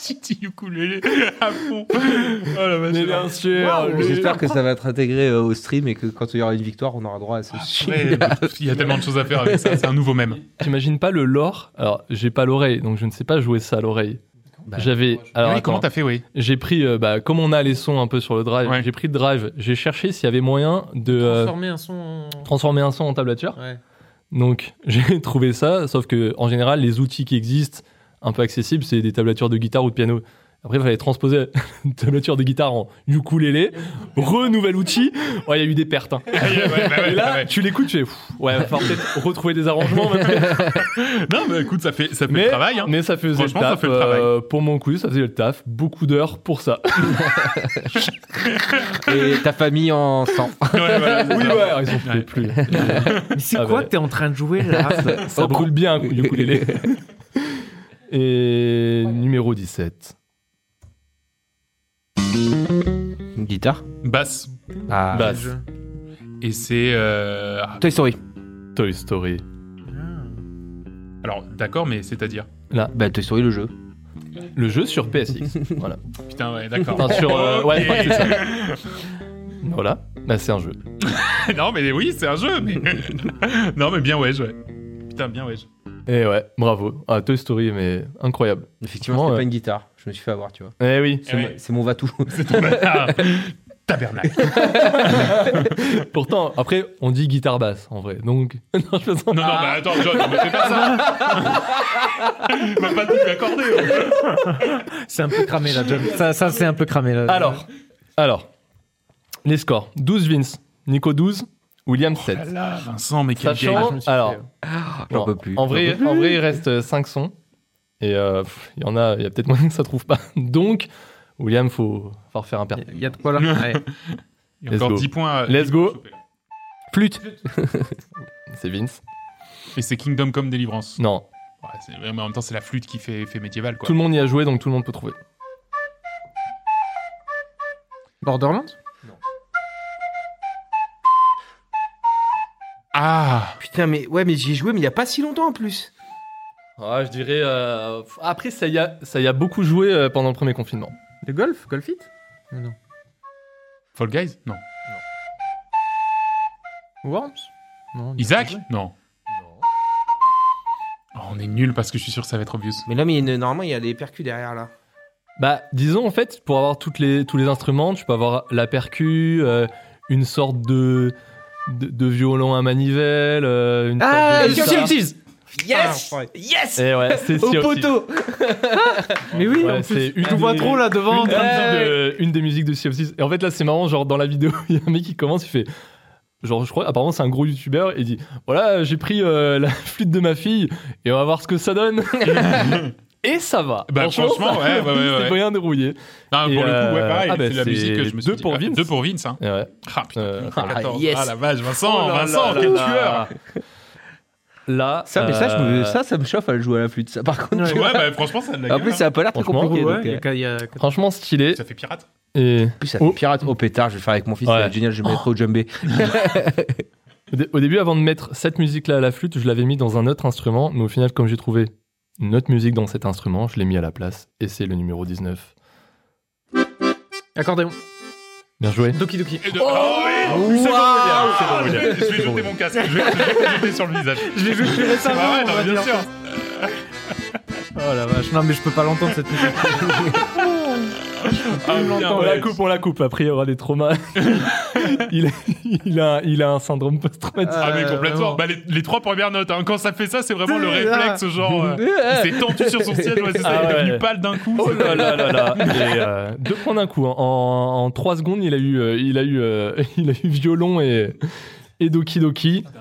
Chiti ukulélé à fond. Oh la vache. Mais bien sûr. le- J'espère que ça va être intégré euh, au stream et que quand il y aura une victoire, on aura droit à ce Ouais, Il y a tellement de choses à faire avec ça, c'est un nouveau même. T'imagines pas le lore Alors, j'ai pas l'oreille, donc je ne sais pas jouer ça à l'oreille. J'avais. Alors, oui, comment attends. t'as fait, oui j'ai pris, euh, bah, comme on a les sons un peu sur le drive, Ouais. j'ai pris le drive, j'ai cherché s'il y avait moyen de euh, Transformer un son transformer un son en tablature. en. Ouais. Donc (laughs) j'ai trouvé ça, sauf que en général, les outils qui existent un peu accessibles, c'est des tablatures de guitare ou de piano. Après, il fallait transposer (laughs) une tablature de guitare en ukulélé, renouvel outil. Ouais, il y a eu des pertes. hein. Ouais, ouais, bah ouais, (laughs) Et là, bah ouais. tu l'écoutes, tu fais, pff, ouais, va falloir peut-être retrouver (laughs) des arrangements. mais- Non, mais écoute, ça fait, ça fait Mais- le travail. Hein. Mais ça faisait le Franchement, ça taf. fait le travail. euh, pour mon coup, ça faisait le taf. Beaucoup d'heures pour ça. (laughs) Et ta famille en sang. Ouais, voilà, c'est oui, ça. ouais, alors, ils ont Ouais. plus. Mais c'est Ah quoi bah. (laughs) que t'es en train de jouer là (laughs) Ça brûle bien, ukulélé. Et numéro 17. Une guitare. Basse. Ah. Bah, Je- Et c'est. euh, ah, Toy Story. Toy Story. Alors, d'accord, mais c'est-à-dire. Bah, Toy Story, le jeu. Le jeu (laughs) sur PSX. voilà. Putain, ouais, d'accord. Enfin, sur, euh, ouais, Ok. (laughs) ouais, c'est ça. Voilà. Bah, c'est un jeu. (laughs) non, mais oui, c'est un jeu, mais. (laughs) non, mais bien ouais, ouais. Putain, bien ouais. Et ouais, bravo. Ah, Toy Story, mais incroyable. Effectivement, c'était Ouais. pas une guitare. Je me suis fait avoir, tu vois. Eh oui, Eh ouais. Ah. C'est mon va-tout. (laughs) C'est ton (laughs) bâtard. Tabernacle. Pourtant, après, on dit guitare basse, en vrai. Donc, (laughs) non, je pense- Non, non, mais attends, John, ne fais pas ça. (laughs) Il m'a pas tout oh. accordé. ouais. C'est un peu cramé là, John. Ça, ça c'est un peu cramé là. Alors, alors, les scores. 12 Vince, Nico 12, William 7. Ah là, Vincent, mais quel game. Sachant, me suis fait, alors, euh, J'en bon, peux plus. en vrai, en vrai, il reste 5 sons. Et euh, pff, il y en a, il y a peut-être (laughs) moyen que ça trouve pas. Donc, William, faut, faut refaire un père. Il y a de quoi là Ouais. Il y a Let's encore go. 10 points. euh, à- Let's go. Flûte. C'est Vince. Et c'est Kingdom Come Deliverance. Non, Ouais, c'est- mais en même temps, c'est la flûte qui fait, fait médiéval, quoi. tout le monde y a joué, donc tout le monde peut trouver. Borderlands Ah Putain, mais ouais, mais j'y ai joué, mais il y a pas si longtemps en plus. Ouais, Ah, je dirais. euh, Après, ça y, a, ça y a beaucoup joué euh, pendant le premier confinement. Le golf Golf It Fall Guys Non. Worms Non. Isaac Non. Oh, on est nul parce que je suis sûr que ça va être obvious. Mais là, mais il y a une- normalement, il y a des percus derrière là. Bah, disons, en fait, pour avoir toutes les, tous les instruments, tu peux avoir la percu, euh, une sorte de, de, de violon à manivelle, euh, une Ah, sorte de. guitare. Yes Ah, ouais. Yes Eh ouais, c'est Au Sea of poteau Mais oui, Ouais, en c'est plus. une Je vois des- trop là devant. Une, en train de- des musiques de- une des musiques de Sea of Thieves. Et en fait, là, c'est marrant, genre, dans la vidéo, (laughs) il y a un mec qui commence, il fait. Genre, je crois, apparemment, c'est un gros youtubeur, il dit Voilà, j'ai pris euh, la (laughs) flûte de ma fille, et on va voir ce que (laughs) ça donne. et ça va. Bah, franchement, ouais, ouais, ouais, ouais. (laughs) C'est moyen de rouiller. Non, Et pour le coup, ouais, euh, pareil, ah, bah, c'est la c'est musique que je me suis deux dit, pour ah, Vince. Deux pour Vince, hein. Et ouais. Ah, putain, Euh, 14. yes. Ah, la vache, Vincent, Oh là Vincent, là quel là tueur là. Là, ça, mais ça, je me, euh, ça, ça me chauffe à le jouer à la flûte, ça, par contre. (laughs) tu vois. Ouais, bah, franchement, ça a de la en gueule, plus, hein. ça a pas l'air très Franchement, compliqué. Ouais, donc, il y euh, a- il y a- franchement stylé. Ça fait pirate. Et en plus, ça Oh. fait pirate au pétard, je vais le faire avec mon fils, ça va Ouais. être génial, je vais mettre au djembé. au dé- au début, avant de mettre cette musique-là à la flûte, je l'avais mis dans un autre instrument, mais au final, comme j'ai trouvé une autre musique dans cet instrument, je l'ai mis à la place, et c'est le numéro 19. Accordéon. Bien joué. Doki Doki. Et de- Oh oui C'est bon, William, c'est bon, William. Je vais bon, jeter mon casque, je vais je vais jeter sur le visage. Je l'ai joué C'est récemment. pas vrai, on Ah non, va mais bien dire. sûr. Oh la vache. Non, mais je peux pas l'entendre cette musique. (laughs) Ah, putain, on ouais. la coupe, on la coupe. Après, il y aura des (laughs) traumas. il, il a, il a un syndrome post-traumatique. Ah, mais Euh, complètement. vraiment. Bah, les, les trois premières notes, hein. quand ça fait ça, c'est vraiment le C'est ça. réflexe, genre. euh, il s'est tendu sur son siège, ouais, c'est ça, Ah il est devenu ouais. pâle d'un coup. Oh là là là là. Et, euh, deux points d'un coup. hein. En, en trois secondes, il a eu, euh, il a eu, euh, (laughs) il a eu violon et, et doki doki. hein.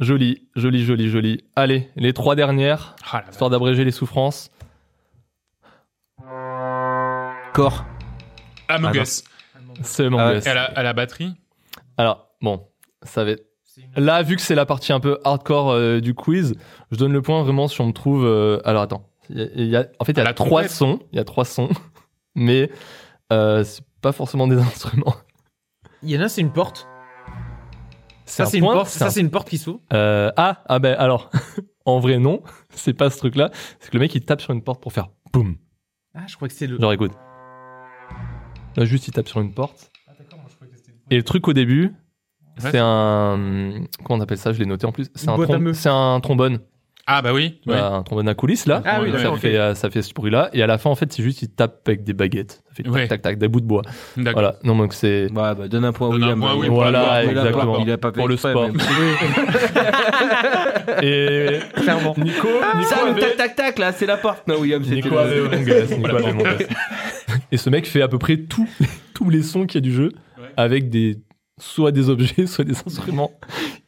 Joli, joli, joli, joli. Allez, les trois dernières, Ah, la histoire d'abréger les souffrances. Corps. vache. Among Ah, Us. C'est mon Ah ouais. best. Et à la, à la batterie Alors, bon, ça va être- Là, vu que c'est la partie un peu hardcore euh, du quiz, je donne le point vraiment si on me trouve. euh, Alors attends, il y a- il y a- en fait il y À a la trois trompette. sons, il y a trois sons, (laughs) mais euh, c'est pas forcément des (laughs) instruments. Il y en a, c'est une porte. C'est Ça, un c'est une point, porte. c'est Ça, un- c'est une porte qui s'ouvre. Euh, ah ah ben alors, (laughs) en vrai non, (laughs) c'est pas ce truc-là. C'est que le mec il tape sur une porte pour faire boum. Ah, je crois que c'est le. Genre écoute, là juste il tape sur une porte. Et le truc au début, Ouais. c'est un comment on appelle ça Je l'ai noté en plus. C'est Une un, boîte à trom- meufs. c'est un trombone. Ah, bah oui. oui. Bah, un trombone à coulisses là. Ah Ouais, oui, ouais, ça, d'accord. fait, euh, ça fait ce bruit-là. Et à la fin, en fait, c'est juste il tape avec des baguettes. Ça fait tac, Ouais. tac, tac, des bouts de bois. D'accord. Voilà. Non, donc c'est. Ouais, bah, donne un point à Donne un William. point à hein. William. Voilà, Il a pas- exactement. Il a pas fait Pour le exprès, sport. (laughs) (laughs) même. Et Clairement. (laughs) Nico, Nico Ça, le avait- tac-tac-tac, là, c'est la porte. Non, William, c'est Nico avait mon gars, Nico avait mon gars. Et ce mec fait à peu près tous (laughs) tous les sons qu'il y a du jeu Ouais. avec des soit des objets, (laughs) soit des instruments.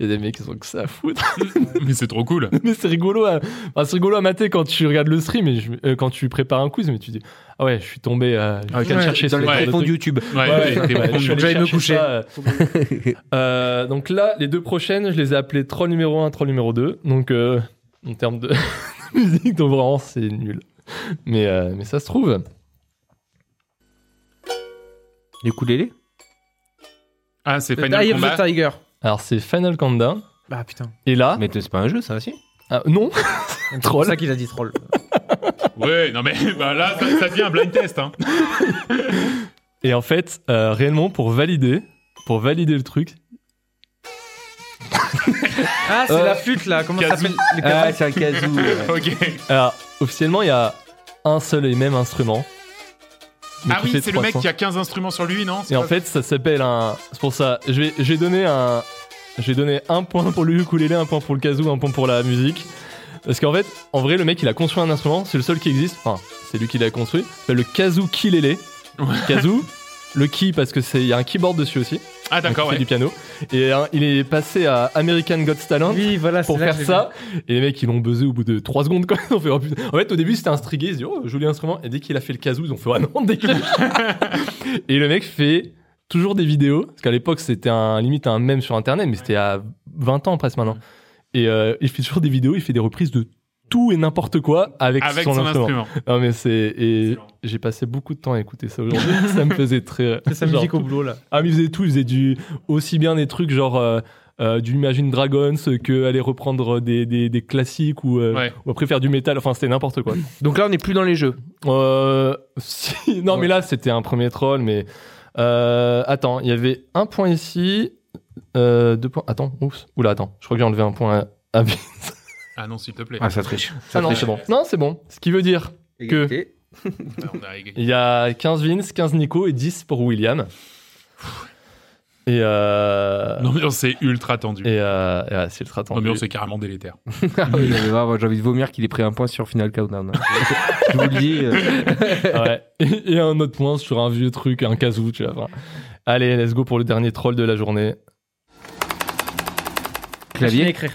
Il y a des mecs qui sont que ça à foutre. (laughs) Mais c'est trop cool. (laughs) Mais c'est rigolo, à... enfin, c'est rigolo à mater quand tu regardes le stream et je- euh, quand tu prépares un quiz, mais tu dis ah ouais, je suis tombé, euh, j'ai Ah, qu'à ouais, chercher dans ce les genre de tréfonds de truc. YouTube. Ouais, ouais, t'es bon. je suis allé j'aille me chercher coucher. ça, euh. Euh, donc là, les deux prochaines, je les ai appelées troll numéro 1, troll numéro 2. Donc euh, en termes de (laughs) musique, donc vraiment c'est nul. Mais, euh, mais ça se trouve. Du coup, l'élé Ah, c'est The Final Eye of Combat. the Tiger. Alors c'est Final Countdown. Ah putain. Et là. Mais c'est pas un jeu, ça aussi Ah, non C'est Troll. pour ça qu'il a dit troll. Ouais, non mais (laughs) bah là, ça, ça devient un blind test. Hein. Et en fait, euh, réellement, pour valider, pour valider le truc, Ah, c'est Euh, la flûte là. Comment ça Kazoo. s'appelle Les Ah, Kazoo. c'est un kazoo. ouais. ok. alors, officiellement, il y a un seul et même instrument. mais Ah qui oui, fait c'est le mec 300. qui a 15 instruments sur lui, non C'est Et en pas- fait, ça s'appelle un. C'est pour ça. Je vais, je vais donner un. J'ai donné un point pour le ukulélé, un point pour le kazoo, un point pour la musique. Parce qu'en fait, en vrai, le mec, il a construit un instrument. C'est le seul qui existe. Enfin, c'est lui qui l'a construit. Ça s'appelle le kazoo kilélé. Ouais. Kazoo. Le ki parce que c'est il y a un keyboard dessus aussi. donc Ah il d'accord, fait ouais. du piano. Et hein, il est passé à American Got Talent (laughs) Oui, (laughs) voilà, pour c'est là faire que ça. Et les mecs, ils l'ont buzzé au bout de 3 secondes. Quoi. On fait, oh, putain. en fait, au début, c'était un strigué. Ils se disent, oh, joli instrument. Et dès qu'il a fait le kazoo, ils ont fait, ah non, (laughs) dégage. et le mec fait toujours des vidéos. Parce qu'à l'époque, c'était un, limite un mème sur Internet, mais c'était à 20 ans presque maintenant. Et euh, il fait toujours des vidéos, il fait des reprises de tout et n'importe quoi avec, Avec son, instrument. Non, mais c'est. Et Excellent. j'ai passé beaucoup de temps à écouter ça aujourd'hui. (laughs) ça me faisait très. C'est sa genre, musique au boulot là. ah, mais il faisait tout, il faisait du, aussi bien des trucs genre euh, euh, du Imagine Dragons que aller reprendre des, des, des classiques ou, euh, Ouais. ou après faire du métal, enfin c'était (laughs) n'importe quoi. Donc là, on n'est plus dans les jeux. Euh, si- non, Ouais. mais là c'était un premier troll, mais euh, attends, il y avait un point ici, euh, deux points, attends, oups, oula, attends, je crois que j'ai enlevé un point (laughs) à, à... Ah non, s'il te plaît. ça triche. Ah non, c'est bon. Non, c'est bon, ce qui veut dire Que Ah, On a égalité. Il y a 15 Vince, 15 Nico et 10 pour William. Et euh... Non mais on s'est ultra tendu. Et, euh, et ouais, c'est ultra Non mais on tendu. s'est carrément délétère. (laughs) Ah oui, non, mais là, moi, j'ai envie de vomir qu'il ait pris un point sur Final Countdown. (laughs) Je vous le dis. euh, Ouais. (laughs) Et, et un autre point sur un vieux truc, un casou, tu vois. enfin. Allez, let's go pour le dernier troll de la journée. Viens clavier. écrire.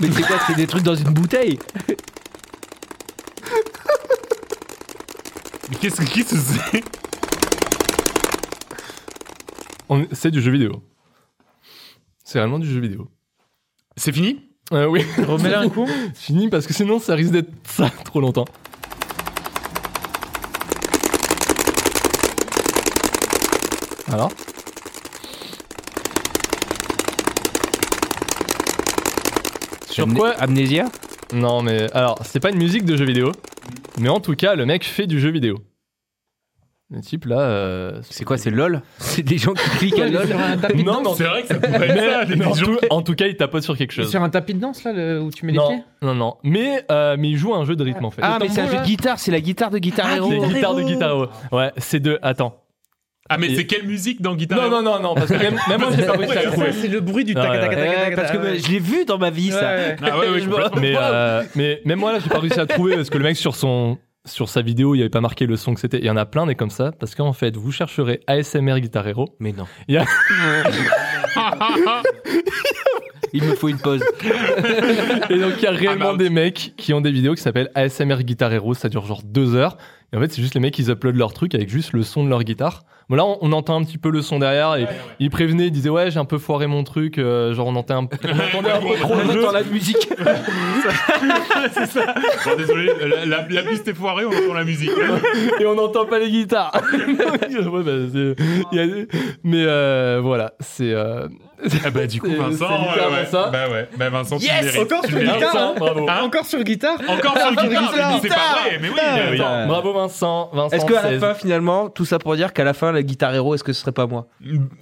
Mais c'est quoi C'est des trucs dans une bouteille Mais qu'est-ce que qu'est-ce que c'est On- C'est du jeu vidéo. C'est réellement du jeu vidéo. C'est fini Euh, oui, (laughs) Remets-la un coup. fini parce que sinon ça risque d'être (laughs) ça trop longtemps. Alors Sur Amné- quoi Amnésia Non, mais alors, c'est pas une musique de jeu vidéo, mais en tout cas, le mec fait du jeu vidéo. Le type là. euh, C'est quoi C'est LOL C'est des gens qui cliquent à LOL Sur un tapis de Non, danse. C'est vrai que ça pourrait être ça. les Mais en, gens- tout, en tout cas, il tapote sur quelque chose. Sur un tapis de danse là le- où tu mets les non, pieds. non, non. Mais, euh, mais il joue à un jeu de rythme en fait. Ah, mais tambour, c'est un jeu de là guitare, c'est la guitare de Guitar Ah, Hero. les Guitar guitares de Hero. Guitar Hero. Ouais, c'est deux. Attends. Ah mais Et- c'est quelle musique dans Guitar Non, Hero non, non, non, parce que même, même moi, j'ai pas réussi à le trouver. Ça, c'est le bruit du Ah, ouais. tac tac tac Ouais, tac. parce que euh, tac. je l'ai vu dans ma vie, ça. Ouais, ouais. Ah ouais, ouais, Je complètement. (laughs) Mais, euh, mais même moi là, j'ai pas réussi à le trouver parce que le mec sur son. Sur sa vidéo, il y avait pas marqué le son que c'était. Il y en a plein des comme ça, parce qu'en fait, vous chercherez ASMR Guitar Hero, Mais non. Il y a- (laughs) Il me faut une pause. Et donc il y a réellement out. des mecs qui ont des vidéos qui s'appellent ASMR Guitar Hero, ça dure genre deux heures. Et en fait c'est juste les mecs ils uploadent leur truc avec juste le son de leur guitare. Bon là on, on entend un petit peu le son derrière et ils prévenaient, ils disaient ouais j'ai un peu foiré mon truc, euh, genre on entendait un, on entendait un peu trop On le jeu. entend la musique. Bon, désolé, la, la- la piste est foirée, on entend la (laughs) musique. et on n'entend pas les guitares. (laughs) Ouais, bah, c'est- il y a- Mais euh, voilà c'est. euh, Ah bah du coup, C'est- c'est Vincent, ouais, littéralement ouais. ça. bah ouais, bah Vincent, tu Yes mérites. Encore Tu sur mérites. guitare, Vincent, hein. bravo. Hein Encore sur guitare. Encore sur Encore guitare, guitare. mais c'est pas vrai, mais oui, mais oui. Attends. Bravo Vincent, Vincent. Est-ce qu'à la 16. fin, finalement, tout ça pour dire qu'à la fin, la Guitar Hero, est-ce que ce serait pas moi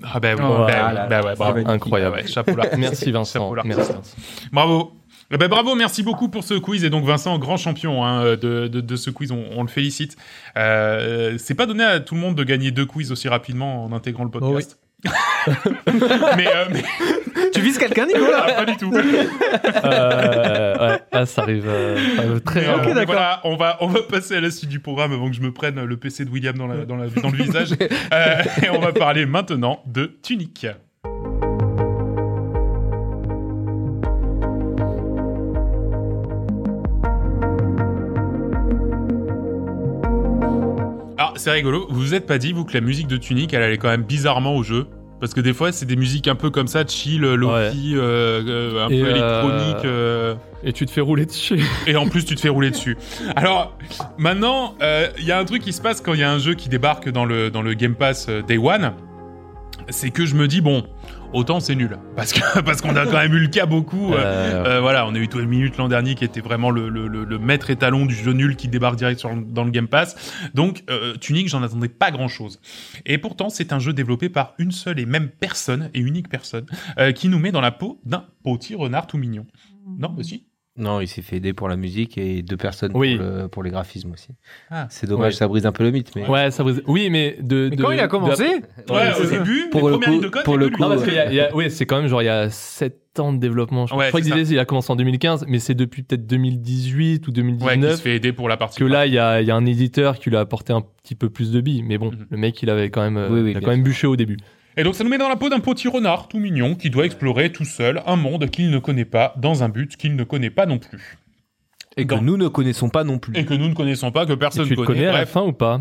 Ah bah, oui, Oh, bah, là, oui, là, bah là, ouais, ça bravo. va être Incroyable. Ouais, chapeau là. Merci Vincent. Chapeau là. Merci Vincent. Bravo. Eh ben, bravo, merci beaucoup pour ce quiz. Et donc, Vincent, grand champion hein, de, de- de ce quiz, on, on le félicite. Euh, c'est pas donné à tout le monde de gagner deux quiz aussi rapidement en intégrant le podcast. (laughs) mais, euh, mais- Tu vises quelqu'un Nico là ah, pas du tout. Euh, ouais, ah, ça arrive euh, ça arrive très Mais, euh, rarement. mais voilà, on va on va passer à la suite du programme avant que je me prenne le PC de William dans la- dans la- dans le visage. Euh, et on va parler maintenant de Tunique. Alors, c'est rigolo, vous vous êtes pas dit, vous, que la musique de Tunique, elle allait quand même bizarrement au jeu Parce que des fois, c'est des musiques un peu comme ça, chill, lofi, euh, euh, un Et, peu euh, électronique. euh, Et tu te fais rouler de chez. (laughs) et en plus, tu te fais rouler dessus. Alors, maintenant, euh, il y a un truc qui se passe quand il y a un jeu qui débarque dans le, dans le Game Pass euh, Day One. C'est que je me dis, bon, autant c'est nul. Parce qu'on (laughs) parce qu'on a quand même eu le cas beaucoup. euh, Euh, euh, voilà, on a eu 12 minutes l'an dernier qui était vraiment le, le- le- le maître étalon du jeu nul qui débarque direct sur le- dans le Game Pass. Donc, euh, Tunic, j'en attendais pas grand chose. Et pourtant, c'est un jeu développé par une seule et même personne, et unique personne, euh, qui nous met dans la peau d'un petit renard tout mignon. Non, mais si. Non, il s'est fait aider pour la musique et deux personnes Oui. pour, le- pour les graphismes aussi. Ah. C'est dommage, Ouais. ça brise un peu le mythe. Mais... Ouais, ça brise. Oui, mais de. Mais de- quand il a de- commencé Ouais, au début, Pour les le premières coup- lignes de code, hein. pour c'est le que coup, Non, parce qu'il y jeu. a, il y a- oui, c'est quand même genre il y a 7 ans de développement. Je, Ouais, je crois c'est qu'il ça. disait il a commencé en 2015, mais c'est depuis peut-être 2018 ou Ouais, qui 2019 se fait aider pour la partie. que là il y a, il y a un éditeur qui lui a apporté un petit peu plus de billes. Mais bon, Mhm. le mec il avait quand même, euh, Oui, oui, il a bien quand même bûché au début. Et donc ça nous met dans la peau d'un petit renard tout mignon qui doit explorer tout seul un monde qu'il ne connaît pas dans un but qu'il ne connaît pas non plus. Et que Dans- nous ne connaissons pas non plus. Et que nous ne connaissons pas, que Et personne tu ne le connaît. connais à la Bref, fin ou pas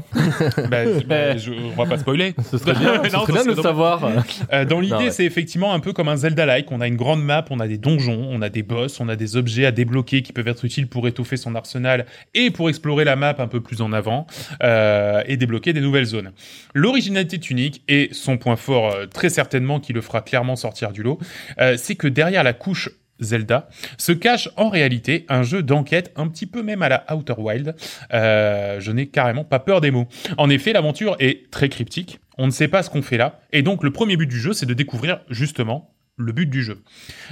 bah, (laughs) bah, je, on va pas spoiler. (laughs) Ce serait bien, Non, ce ça serait bien de serait (laughs) le savoir. Euh, dans l'idée, Non, ouais. c'est effectivement un peu comme un Zelda-like. On a une grande map, on a des donjons, on a des boss, on a des objets à débloquer qui peuvent être utiles pour étoffer son arsenal et pour explorer la map un peu plus en avant euh, et débloquer des nouvelles zones. L'originalité de Tunic et son point fort euh, très certainement qui le fera clairement sortir du lot, euh, c'est que derrière la couche Zelda se cache en réalité un jeu d'enquête un petit peu même à la Outer Wild. Euh, je n'ai carrément pas peur des mots. En effet, l'aventure est très cryptique. On ne sait pas ce qu'on fait là. Et donc, le premier but du jeu, c'est de découvrir justement le but du jeu.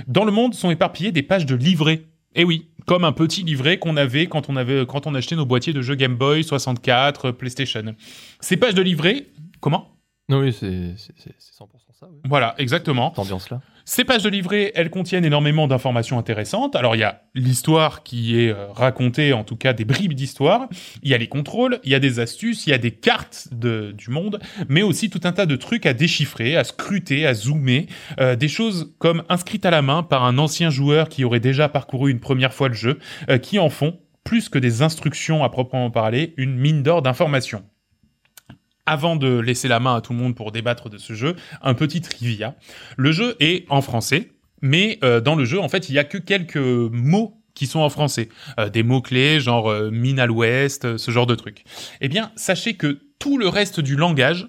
Dans le monde sont éparpillées des pages de livrets. Eh oui, comme un petit livret qu'on avait quand on avait quand on achetait nos boîtiers de jeux Game Boy 64, euh, PlayStation. Ces pages de livrets, comment non, oui, c'est c'est- c'est- c'est 100% ça. Oui. Voilà, exactement. Cette ambiance là. Ces pages de livret, elles contiennent énormément d'informations intéressantes. Alors, il y a l'histoire qui est euh, racontée, en tout cas des bribes d'histoire. Il y a les contrôles, il y a des astuces, il y a des cartes de- du monde, mais aussi tout un tas de trucs à déchiffrer, à scruter, à zoomer. Euh, des choses comme inscrites à la main par un ancien joueur qui aurait déjà parcouru une première fois le jeu, euh, qui en font, plus que des instructions à proprement parler, une mine d'or d'informations. Avant de laisser la main à tout le monde pour débattre de ce jeu, un petit trivia. Le jeu est en français, mais euh, dans le jeu, en fait, il y a que quelques mots qui sont en français. Euh, des mots-clés, genre euh, mine à l'ouest, euh, ce genre de truc. Eh bien, sachez que tout le reste du langage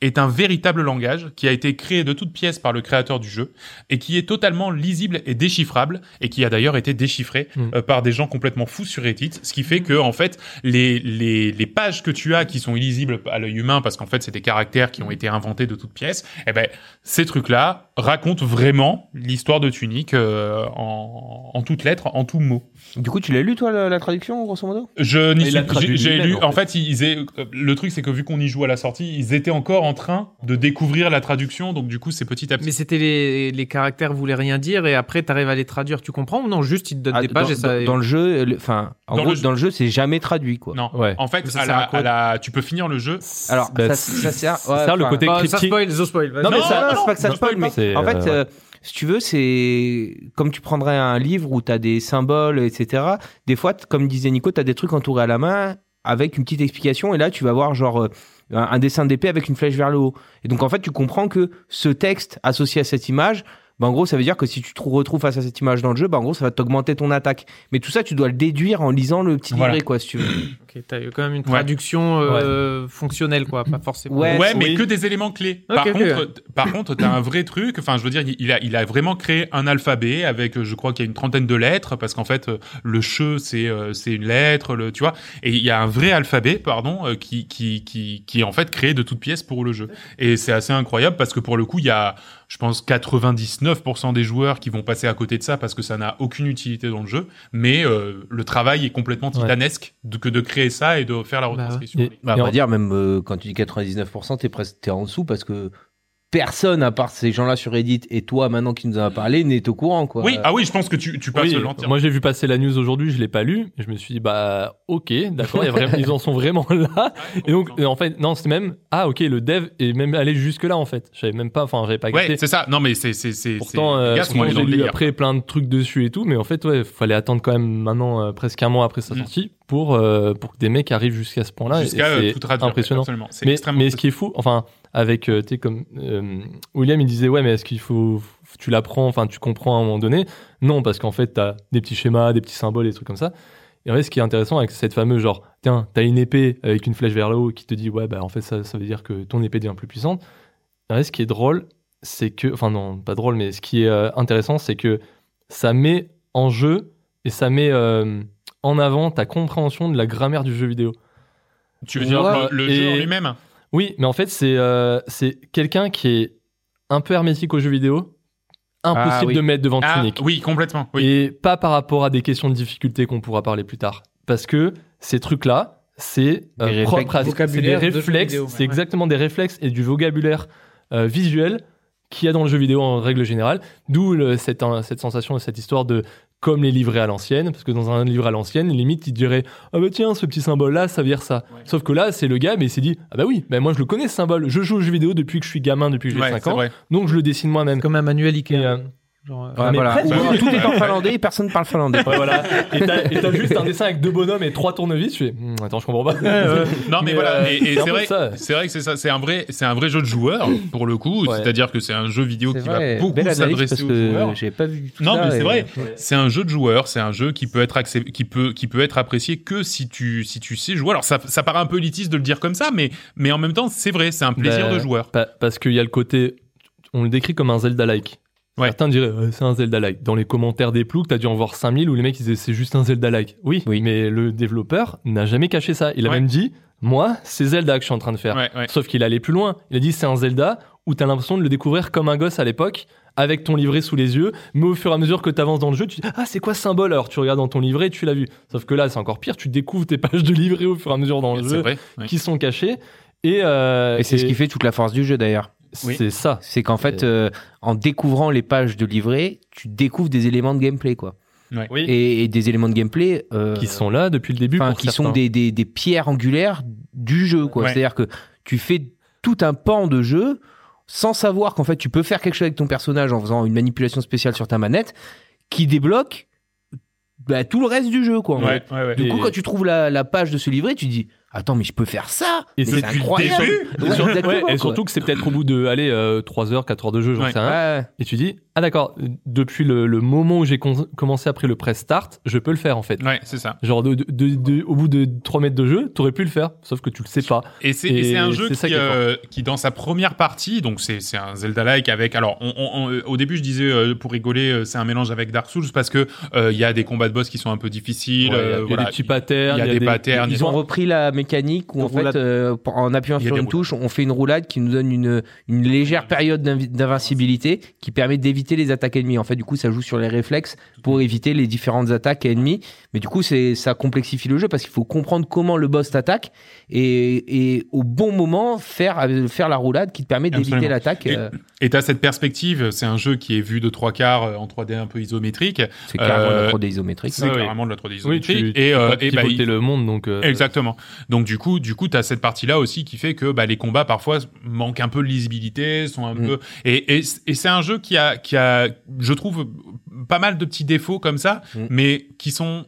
est un véritable langage qui a été créé de toutes pièces par le créateur du jeu et qui est totalement lisible et déchiffrable et qui a d'ailleurs été déchiffré Mm. euh, par des gens complètement fous sur Reddit, ce qui fait que en fait les, les, les pages que tu as qui sont illisibles à l'œil humain parce qu'en fait c'est des caractères qui ont été inventés de toutes pièces, eh ben ces trucs-là racontent vraiment l'histoire de Tunique euh, en, en toutes lettres, en tout mot. Du coup, tu l'as lu, toi, la, la traduction, grosso modo Je n'y il suis l'a traduit j'ai- j'ai lui-même, lu. en En fait, ils, aient- euh, le truc c'est que vu qu'on y joue à la sortie, ils étaient encore en train de découvrir la traduction, donc du coup c'est petit à Mais petit. c'était les, les caractères voulaient rien dire et après t'arrives à les traduire, tu comprends ou non Juste ils te donnent Ah, des dans- pages et dans, ça. dans le jeu, le- enfin, en Dans gros, le jeu- dans le jeu, c'est jamais traduit, quoi. Non. Ouais. En fait, Ça à sert la- à quoi à la- tu peux finir le jeu. Alors, Bah, ça, c'est- ça sert. c'est ça, le enfin, côté Bah, ça cryptique. spoil, zo spoil. vas-y. Non, mais Non, ça, non, c'est pas que ça non, spoil, mais c'est, en euh, fait, ouais. euh, si tu veux, c'est comme tu prendrais un livre où tu as des symboles, etc. Des fois, t- comme disait Nico, tu as des trucs entourés à la main avec une petite explication, et là, tu vas voir genre euh, un un dessin d'épée avec une flèche vers le haut. Et donc, en fait, tu comprends que ce texte associé à cette image. Bah en gros, ça veut dire que si tu te retrouves face à cette image dans le jeu, bah en gros, ça va t'augmenter ton attaque. Mais tout ça, tu dois le déduire en lisant le petit Voilà. livret, quoi, si tu veux. Ok, t'as eu quand même une Ouais. traduction euh, fonctionnelle, quoi, pas forcément. Ouais, Ouais, mais oui. que des éléments clés. Ok, par, ok, contre, t- par contre, t'as un vrai truc. Enfin, je veux dire, il a, il a vraiment créé un alphabet avec, euh, je crois qu'il y a une trentaine de lettres, parce qu'en fait, euh, le che, c'est, euh, c'est une lettre, le, tu vois. Et il y a un vrai alphabet, pardon, euh, qui, qui, qui, qui est en fait créé de toutes pièces pour le jeu. Et c'est assez incroyable parce que pour le coup, il y a, je pense, 99% des joueurs qui vont passer à côté de ça parce que ça n'a aucune utilité dans le jeu. Mais euh, le travail est complètement Ouais. titanesque de, que de créer ça et de faire la ouais. retranscription. Et- Bah, et on va en- dire, même euh, quand tu dis 99%, t'es presque t'es en dessous parce que personne, à part ces gens-là sur Reddit et toi maintenant qui nous en a parlé, n'est au courant. Quoi. Euh, Oui, ah oui, je pense que tu, tu passes Oui, l'entière. moi j'ai vu passer la news aujourd'hui, je l'ai pas lu, je me suis dit bah ok, d'accord, il y (laughs) a vraiment- ils en sont vraiment là. Ah, Et donc euh, en fait non, c'est même ah ok, le dev est même allé jusque là en fait. Je savais même pas, enfin j'avais pas Ouais, capté. c'est ça. Non, mais c'est c'est c'est. Pourtant c'est- les euh, gars sont pourtant, allés dans j'ai le lu délire. après plein de trucs dessus et tout, mais en fait ouais, fallait attendre quand même maintenant euh, presque un mois après sa Mm. sortie pour, euh, pour que des mecs arrivent jusqu'à ce point-là. et Jusqu'à euh, c'est tout traduire. impressionnant. Absolument. C'est Mais, extrêmement mais ce qui est fou, enfin, avec, euh, tu sais, comme euh, William, il disait, ouais, mais est-ce qu'il faut, tu l'apprends, enfin, tu comprends à un moment donné Non, parce qu'en fait, t'as des petits schémas, des petits symboles, des trucs comme ça. Et en fait, ce qui est intéressant avec cette fameuse, genre, tiens, t'as une épée avec une flèche vers le haut qui te dit, ouais, bah, en fait, ça, ça veut dire que ton épée devient plus puissante. En fait, ce qui est drôle, c'est que, enfin, non, pas drôle, mais ce qui est euh, intéressant, c'est que ça met en jeu et ça met euh, en avant ta compréhension de la grammaire du jeu vidéo. Tu veux dire Ouais, le, le et- jeu en lui-même Oui, mais en fait, c'est euh, c'est quelqu'un qui est un peu hermétique aux jeux vidéo, impossible Ah, oui. de mettre devant Ah, Tunic. oui, complètement. Oui. Et pas par rapport à des questions de difficulté qu'on pourra parler plus tard. Parce que ces trucs-là, c'est euh, Des propre à réflex- c'est des vocabulaire de jeux réflexes, vidéo, ouais, c'est ouais. exactement des réflexes et du vocabulaire euh, visuel qu'il y a dans le jeu vidéo en règle générale. D'où le- cette, euh, cette sensation, cette histoire de comme les livrets à l'ancienne, parce que dans un livre à l'ancienne, limite, il dirait Ah bah tiens, ce petit symbole-là, ça veut dire ça. Ouais. Sauf que là, c'est le gars, mais il s'est dit Ah bah oui, bah moi je le connais ce symbole, je joue aux jeux vidéo depuis que je suis gamin, depuis que j'ai Ouais, 5 c'est ans, vrai. donc je le dessine moi-même. Comme un manuel Ikea. Et, euh, Genre, Ah, euh, Ouais, mais voilà. presque. Ou- Tout (laughs) est en finlandais et personne parle finlandais. Ouais, voilà. Et t'as- et t'as juste un dessin avec deux bonhommes et trois tournevis. Tu fais, Hum, attends, je comprends pas. Non, mais, Mais, voilà. euh, et- et c'est un c'est peu vrai, ça. c'est vrai que c'est ça. C'est un vrai, c'est un vrai jeu de joueur pour le coup. Ouais. C'est-à-dire que c'est un jeu vidéo C'est qui vrai, va beaucoup belle analyse, s'adresser parce aux que joueurs. J'avais pas vu tout Non, ça mais c'est et- euh, vrai. C'est un jeu de joueur, c'est un jeu qui peut être accep- qui peut qui peut être apprécié que si tu si tu sais jouer. Alors ça, ça paraît un peu élitiste de le dire comme ça, mais mais en même temps c'est vrai, c'est un plaisir Bah, de joueur. Pa- parce qu'il y a le côté. On le décrit comme un Zelda-like. Ouais. Certains diraient, euh, c'est un Zelda-like. Dans les commentaires des ploucs, t'as dû en voir 5000 où les mecs ils disaient, c'est juste un Zelda-like. Oui, Oui. mais le développeur n'a jamais caché ça. Il a Ouais. même dit, moi, c'est Zelda que je suis en train de faire. Ouais, ouais. Sauf qu'il allait plus loin. Il a dit c'est un Zelda où t'as l'impression de le découvrir comme un gosse à l'époque, avec ton livret sous les yeux. Mais au fur et à mesure que t'avances dans le jeu, tu dis ah c'est quoi ce symbole Alors tu regardes dans ton livret, tu l'as vu. Sauf que là c'est encore pire. Tu découvres tes pages de livret au fur et à mesure dans le C'est jeu vrai. ouais. qui sont cachées. Et, euh, Et c'est ce et qui fait toute la force du jeu d'ailleurs. Oui. C'est ça. C'est qu'en fait, euh, en découvrant les pages de livret, tu découvres des éléments de gameplay, quoi. Oui. Et, et des éléments de gameplay euh, qui sont là depuis le début. enfin, pour qui sont certains. des, des, des pierres angulaires du jeu, quoi. Ouais. C'est-à-dire que tu fais tout un pan de jeu sans savoir qu'en fait tu peux faire quelque chose avec ton personnage en faisant une manipulation spéciale sur ta manette qui débloque bah, tout le reste du jeu, quoi. en Ouais, fait. ouais, ouais. Du coup, Et- quand tu trouves la, la page de ce livret, tu dis Attends, mais je peux faire ça Et Mais c'est Depuis le incroyable début, Ouais, (laughs) exactement, Ouais, quoi. et surtout que c'est peut-être au bout de allez, 3 heures, 4 heures de jeu, j'en Ouais. sais rien. Ouais. Et tu dis, ah d'accord, depuis le, le moment où j'ai con- commencé après le press start, je peux le faire en fait. Ouais, c'est ça. Genre, de- de- de- de- au bout de 3 mètres de jeu, t'aurais pu le faire, sauf que tu le sais pas. Et c'est et Et c'est un c'est jeu ça qui, qui est fort. euh, qui, dans sa première partie, donc c'est c'est un Zelda-like avec. Alors, on- on- on- euh, au début, je disais euh, pour rigoler, euh, c'est un mélange avec Dark Souls parce que euh, il y a des combats de boss qui sont un peu difficiles. Il euh, y a voilà. des petits patterns, il y a des patterns, Ils ont repris la mécanique où, en fait, roulade. euh, pour- en appuyant Il y a sur des une roulades. touche, on fait une roulade qui nous donne une, une légère période d'invi- d'invincibilité qui permet d'éviter les attaques ennemies. En fait, du coup, ça joue sur les réflexes pour éviter les différentes attaques ennemies. Mais du coup, c'est ça complexifie le jeu parce qu'il faut comprendre comment le boss t'attaque et, et au bon moment faire, faire la roulade qui te permet d'éviter Absolument. l'attaque. Et- euh, Et t'as cette perspective. C'est un jeu qui est vu de trois quarts euh, en 3D un peu isométrique. c'est carrément euh, la 3D isométrique. C'est Ah oui. carrément de la 3D Oui, isométrique. tu, et euh, et et bah, il- le monde, donc. euh, Exactement. Donc du coup, du coup, t'as cette partie-là aussi qui fait que bah, les combats parfois manquent un peu de lisibilité, sont un Mm. peu. Et, et, et c'est un jeu qui a, qui a, je trouve, pas mal de petits défauts comme ça, Mm. mais qui sont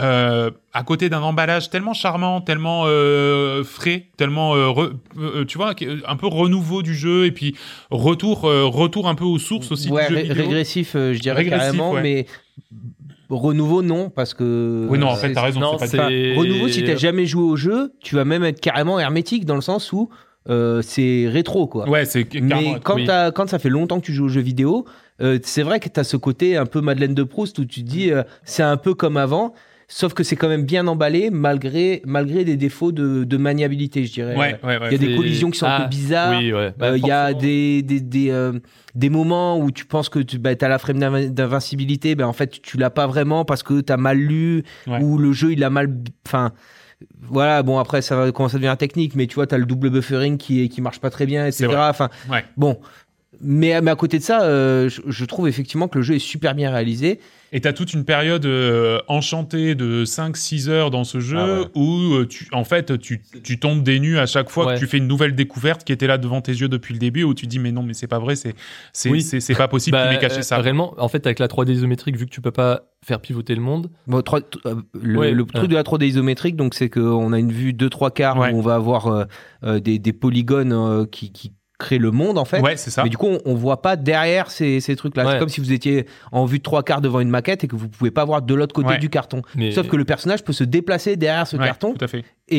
euh, à côté d'un emballage tellement charmant, tellement euh, frais, tellement, euh, re- euh, tu vois, qui- un peu renouveau du jeu et puis retour, euh, retour un peu aux sources aussi Ouais, du jeu ré- vidéo. régressif, euh, je dirais Régressif, carrément, ouais. mais renouveau, non, parce que. Oui, non, en fait, euh, c'est- t'as raison. Non, c'est pas- c'est- Enfin, Et- renouveau, si t'as jamais joué au jeu, tu vas même être carrément hermétique dans le sens où euh, c'est rétro, quoi. Ouais, c'est carrément. Mais quand, oui. t'as- quand ça fait longtemps que tu joues aux jeux vidéo, euh, c'est vrai que tu as ce côté un peu Madeleine de Proust où tu te dis euh, c'est un peu comme avant, sauf que c'est quand même bien emballé malgré, malgré des défauts de, de maniabilité, je dirais. Ouais, ouais, Il y ouais. a des c'est- collisions qui sont un Ah, peu bizarres. Oui, ouais. Bah, Euh, Il y a hein. forcément. des, des, des, euh, des moments où tu penses que tu as la frame d'invin- d'invincibilité, ben en fait tu l'as pas vraiment parce que tu as mal lu Ouais. ou le jeu il a mal. Enfin voilà, bon après ça va commencer à devenir technique, mais tu vois, tu as le double buffering qui, est- qui marche pas très bien, C'est etc. vrai. Enfin Ouais. bon, Mais, mais à côté de ça, euh, je, je trouve effectivement que le jeu est super bien réalisé. Et t'as toute une période euh, enchantée de 5-6 heures dans ce jeu Ah ouais. où euh, tu, en fait tu, tu tombes des nues à chaque fois Ouais. que tu fais une nouvelle découverte qui était là devant tes yeux depuis le début où tu dis mais non mais c'est pas vrai c'est c'est Oui. c'est- c'est pas possible Bah, tu m'es caché euh, ça. Réellement, en fait, avec la 3D isométrique, vu que tu peux pas faire pivoter le monde, Bon, trois- t- euh, le, Ouais, le ouais. truc de la 3D isométrique, donc c'est qu'on a une vue 2-3 quarts Ouais. où on va avoir euh, euh, des, des polygones euh, qui, qui créent le monde en fait. ouais c'est ça. Mais du coup, on, on voit pas derrière ces, ces trucs-là. Ah. Ouais. C'est comme si vous étiez en vue de trois quarts devant une maquette et que vous pouvez pas voir de l'autre côté Ouais. du carton. mais Sauf que le personnage peut se déplacer derrière ce Ouais, carton tout à fait. et,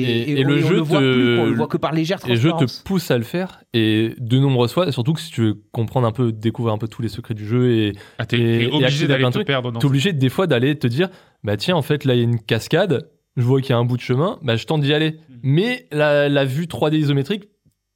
Et- et on, le on jeu le voit te- plus, on le voit que par légère et je transparence. te pousse à le faire et de nombreuses fois, surtout que si tu veux comprendre un peu, découvrir un peu tous les secrets du jeu et Ah, t'es et- t'es et obligé accéder à d'aller plein de te trucs. perdre dans t'es obligé des fois d'aller te dire bah tiens en fait là il y a une cascade je vois qu'il y a un bout de chemin bah je tente d'y aller Mm. mais la, la vue 3D isométrique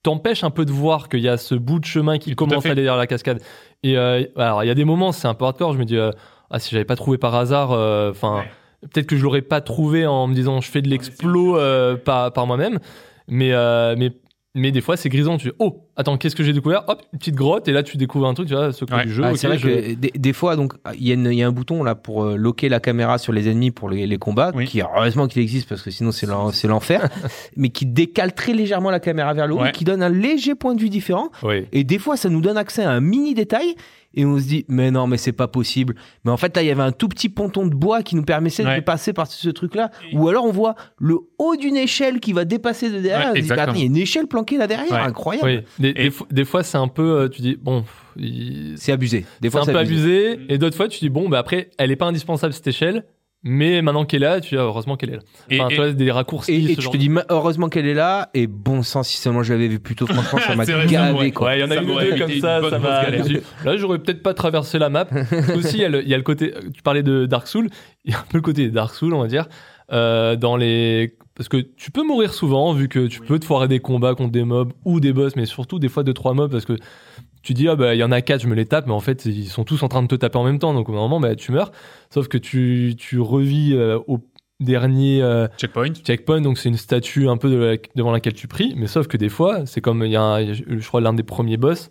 t'empêche un peu de voir qu'il y a ce bout de chemin qui Tout à commence fait. à aller vers la cascade et euh, alors il y a des moments c'est un peu hardcore je me dis euh, ah si j'avais pas trouvé par hasard euh, enfin peut-être que je l'aurais pas trouvé en me disant je fais de Ah, l'explo euh, par, par moi-même mais euh, mais mais des fois c'est grisant tu dis oh attends qu'est-ce que j'ai découvert hop une petite grotte et là tu découvres un truc tu vois secret Ouais. du jeu Ah, ok, c'est vrai je- que des, des fois, donc il y, a une- il y a un bouton là pour euh, loquer la caméra sur les ennemis pour les, les combats, Oui. qui heureusement qu'il existe parce que sinon c'est l'en- c'est (laughs) l'enfer, mais qui décale très légèrement la caméra vers le haut, Ouais. et qui donne un léger point de vue différent. Oui. Et des fois, ça nous donne accès à un mini détail et on se dit, mais non, mais c'est pas possible. Mais en fait, là, il y avait un tout petit ponton de bois qui nous permettait Ouais. de passer par ce truc-là. Ou alors, on voit le haut d'une échelle qui va dépasser de derrière. Ouais, on se dit, bah, attends, exactement. il y a une échelle planquée là derrière. Ouais. Incroyable. Oui, des, Et- des fo- des fois c'est un peu, euh, tu dis bon, il- C'est abusé. Des c'est fois, un peu abusé, et d'autres fois tu dis bon, bah après, elle est pas indispensable cette échelle, mais maintenant qu'elle est là, tu dis ah, heureusement qu'elle est là. Et- Enfin, et- tu vois, des raccourcis. Et, et ce tu genre te dis, ma- heureusement qu'elle est là. Et bon sang, si seulement je l'avais vu plus tôt, franchement, (laughs) ça m'a Ah, C'est vrai, ça, ouais. gavé, de- quoi. Ouais, il y en a Ça une ou m'aurait deux évité comme une ça, bonne ça grosse m'a. galère. Là, j'aurais peut-être pas traversé la map. Parce que aussi, il y, a le- il y a le côté. Tu parlais de Dark Souls. Il y a un peu le côté des Dark Souls, on va dire. euh, dans les. Parce que tu peux mourir souvent, vu que tu peux te foirer des combats contre des mobs ou des boss, mais surtout des fois deux, trois mobs, parce que tu dis, ah bah, il y en a quatre, je me les tape, mais en fait, ils sont tous en train de te taper en même temps, donc au moment, bah, tu meurs. Sauf que tu, tu revis euh, au dernier. euh, Checkpoint. Checkpoint, donc c'est une statue un peu de la- devant laquelle tu pries, mais sauf que des fois, c'est comme il y a, un- je crois, l'un des premiers boss,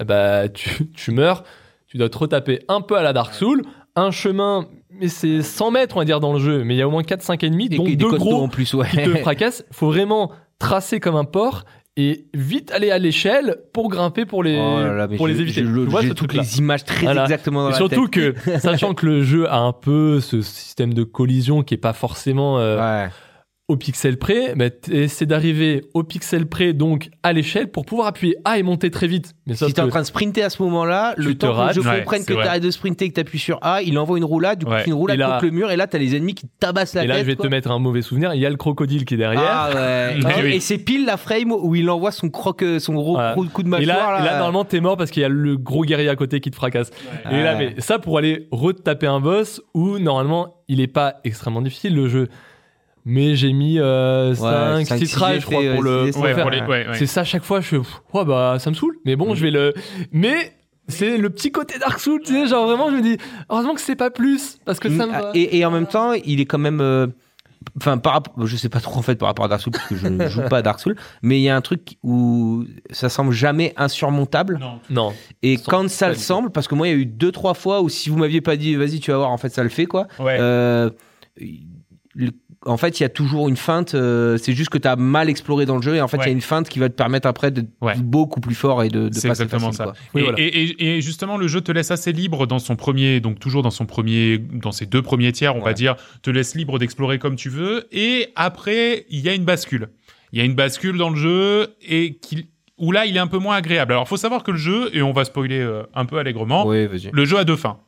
eh bah, tu, tu meurs, tu dois te retaper un peu à la Dark Soul, un chemin, mais c'est 100 mètres, on va dire, dans le jeu, mais il y a au moins 4-5 ennemis, Et dont des deux costauds (laughs) gros en plus, ouais. qui te fracassent. Faut vraiment tracer comme un porc et vite aller à l'échelle pour grimper pour les, Oh là là, mais pour je- les éviter. je- Tu vois J'ai ce toutes truc-là les images très Voilà. exactement dans et la surtout que, sachant que le jeu a un peu ce système de collision qui est pas forcément euh, tête. Ouais. au pixel près, bah, c'est d'arriver au pixel près, donc à l'échelle, pour pouvoir appuyer A et monter très vite. Mais Si sauf t'es en que- train de sprinter à ce moment-là, Tu le te temps que je rates. Ouais, comprenne c'est que vrai. t'arrêtes de sprinter et que t'appuies sur A, il envoie une roulade, du coup Ouais. c'est une roulade Et là- contre le mur, et là t'as les ennemis qui te tabassent la et tête. là, je vais quoi. te mettre un mauvais souvenir, il y a le crocodile qui est derrière. Ah (laughs) ouais. Mais Et- oui. Et c'est pile la frame où il envoie son croque, son gros Ouais. coup- coup de et, Ah, mâchoire. là, et là. là, normalement, t'es mort parce qu'il y a le gros guerrier à côté qui te fracasse. Ah Ouais. Et là, mais ça pour aller retaper un boss où, normalement, il est pas extrêmement difficile le jeu. Mais j'ai mis Ouais, 5, cinq, 6 six tries, je crois, essais, pour ouais, le six essais, pour Ouais, faire. pour les- ouais, ouais. Mm. C'est ça, à chaque fois, je fais, pff, ouais, bah, ça me saoule, mais bon, je vais le. Mais c'est le petit côté Dark Souls, tu sais, genre vraiment, je me dis, heureusement que c'est pas plus, parce que ça me. Mm, va. Et, et en même temps, il est quand même. euh, Enfin, par rapport, je sais pas trop en fait par rapport à Dark Souls, parce que je ne joue pas à Dark Souls, mais il y a un truc où ça semble jamais insurmontable. Non. Non. Et Sans- quand ça le pas du tout. semble, parce que moi il y a eu deux trois fois où si vous m'aviez pas dit vas-y tu vas voir, en fait ça le fait quoi. Ouais. Euh, le- en fait, il y a toujours une feinte. euh, c'est juste que tu as mal exploré dans le jeu et en fait, il y Ouais. a une feinte qui va te permettre après d'être Ouais. beaucoup plus fort et de, de C'est passer exactement facile, ça. quoi. Oui, et, voilà. et- et- et justement, le jeu te laisse assez libre dans son premier, donc toujours dans son premier, dans ses deux premiers tiers, on va Ouais. dire, te laisse libre d'explorer comme tu veux. Et après, il y a une bascule. Il y a une bascule dans le jeu et qui, où là, il est un peu moins agréable. Alors, faut savoir que le jeu, et on va spoiler euh, un peu allègrement, Oui, vas-y. le jeu a deux fins.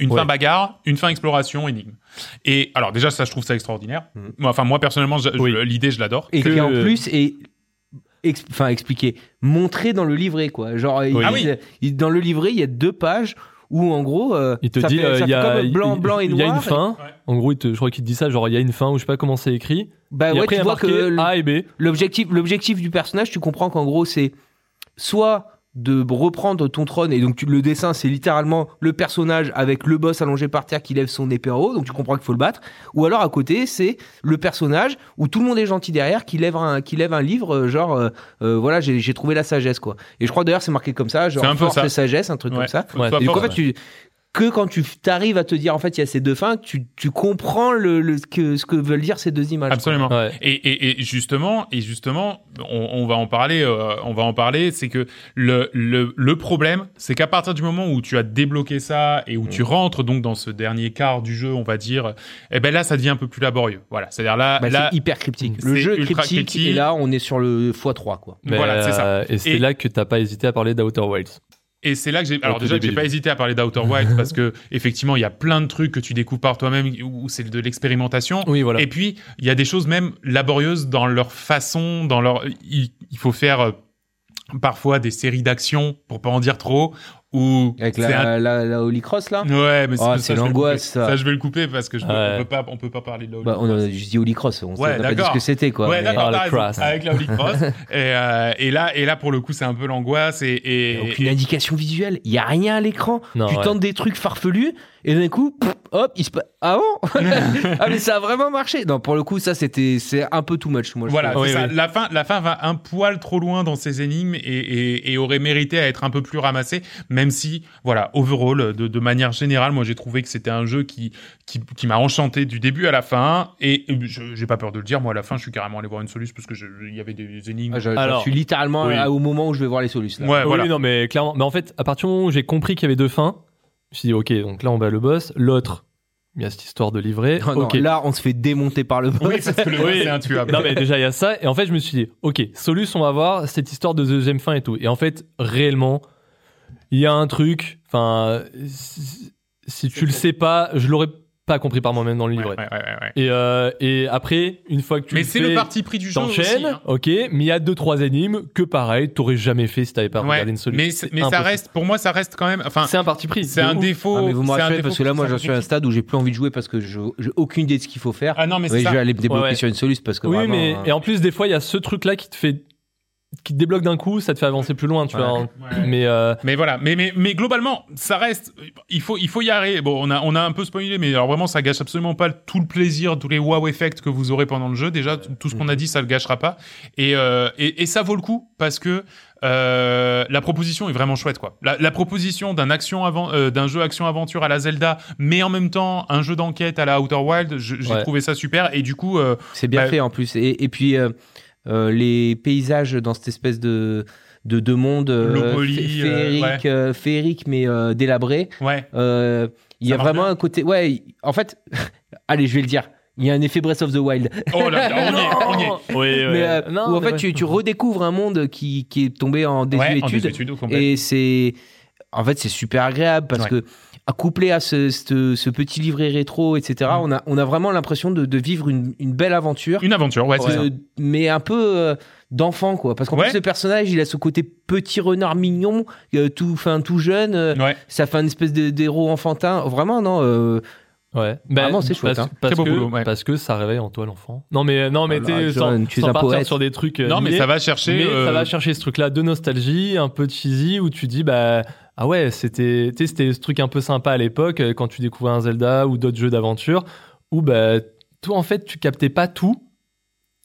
Une Ouais. fin bagarre, une fin exploration, énigme. Et alors déjà, ça, je trouve ça extraordinaire. Mhm. Moi, Enfin, moi personnellement, j'a- Mmh. Oui. je- l'idée, je l'adore. Et que- qui en plus est ex- enfin expliqué, montré dans le livret quoi. Genre il- Ah oui. il- dans le livret, il y a deux pages où en gros euh, Il te ça dit, fait- euh, ça il y fait a, comme blanc il- blanc et il y a noir. une fin. Ouais. En gros, il te- je crois qu'il te dit ça, genre, il y a une fin, ou je sais pas comment c'est écrit. Bah et ouais, après, tu il y a vois marqué que A et B. l'objectif l'objectif du personnage, tu comprends qu'en gros c'est soit de reprendre ton trône et donc tu- le dessin c'est littéralement le personnage avec le boss allongé par terre qui lève son épée en haut donc tu comprends qu'il faut le battre ou alors à côté c'est le personnage où tout le monde est gentil derrière qui lève un qui lève un livre euh, genre euh, euh, voilà j'ai j'ai trouvé la sagesse quoi et je crois d'ailleurs c'est marqué comme ça genre C'est un peu force ça. et sagesse un truc Ouais. comme ça Faut que ce soit et donc en fort, fait ouais. tu que quand tu t'arrives à te dire en fait il y a ces deux fins tu, tu comprends le, le- ce que ce que veulent dire ces deux images quoi. Absolument. Ouais. Et, et- et justement, et justement, on, on va en parler. euh, on va en parler. C'est que le, le, le problème, c'est qu'à partir du moment où tu as débloqué ça et où tu Mm. rentres donc dans ce dernier quart du jeu, on va dire, eh ben là, ça devient un peu plus laborieux. Voilà. C'est-à-dire là, Bah, Ah, là, c'est hyper cryptique le c'est jeu ultra cryptique, cryptique. et là on est sur le x3 quoi Mais, Voilà, c'est ça. euh, Et c'est Et- là que t'as pas hésité à parler d'Outer Wilds. Et c'est là que j'ai. Alors tout déjà, j'ai débile. pas hésité à parler d'Outer Wilds parce que (laughs) effectivement, il y a plein de trucs que tu découvres par toi-même où c'est de l'expérimentation. Oui, voilà. Et puis, il y a des choses même laborieuses dans leur façon, dans leur. Il, il faut faire euh, parfois des séries d'actions pour pas en dire trop. Ou avec c'est un- la, la, la Holy Cross là Ouais, mais Oh, ça, c'est je vais le l'angoisse, couper. ça. Ça, je vais le couper parce que je peux, Ouais. on peut pas, on peut pas parler de la Holy Bah, on Cross. a juste dit Holy Cross, on sait- Ouais, on n'a pas dit d'accord. ce que c'était quoi. Ouais, mais- d'accord, t'as Ah, la raison, cross. avec la Holy Cross. et, euh, et là, et là, pour le coup, c'est un peu l'angoisse et, Y a et, aucune et- indication visuelle, il y a rien à l'écran. Non, tu ouais. tentes des trucs farfelus et d'un coup, pff, hop, il se passe. Ah (laughs) bon Ah mais ça a vraiment marché. Non, pour le coup, ça c'était c'est un peu too much moi. je Voilà, trouve. c'est Oui, ça. oui. La, fin, la fin va un poil trop loin dans ses énigmes et, et- et aurait mérité à être un peu plus ramassée, même si, voilà, overall, de, de manière générale, moi j'ai trouvé que c'était un jeu qui, qui, qui m'a enchanté du début à la fin. Et et je- j'ai pas peur de le dire, moi à la fin, je suis carrément allé voir une solution parce que je- il y avait des énigmes. Ah, je, je Alors- suis littéralement Oui. là au moment où je vais voir les solutions. là. ouais, Oui, voilà. non, mais clairement. Mais en fait, à partir du moment où j'ai compris qu'il y avait deux fins, je me suis dit, ok, donc là on bat le boss. L'autre, il y a cette histoire de livret. Ah Non, non, ok. Là, on se fait démonter par le boss. Oui, parce que le Oui. c'est intuable. Non mais déjà il y a ça et en fait je me suis dit ok Solus on va voir cette histoire de deuxième fin et tout et en fait réellement il y a un truc enfin si, si tu le sais pas je l'aurais pas compris par moi-même dans le Ouais, livret ouais, ouais, ouais. et, euh, et après une fois que tu Mais le c'est le fais, parti pris du jeu. aussi, t'enchaînes hein. ok mais il y a deux trois énigmes que pareil t'aurais jamais fait si t'avais pas Ouais. regardé une solution Mais, c'est- mais ça reste, pour moi, ça reste quand même. Enfin, c'est un parti pris c'est de un ouf. défaut. Ah, mais vous me Oh, c'est un rassurez défaut parce que là, moi, qui j'en suis à un stade où j'ai plus envie de jouer parce que je j'ai aucune idée de ce qu'il faut faire. Ah non, mais mais c'est je ça. vais aller me débloquer Ouais, ouais. sur une solution parce que oui vraiment, mais hein. et en plus des fois il y a ce truc là qui te fait qui te débloque d'un coup ça te fait avancer plus loin tu Ouais. vois hein. Ouais. mais euh, Mais voilà, mais, mais, mais globalement, ça reste. Il faut, il faut y arriver. Bon, on a, on a un peu spoilé, mais alors vraiment, ça gâche absolument pas tout le plaisir, tous les wow effects que vous aurez pendant le jeu. Déjà, t- tout ce qu'on a dit, ça le gâchera pas. Et, euh, et, et ça vaut le coup parce que euh, la proposition est vraiment chouette, quoi. La, la proposition d'un action avant, euh, d'un jeu action aventure à la Zelda, mais en même temps un jeu d'enquête à la Outer Wild, je- j'ai Ouais. trouvé ça super. Et du coup, euh, C'est bien Bah- fait en plus. Et, et puis euh, euh, les paysages dans cette espèce de de deux mondes euh, Lopoli, fé- euh, féerique, euh, féerique, mais euh, délabré. ouais, Euh, Il y Ça a marche vraiment bien. un côté. Ouais, il- en fait, (laughs) allez, je vais le dire. Il y a un effet Breath of the Wild. oh là, là, on y est, on y est. Oui, Mais, euh, Non, où en mais fait, ouais. tu, tu redécouvres un monde qui, qui est tombé en Ouais, en désuétude. désuétude, au complet. et c'est. En fait, c'est super agréable parce Ouais. que, à- couplé à ce, ce- ce petit livret rétro, etc., Mm. on, a, on a vraiment l'impression de, de vivre une, une belle aventure. Une aventure, ouais, c'est ça. Euh, mais un peu euh, d'enfant quoi parce qu'en Ouais. plus le personnage il a ce côté petit renard mignon euh, tout fin tout jeune euh, Ouais. ça fait une espèce de- d'héros enfantin vraiment non euh, Ouais. Ben, Ah Vraiment, c'est parce- chouette, hein. Très Parce, beau que, boulot, ouais. Oh parce que ça réveille en toi l'enfant. Non, mais, euh, non, mais Ah, t'es là, sans, John, tu es sans un partir poète. sur des trucs. euh, Non, mais liés, ça va chercher. mais euh, ça va chercher ce truc-là de nostalgie, un peu cheesy, où tu dis, bah, ah ouais, c'était, tu sais, c'était ce truc un peu sympa à l'époque, euh, quand tu découvrais un Zelda ou d'autres jeux d'aventure, où, bah, toi, en fait, tu captais pas tout,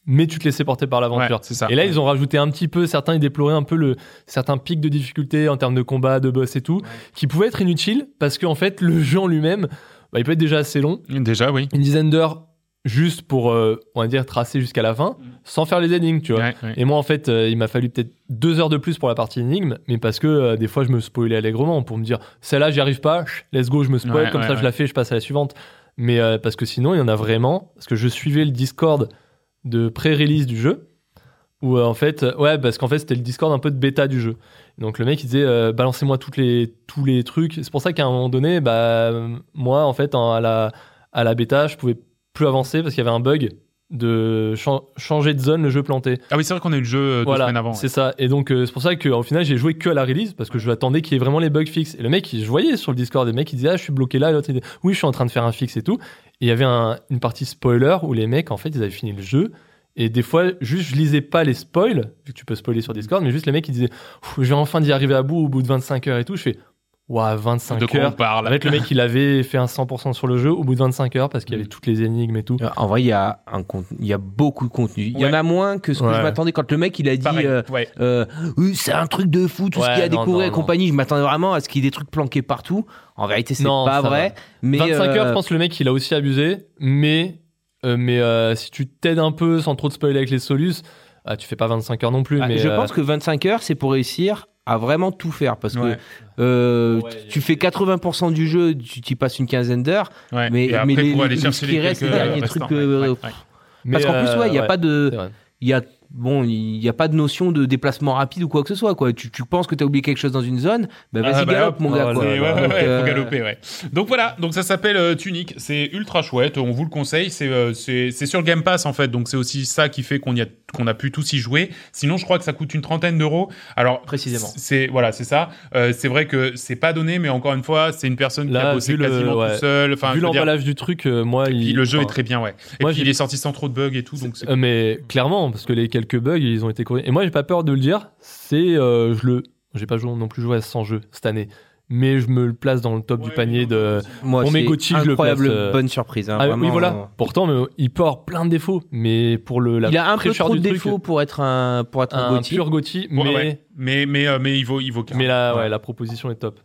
mais tu te laissais porter par l'aventure. ouais, c'est ça. Et là, ils ont rajouté un petit peu, certains, ils déploraient un peu le, certains pics de difficulté en termes de combat, de boss et tout, qui pouvaient être inutiles parce qu'en fait, le jeu en lui-même, bah, il peut être déjà assez long, Déjà, oui. une dizaine d'heures juste pour, euh, on va dire, tracer jusqu'à la fin, sans faire les énigmes, tu vois. Ouais, ouais. Et moi, en fait, euh, il m'a fallu peut-être deux heures de plus pour la partie énigme, mais parce que euh, des fois, je me spoilais allègrement pour me dire, celle-là, j'y arrive pas, chut, let's go, je me spoil, Ouais, comme ouais, ça, ouais. je la fais, je passe à la suivante. Mais euh, parce que sinon, il y en a vraiment, parce que je suivais le Discord de pré-release du jeu, où euh, en fait, euh, ouais, parce qu'en fait, c'était le Discord un peu de bêta du jeu. Donc le mec, il disait, euh, balancez-moi toutes les, tous les trucs. C'est pour ça qu'à un moment donné, bah, euh, moi, en fait, en- à, la, à la bêta, je pouvais plus avancer parce qu'il y avait un bug de chan- changer de zone, le jeu planté Ah oui, c'est vrai qu'on a eu le jeu euh, deux voilà, semaines avant. C'est ça. Et donc, euh, c'est pour ça qu'au final, j'ai joué que à la release parce que je attendais qu'il y ait vraiment les bugs fixes. Et le mec, il- je voyais sur le Discord des mecs qui disaient Ah, je suis bloqué là. Et l'autre, il disait Oui, je suis en train de faire un fixe et tout. Et il y avait un- une partie spoiler où les mecs, en fait, ils avaient fini le jeu. Et des fois, juste, je lisais pas les spoils, vu que tu peux spoiler sur Discord, mais juste les mecs, ils disaient, Ouf, je vais enfin d'y arriver à bout au bout de 25 heures et tout. Je fais, waouh, 25 De quoi on heures. parle Avec le mec, il avait fait un 100% sur le jeu au bout de 25 heures parce qu'il y Mm. avait toutes les énigmes et tout. Euh, En vrai, il y a un contenu- il y a beaucoup de contenu. Il y en Ouais. a moins que ce que Ouais. je m'attendais quand le mec il a dit Pareil, euh, ouais. euh, Oui, c'est un truc de fou tout ce Ouais, qu'il y a à non, découvrir non, et non. compagnie. Je m'attendais vraiment à ce qu'il y ait des trucs planqués partout. En vérité, c'est Non, pas ça vrai. Mais 25 heures, euh, je pense que le mec, il a aussi abusé, mais, euh, mais euh, si tu t'aides un peu sans trop te spoiler avec les solus, ah, tu fais pas 25 heures non plus. ah, mais, je euh, pense que 25 heures, c'est pour réussir à vraiment tout faire parce Ouais. que euh, Ouais, tu fais 80% du jeu, tu t'y passes une quinzaine d'heures. Ouais. mais- Et après, mais les- pour aller les- chercher ce qui les reste, quelques les derniers restants, trucs, euh, ouais, ouais, ouais. mais, Parce qu'en plus, euh, ouais, il y a pas de, c'est vrai. il y a bon il y a pas de notion de déplacement rapide ou quoi que ce soit quoi tu, tu penses que t'as oublié quelque chose dans une zone ben vas-y Ah, bah, galope hop, mon oh gars là quoi. Et ouais, ouais, Donc, ouais, euh, faut galoper, ouais. Donc voilà, donc ça s'appelle euh, Tunic, c'est ultra chouette, on vous le conseille, c'est euh, c'est c'est sur le Game Pass en fait, donc c'est aussi ça qui fait qu'on y a qu'on a pu tous y jouer. Sinon, je crois que ça coûte une trentaine d'euros. Alors Précisément. c'est voilà, c'est ça. Euh, c'est vrai que c'est pas donné, mais encore une fois, c'est une personne qui Là, a bossé vu le- quasiment ouais. tout seul. Enfin, Vu je veux dire, l'emballage du truc, euh, moi, il, puis le jeu enfin, est très bien, ouais. Et moi, puis j'ai- il est sorti sans trop de bugs et tout, donc c'est Euh, mais clairement, parce que les quelques bugs, ils ont été corrigés. Et moi, j'ai pas peur de le dire. C'est, euh, je le, j'ai pas joué, non plus joué à 100 jeux cette année, mais je me le place dans le top du Ouais, panier mais non, de. moi Pour mes c'est Gauthier, je le incroyable place, euh, bonne surprise hein, Ah oui, vraiment. voilà. Pourtant, mais il porte plein de défauts, mais pour le, la il a un peu fraîcheur trop de du truc, défauts pour être un pour être un un Gauthier. pur Gauthier, Ouais, mais ouais. mais mais euh, mais il vaut il vaut. mais la, ouais, Ouais. la proposition est top.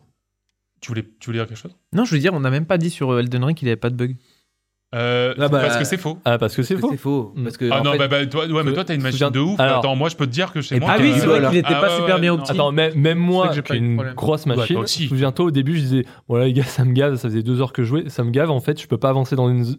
Tu voulais tu voulais dire quelque chose Non, je veux dire, on n'a même pas dit sur euh, Elden Ring qu'il n'y avait pas de bug. Euh, Ah, bah, Parce que c'est faux. Ah, parce que c'est Parce que faux. c'est faux Mm. parce que Ah en non, fait, bah, bah, toi, ouais, mais toi, t'as une machine souviens- de ouf. Alors- Attends, moi, je peux te dire que chez Et moi. Ah Ah oui, oui, t'as- c'est c'est vrai vrai voilà. qu'il qu'il n'était Ah pas ouais, super bien non. optimisé. Attends, même, même moi, que j'ai qui pas ai eu de une problème. grosse toi machine, aussi. souviens-toi, au début, je disais, bon là, les gars, ça me gave, ça faisait deux heures que je jouais, ça me gave, en fait, je peux pas avancer dans une z-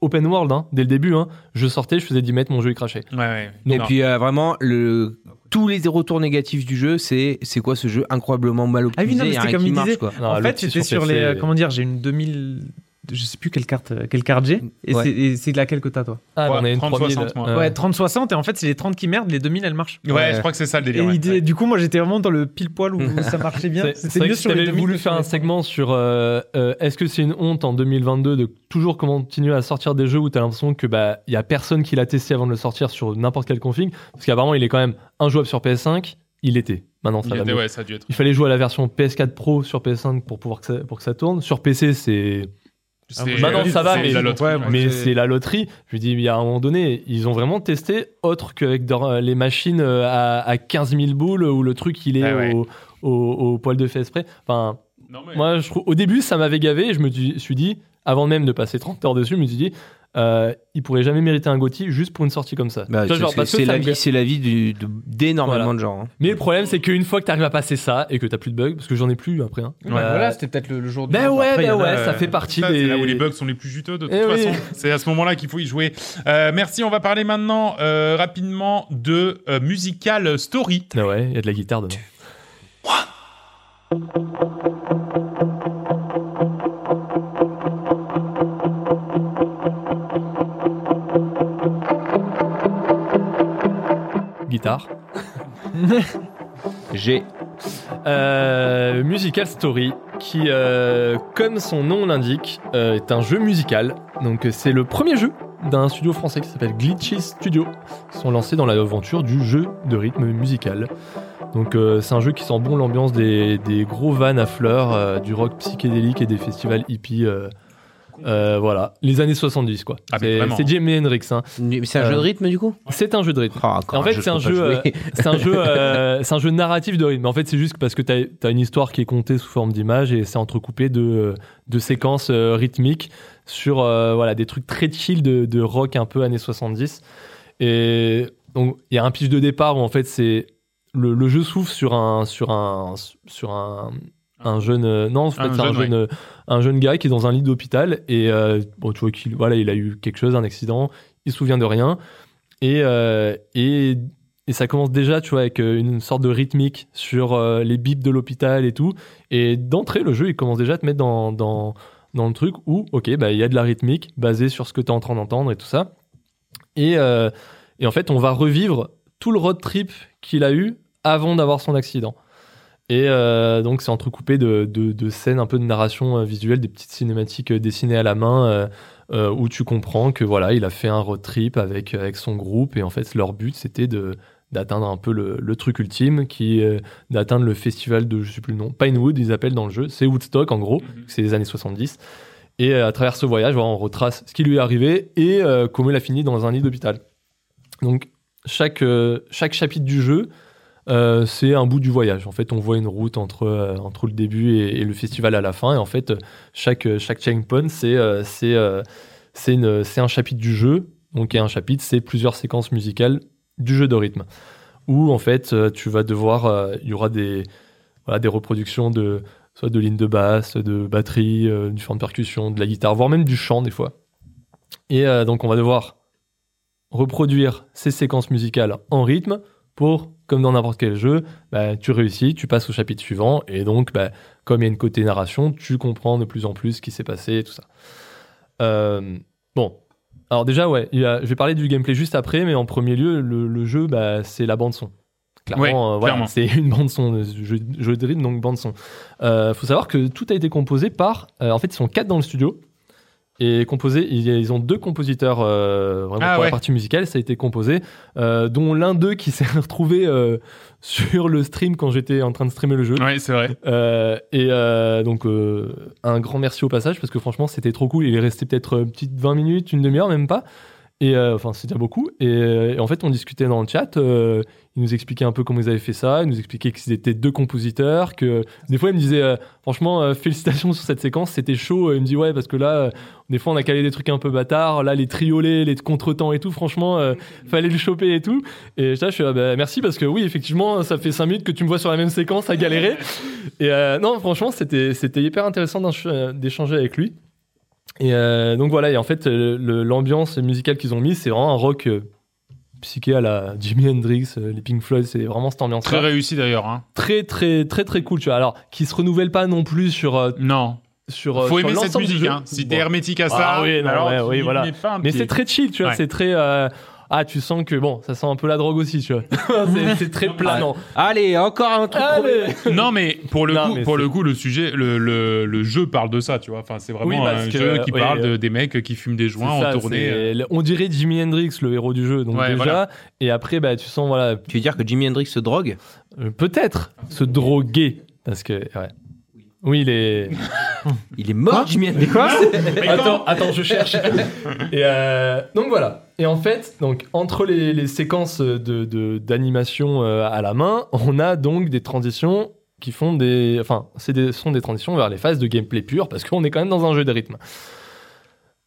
open world, hein, dès le début, hein. Je sortais, je faisais 10 mètres, mon jeu, il crachait. Ouais, ouais. et Non. puis euh, vraiment le tous les retours négatifs du jeu c'est c'est quoi ce jeu incroyablement mal optimisé mais il y a c'était rien comme qui il marche disait. quoi Non, en fait, l'opti j'étais sur les. PC, euh, Comment dire, j'ai une 2000. Je sais plus quelle carte, euh, quelle carte j'ai. Et Ouais. c'est- et c'est laquelle que t'as, toi Ah, Ouais, on a une 30, 3000, 60, moi. euh, Ouais, 30-60. Et en fait, c'est les 30 qui merdent, les 2000, elles marchent. Ouais, Ouais. je crois que c'est ça le Et délire. ouais. il dit- Ouais. du coup, moi, j'étais vraiment dans le pile poil où ça marchait bien. C'est- C'est vrai C'était mieux que si sur les t'avais 2000. voulu que faire un sur les- segment sur euh, euh, est-ce que c'est une honte en 2022 de toujours continuer à sortir des jeux où t'as l'impression que bah y a personne qui l'a testé avant de le sortir sur n'importe quelle config parce qu'apparemment il est quand même injouable sur PS5 il était maintenant ça Il va était- mieux. ouais, ça a dû être. il fallait jouer à la version PS4 Pro sur PS5 pour pouvoir que ça, pour que ça tourne sur PC c'est C'est- maintenant, ça va, c'est mais- la loterie, Ouais, ouais. moi, mais c'est- c'est la loterie je lui dis il y a un moment donné ils ont vraiment testé autre qu'avec leur- les machines euh, à, à 15 000 boules où le truc il est Ah ouais. au, au- au poil de fesses près enfin Non, mais- Moi, je trouve, au début, ça m'avait gavé et je me dis- suis dit, avant même de passer 30 heures dessus, je me suis dit, euh, il pourrait jamais mériter un Gotti juste pour une sortie comme ça. Bah, Tu vois, genre, c'est parce que c'est ça la me vie gave. c'est la vie du- de- d'énormément Voilà. de gens hein. Mais le problème, c'est qu'une fois que t'arrives à passer ça et que t'as plus de bugs, parce que j'en ai plus après. hein, Ouais, euh, Voilà, c'était peut-être le le jour de. ben ouais, Après, il y ben en a, ouais, euh, ça fait partie Ça, des. C'est là où les bugs sont les plus juteux de toute Eh oui. façon. C'est à ce moment-là qu'il faut y jouer. Euh, merci. On va parler maintenant euh, rapidement de euh, Musical Story. Ah ouais, il y a de la guitare dedans. Guitare. j'ai Euh, musical Story, qui, euh, comme son nom l'indique, euh, est un jeu musical. Donc euh, c'est le premier jeu d'un studio français qui s'appelle Glitchy Studio, qui sont lancés dans l'aventure du jeu de rythme musical. Donc euh, c'est un jeu qui sent bon l'ambiance des, des gros vannes à fleurs, euh, du rock psychédélique et des festivals hippies. euh, euh, voilà, les années 70 quoi. Ah, mais c'est vraiment. c'est Jimi Hendrix. hein. mais c'est un Euh, jeu de rythme du coup C'est un jeu de rythme. Ah, encore En fait, je c'est un peux pas jeu, jouer. euh, C'est un jeu, euh, c'est un jeu narratif de rythme. En fait, c'est juste parce que t'as as une histoire qui est contée sous forme d'images et c'est entrecoupé de, de séquences euh, rythmiques sur euh, voilà des trucs très chill de, de rock un peu années 70. Et donc il y a un pitch de départ où en fait c'est le, le jeu s'ouvre sur un sur un sur un un jeune euh, non en fait, Un c'est un jeune, jeune euh, un jeune gars qui est dans un lit d'hôpital et euh, bon tu vois qu'il voilà il a eu quelque chose un accident il se souvient de rien et euh, et et ça commence déjà, tu vois, avec euh, une sorte de rythmique sur euh, les bips de l'hôpital et tout. Et d'entrée, le jeu, il commence déjà à te mettre dans, dans, dans le truc où, ok, bah, il y a de la rythmique basée sur ce que tu es en train d'entendre et tout ça. Et, euh, et en fait, on va revivre tout le road trip qu'il a eu avant d'avoir son accident. Et euh, donc, c'est entrecoupé de, de- de scènes un peu de narration euh, visuelle, des petites cinématiques euh, dessinées à la main, euh, euh, où tu comprends que voilà, il a fait un road trip avec, avec son groupe. Et en fait, leur but, c'était de d'atteindre un peu le, le truc ultime, qui euh, d'atteindre le festival de, je sais plus le nom, Pinewood, ils appellent dans le jeu. C'est Woodstock, en gros. C'est les années 70. Et euh, à travers ce voyage, voilà, on retrace ce qui lui est arrivé et euh, comment il a fini dans un lit d'hôpital. Donc, chaque, euh, chaque chapitre du jeu, euh, c'est un bout du voyage. En fait, on voit une route entre, euh, entre le début et, et le festival à la fin. Et en fait, euh, chaque, euh, chaque checkpoint, c'est euh, c'est euh, c'est une- c'est un chapitre du jeu. Donc, et un chapitre, c'est plusieurs séquences musicales du jeu de rythme. Où, en fait, euh, tu vas devoir. euh, Il y aura des, voilà, des reproductions de, soit de lignes de basse, de batterie, euh, du chant de percussion, de la guitare, voire même du chant des fois. Et euh, donc on va devoir reproduire ces séquences musicales en rythme pour, comme dans n'importe quel jeu, bah, tu réussis, tu passes au chapitre suivant, et donc bah, comme il y a une côté narration, tu comprends de plus en plus ce qui s'est passé et tout ça. Euh, bon. Alors déjà, ouais, il y a- je vais parler du gameplay juste après, mais en premier lieu, le, le jeu, bah, c'est la bande son. Clairement, Ouais, euh, voilà, clairement. c'est une bande son, euh, jeu, jeu de rythme, donc bande son. Euh, faut savoir que tout a été composé par. euh, en fait, ils sont quatre dans le studio. Et composé, ils, ils ont deux compositeurs euh, vraiment Ah pour ouais. la partie musicale. Ça a été composé, euh, dont l'un d'eux qui (laughs) s'est retrouvé euh, sur le stream quand j'étais en train de streamer le jeu. Ouais, c'est vrai. Euh, et euh, donc, euh, un grand merci au passage parce que franchement, c'était trop cool. Il est resté peut-être euh, petite 20 minutes, une demi-heure, même pas. Et euh, enfin, c'est déjà beaucoup. Et, euh, et en fait, on discutait dans le chat. euh, il nous expliquait un peu comment ils avaient fait ça. Il nous expliquait qu'ils étaient deux compositeurs. Que des fois, il me disait, euh, franchement, euh, félicitations sur cette séquence. C'était chaud. Il me dit, ouais, parce que là, euh, des fois, on a calé des trucs un peu bâtards. Là, les triolets, les contretemps et tout. Franchement, euh, fallait le choper et tout. Et ça, je suis, ah, bah, merci parce que oui, effectivement, ça fait 5 minutes que tu me vois sur la même séquence à galérer. Et euh, non, franchement, c'était c'était hyper intéressant d'enche- euh, d'échanger avec lui. Et euh, donc voilà, et en fait, euh, le- l'ambiance musicale qu'ils ont mis, c'est vraiment un rock euh, psyché à la Jimi Hendrix, euh, les Pink Floyd, c'est vraiment cette ambiance Très réussi d'ailleurs. Hein. très, très, très, très cool, tu vois. Alors, qui se renouvelle pas non plus sur. euh, Non. sur euh, Faut sur aimer cette l'ensemble du musique. jeu. Hein. Si Bon. t'es hermétique à ça, Ah oui, non, alors ouais, tu oui, n'y voilà. mets pas un Mais pied. c'est très chill, tu vois. Ouais. C'est très. euh, ah, tu sens que bon, ça sent un peu la drogue aussi, tu vois. (laughs) C'est- c'est très planant. (laughs) Allez, encore un truc. pour- Allez non mais pour le Non, coup, mais pour c'est- le coup, le sujet, le, le, le jeu parle de ça, tu vois. Enfin, c'est vraiment Oui, parce un que, jeu qui ouais, parle euh, de, des mecs qui fument des C'est joints en ça, tournée. c'est- euh, On dirait Jimi Hendrix, le héros du jeu, donc Ouais, déjà. voilà. Et après, bah, tu sens, voilà, Tu veux dire que Jimi Hendrix se drogue euh, peut-être se droguer. Parce que, ouais. Oui, il est. Il est mort, Jimi Hendrix. Mais attends, attends, je cherche. (laughs) Et euh, donc voilà. Et en fait, donc entre les, les séquences de de- d'animation euh, à la main, on a donc des transitions qui font des, enfin, c'est des sont des transitions vers les phases de gameplay pur parce qu'on est quand même dans un jeu de rythme.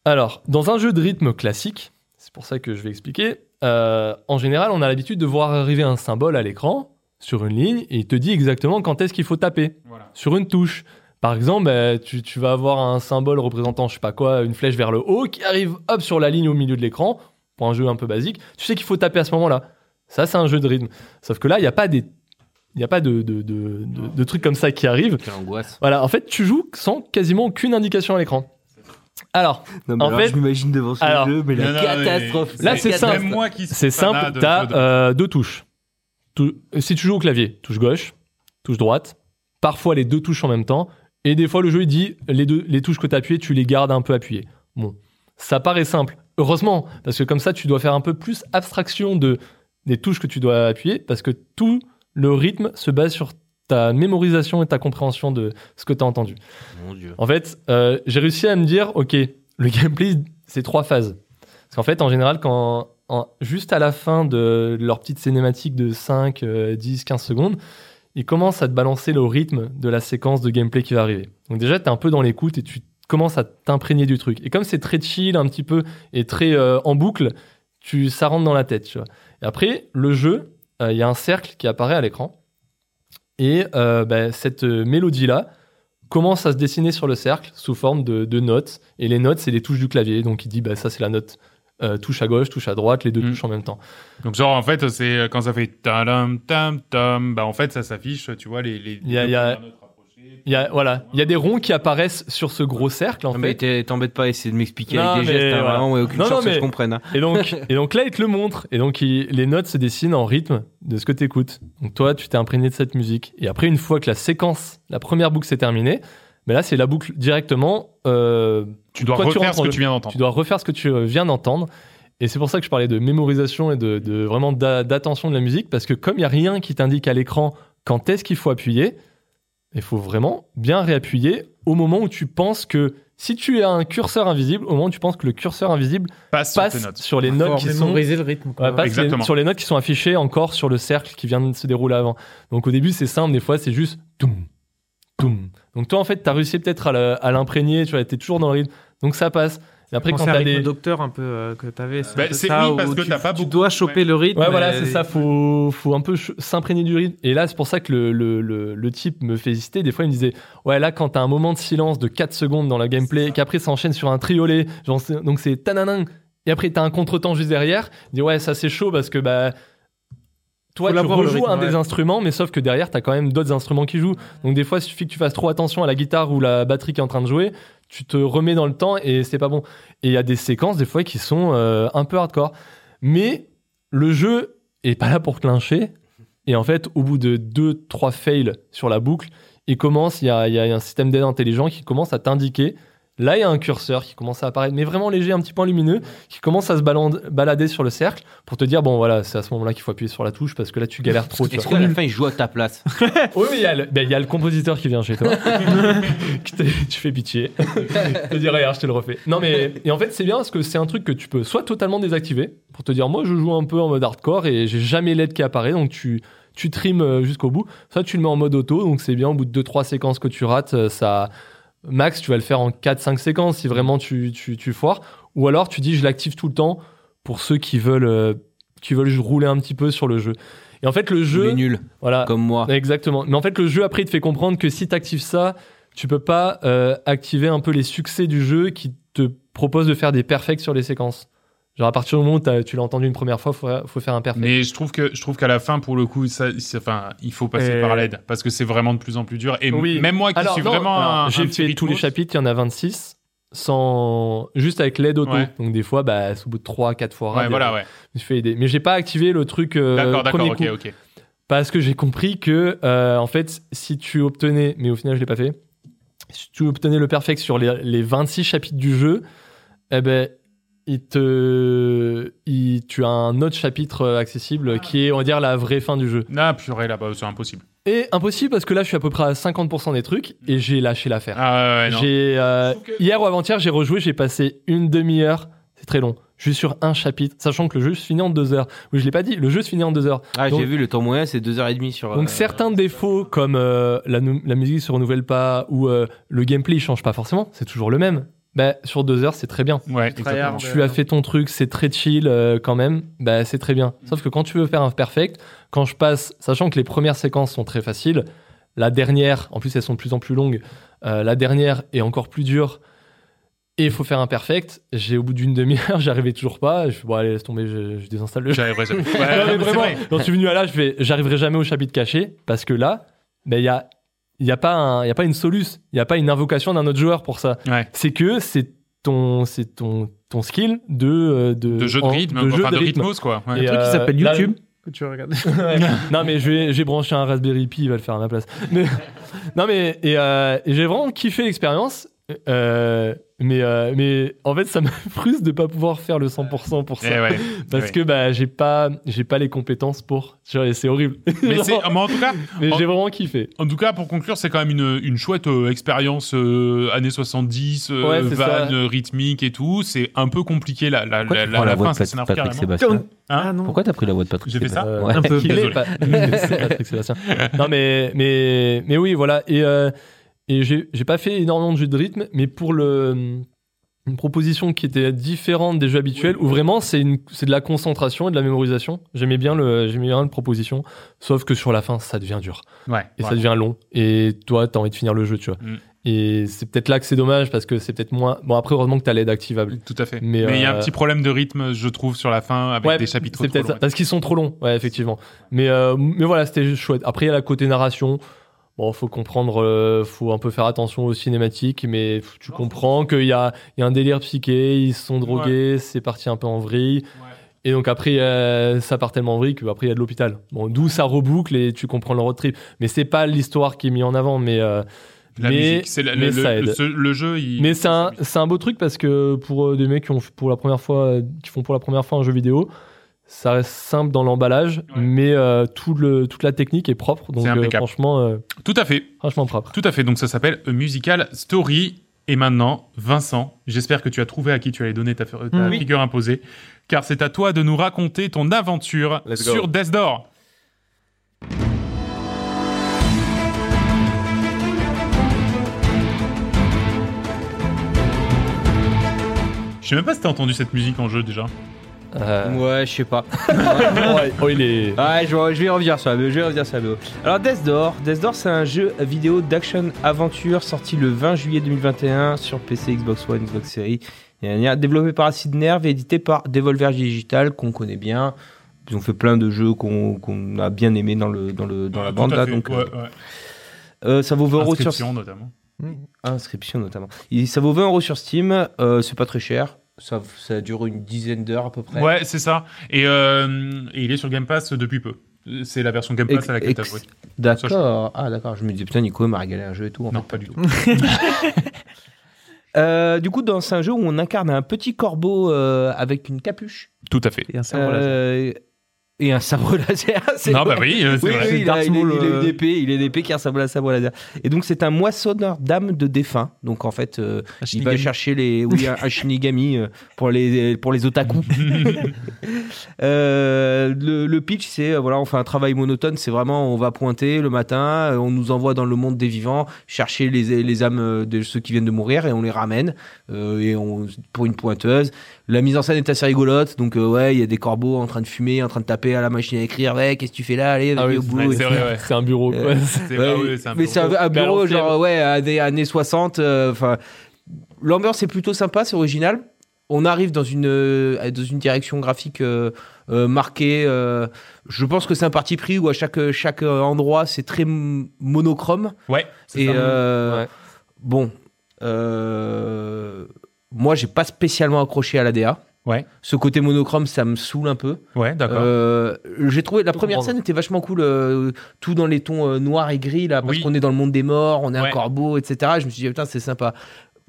Alors, dans un jeu de rythme classique, c'est pour ça que je vais expliquer. euh, en général, on a l'habitude de voir arriver un symbole à l'écran sur une ligne et il te dit exactement quand est-ce qu'il faut taper Voilà. sur une touche. Par exemple, euh, tu, tu vas avoir un symbole représentant, je sais pas quoi, une flèche vers le haut qui arrive hop sur la ligne au milieu de l'écran. Pour un jeu un peu basique, tu sais qu'il faut taper à ce moment-là. Ça, c'est un jeu de rythme. Sauf que là, il n'y a pas des, il y a pas de, de, de, de- de trucs comme ça qui arrivent. Quelle angoisse. Voilà, en fait, tu joues sans quasiment aucune indication à l'écran. Alors, Non, En alors, fait- je m'imagine devant ce alors- jeu, mais la Non, non, mais- catastrophe. Là, c'est simple. Même moi qui C'est suis fanat simple, de t'as jeux de- euh, deux touches. Tou- si tu joues au clavier, touche gauche, touche droite, parfois les deux touches en même temps, et des fois le jeu il dit les, deux, les touches que tu appuyées, tu les gardes un peu appuyées. Bon, ça paraît simple, heureusement, parce que comme ça tu dois faire un peu plus abstraction de, des touches que tu dois appuyer, parce que tout le rythme se base sur ta mémorisation et ta compréhension de ce que tu as entendu. Mon dieu. En fait, euh, j'ai réussi à me dire, ok, le gameplay, c'est trois phases. Parce qu'en fait, en général, quand, en- juste à la fin de leur petite cinématique de 5, euh, 10, 15 secondes, ils commencent à te balancer le rythme de la séquence de gameplay qui va arriver. Donc déjà, t'es un peu dans l'écoute et tu commences à t'imprégner du truc. Et comme c'est très chill un petit peu et très euh, en boucle, tu, ça rentre dans la tête, tu vois. Et après, le jeu, euh, il y a un cercle qui apparaît à l'écran. Et euh, bah, cette euh, mélodie-là, commence à se dessiner sur le cercle sous forme de, de notes. Et les notes, c'est les touches du clavier. Donc il dit, bah, ça c'est la note euh, touche à gauche, touche à droite, les deux Mm. touches en même temps. Donc genre en fait c'est euh, quand ça fait tam tam tam bah en fait ça s'affiche tu vois les les Il y a- il y a- les notes rapprochées, Il y a, voilà, il y a des ronds qui apparaissent sur ce gros cercle, en Non, fait. Ah, mais t'es- t'embête pas à essayer de m'expliquer Non, avec des mais gestes, hein, voilà. vraiment, ouais, aucune Non, non, chance que mais- je comprenne. hein. (laughs) Et donc, et donc là, il te le montre. Et donc, il- les notes se dessinent en rythme de ce que tu écoutes. Donc, toi, tu t'es imprégné de cette musique. Et après, une fois que la séquence, la première boucle s'est terminée, mais là, c'est la boucle directement. euh, Tu dois Toi, tu refaire rentres ce que en- tu viens d'entendre. tu dois refaire ce que tu euh, viens d'entendre. Et c'est pour ça que je parlais de mémorisation et de, de vraiment d'a- d'attention de la musique, parce que comme il n'y a rien qui t'indique à l'écran quand est-ce qu'il faut appuyer, il faut vraiment bien réappuyer au moment où tu penses que si tu as un curseur invisible, au moment où tu penses que le curseur invisible Passe sur tes passe notes. sur les notes qui sont mémoriser le rythme. quoi. Ouais, pas sur les- Exactement. sur les notes qui sont affichées encore sur le cercle qui vient de se dérouler avant. Donc au début, c'est simple, des fois, c'est juste toum, toum. Donc toi, en fait, t'as réussi peut-être à le- à l'imprégner, tu vois, t'es toujours dans le rythme. Donc ça passe. Et après, quand Pensez à t'as rythme des. docteur un peu euh, que t'avais. c'est Bah, un peu c'est- ça oui, parce où que tu- t'as pas Tu beaucoup- dois choper le rythme. Ouais, voilà, mais- c'est ça, faut, faut un peu ch- s'imprégner du rythme. Et là, c'est pour ça que le, le, le, le type me fait hésiter. Des fois, il me disait Ouais, là, quand t'as un moment de silence de 4 secondes dans la gameplay, et qu'après, ça enchaîne sur un triolet, genre, c'est- donc c'est tananang, et après, t'as un contretemps juste derrière, il dit Ouais, ça c'est chaud parce que bah. Toi, Faut tu l'avoir, le rejoues rythme, un ouais. des instruments, mais sauf que derrière, t'as quand même d'autres instruments qui jouent. Donc, des fois, il suffit que tu fasses trop attention à la guitare ou la batterie qui est en train de jouer, tu te remets dans le temps et c'est pas bon. Et il y a des séquences, des fois, qui sont euh, un peu hardcore. Mais le jeu est pas là pour clincher. Et en fait, au bout de 2-3 fails sur la boucle, il commence, il y a, il y a un système d'aide intelligent qui commence à t'indiquer. Là, il y a un curseur qui commence à apparaître, mais vraiment léger, un petit point lumineux, qui commence à se balan- balader sur le cercle pour te dire bon, voilà, c'est à ce moment-là qu'il faut appuyer sur la touche parce que là, tu galères trop. tu Est-ce vois. qu'à la fin, il joue à ta place Oui, mais il y, a le- ben, il y a le compositeur qui vient chez toi. Qui te- tu fais pitié. Il te dit, regarde, je te le refais. Non, mais et en fait, c'est bien parce que c'est un truc que tu peux soit totalement désactiver pour te dire, moi, je joue un peu en mode hardcore et j'ai jamais l'aide qui apparaît, donc tu, tu trimes euh, jusqu'au bout. Soit tu le mets en mode auto, donc c'est bien au bout de 2-3 séquences que tu rates, euh, ça. Max, tu vas le faire en 4-5 séquences si vraiment tu, tu, tu foires. Ou alors tu dis, je l'active tout le temps pour ceux qui veulent, euh, qui veulent rouler un petit peu sur le jeu. Et en fait, le Il jeu. est nul, Voilà, comme moi. Exactement. Mais en fait, le jeu après il te fait comprendre que si tu actives ça, tu peux pas euh, activer un peu les succès du jeu qui te propose de faire des perfects sur les séquences. Genre à partir du moment où t'as- tu l'as entendu une première fois, faut, faut faire un perfect. Mais je trouve que je trouve qu'à la fin, pour le coup, ça, c'est- enfin, il faut passer Et- par l'aide parce que c'est vraiment de plus en plus dur. Et m- Oui. même moi qui Alors, suis non, vraiment alors, un, un j'ai petit fait tous les rythmos, chapitres, il y en a 26 sans juste avec l'aide auto. Ouais. Donc des fois bah au bout de 3 4 fois Ouais, raid, voilà, ouais. je me suis fait aider. Mais j'ai pas activé le truc euh, D'accord, d'accord, premier ok, coup. ok. Parce que j'ai compris que, euh, en fait, si tu obtenais, mais au final je l'ai pas fait, si tu obtenais le perfect sur les, les 26 chapitres du jeu, eh ben, il te, il- tu as un autre chapitre euh, accessible qui est, on va dire, la vraie fin du jeu. Ah, purée, là-bas, c'est impossible. Et impossible parce que là, je suis à peu près à 50% des trucs et j'ai lâché l'affaire. Mm. Ah, ouais, non. J'ai euh, Je trouve que- hier ou avant-hier, j'ai rejoué, j'ai passé une demi-heure. C'est très long. Je suis sur un chapitre, sachant que le jeu se finit en deux heures. Oui, je l'ai pas dit. Le jeu se finit en deux heures. Ah, Donc- j'ai vu, le temps moyen, c'est 2h30 sur. Donc euh, certains défauts comme euh, la, nou- la musique se renouvelle pas ou euh, le gameplay il change pas forcément, c'est toujours le même. Bah, sur deux heures c'est très bien. Ouais, Tryhard. exactement. Tu as fait ton truc, c'est très chill euh, quand même, bah, c'est très bien. Sauf que quand tu veux faire un perfect, quand je passe, sachant que les premières séquences sont très faciles, la dernière, en plus elles sont de plus en plus longues, euh, la dernière est encore plus dure et il faut faire un perfect, j'ai au bout d'une demi-heure, (laughs) j'arrivais toujours pas, je fais bon allez laisse tomber, je, je désinstalle le jeu. (laughs) J'arriverai jamais. Ouais, Non, mais c'est vraiment, vrai. j'en suis venu à là, je vais, j'arriverai jamais au chapitre caché parce que là, ben, il y a, il y a pas un, il y a pas une soluce, il y a pas une invocation d'un autre joueur pour ça. Ouais. C'est que c'est ton, c'est ton, ton skill de, euh, de, De jeu de en- rythme, jeu enfin de rythme. rythmos, quoi. Ouais. Et, Un truc qui euh, s'appelle là- YouTube. Que tu regardes. Ouais. non mais je vais- j'ai branché un Raspberry Pi, il va le faire à ma place. (laughs) Mais- non mais et, euh, et j'ai vraiment kiffé l'expérience. euh, mais euh, mais en fait ça me (laughs) frustre de pas pouvoir faire le 100% pour ça Eh (laughs) ouais. parce ouais. que bah j'ai pas j'ai pas les compétences pour Tu vois, et c'est horrible Mais, (laughs) Genre- c'est, mais en tout cas, mais en- j'ai vraiment kiffé en tout cas, pour conclure, c'est quand même une, une chouette euh, expérience euh, années 70, euh, Ouais, c'est ça. van, euh, rythmique et tout. C'est un peu compliqué la, la, Pourquoi la, tu la, Oh, prends la la voix fin, de ça Pat- s'énerve Patrick carrément. Sébastien Ah non. Pourquoi t'as pris la voix de Patrick hein. J'ai fait Sébastien ça Euh, Ouais. (laughs) Un peu. Il est Désolé. (laughs) pas- C'est Patrick Sébastien. Non, mais, mais, mais oui, voilà. Et, euh, et j'ai j'ai pas fait énormément de jeux de rythme, mais pour le une proposition qui était différente des jeux habituels, où vraiment c'est une- c'est de la concentration et de la mémorisation. J'aimais bien le j'aimais bien la proposition, sauf que sur la fin ça devient dur Ouais. et ouais. ça devient long. Et toi t'as envie de finir le jeu, tu vois. Mm. Et c'est peut-être là que c'est dommage parce que c'est peut-être moins. Bon après heureusement que t'as l'aide activable. Tout à fait. Mais Mais, il y a un euh, petit problème de rythme, je trouve, sur la fin avec Ouais, des chapitres C'est trop peut-être longs. ça, parce qu'ils sont trop longs, ouais, effectivement. Mais, euh, mais voilà, c'était chouette. Après, il y a la côté narration. Bon, faut comprendre, euh, faut un peu faire attention aux cinématiques, mais f- tu comprends qu'il y a, il y a un délire psyché, ils se sont drogués, c'est parti un peu en vrille. Ouais. Et donc après, euh, ça part tellement en vrille qu'après, il y a de l'hôpital. Bon, d'où ça reboucle et tu comprends le road trip. Mais c'est pas l'histoire qui est mise en avant, mais, euh, La mais- musique, c'est la- mais le, le- ça aide. ce- le jeu. Il... mais c'est un, c'est un beau truc parce que pour euh, des mecs qui, ont, fait pour la première fois, euh, qui font pour la première fois un jeu vidéo, ça reste simple dans l'emballage, Ouais. mais euh, tout le, toute la technique est propre. Donc C'est euh, impeccable. franchement, euh, Tout à fait. franchement propre. Tout à fait, donc ça s'appelle A Musical Story. Et maintenant, Vincent, j'espère que tu as trouvé à qui tu allais donner ta, ta Mm, oui. figure imposée, car c'est à toi de nous raconter ton aventure Let's go. sur Death Door. Je sais même pas si t'as entendu cette musique en jeu déjà. Euh, Ouais, je sais pas. ouais, (laughs) oh, il est... Ah. Ouais, je, je vais y revenir sur la BO, je vais y revenir sur la BO. Alors Death Door, Death Door c'est un jeu vidéo d'action aventure sorti le 20 juillet 2021 sur PC, Xbox One, Xbox Series, et dernière, développé par Acid Nerve et édité par Devolver Digital qu'on connaît bien. Ils ont fait plein de jeux qu'on qu'on a bien aimé dans le dans le dans la Tout bande à là, fait, donc ouais, euh, ouais. euh, ça vaut 20 euros sur Inscription, notamment. inscription notamment. Et ça vaut 20 euros sur Steam, euh, c'est pas très cher. Ça, ça dure une dizaine d'heures à peu près. Ouais, c'est ça. Et, euh, et il est sur Game Pass depuis peu. C'est la version Game Pass Ex- à laquelle t'as ex- joué. D'accord. Ah d'accord. Je me disais putain Nico m'a régalé un jeu et tout. En Non, fait. pas du tout. Euh, du coup, dans c'est un jeu où on incarne un petit corbeau euh, avec une capuche Tout à fait. Et un sabre laser. Euh, et un sabre laser. (laughs) C'est- Non, bah oui, euh, c'est Oui, vrai. oui, il, a, Dark il est- Maul, il est euh. une épée, il est une épée qui ressemble à un sabre laser. Et donc c'est un moissonneur d'âmes de défunts. Donc en fait, euh, Un il va shinigami. chercher les oui, un, un shinigami euh, pour les pour les (laughs) otaku. Euh, le, le pitch, c'est euh, voilà, on fait un travail monotone. C'est vraiment, on va pointer le matin, euh, on nous envoie dans le monde des vivants chercher les, les âmes euh, de ceux qui viennent de mourir et on les ramène euh, et on pour une pointeuse. La mise en scène est assez rigolote, donc euh, ouais, il y a des corbeaux en train de fumer, en train de taper à la machine à écrire. Ouais, qu'est-ce que tu fais là Allez, Ah vas-y oui, au c'est boulot. vrai, c'est vrai, Et tout. (laughs) ouais. C'est un bureau, quoi. Euh, C'est Ouais, pas- ouais, c'est un mais peu c'est un, drôle. un Mais alors, bureau c'est- genre ouais à des années 60 euh, enfin l'ambiance est plutôt sympa c'est original on arrive dans une euh, dans une direction graphique euh, euh, marquée euh, je pense que c'est un parti pris où à chaque chaque euh, endroit c'est très m- monochrome Ouais, c'est et ça. euh, Ouais. bon euh, moi j'ai pas spécialement accroché à la DA Ouais. ce côté monochrome ça me saoule un peu Ouais, d'accord. euh, j'ai trouvé la Tout première comprendre. scène était vachement cool, euh, tout dans les tons euh, noirs et gris là, parce Oui. qu'on est dans le monde des morts, on est Ouais. un corbeau, etc. Je me suis dit ah, putain c'est sympa.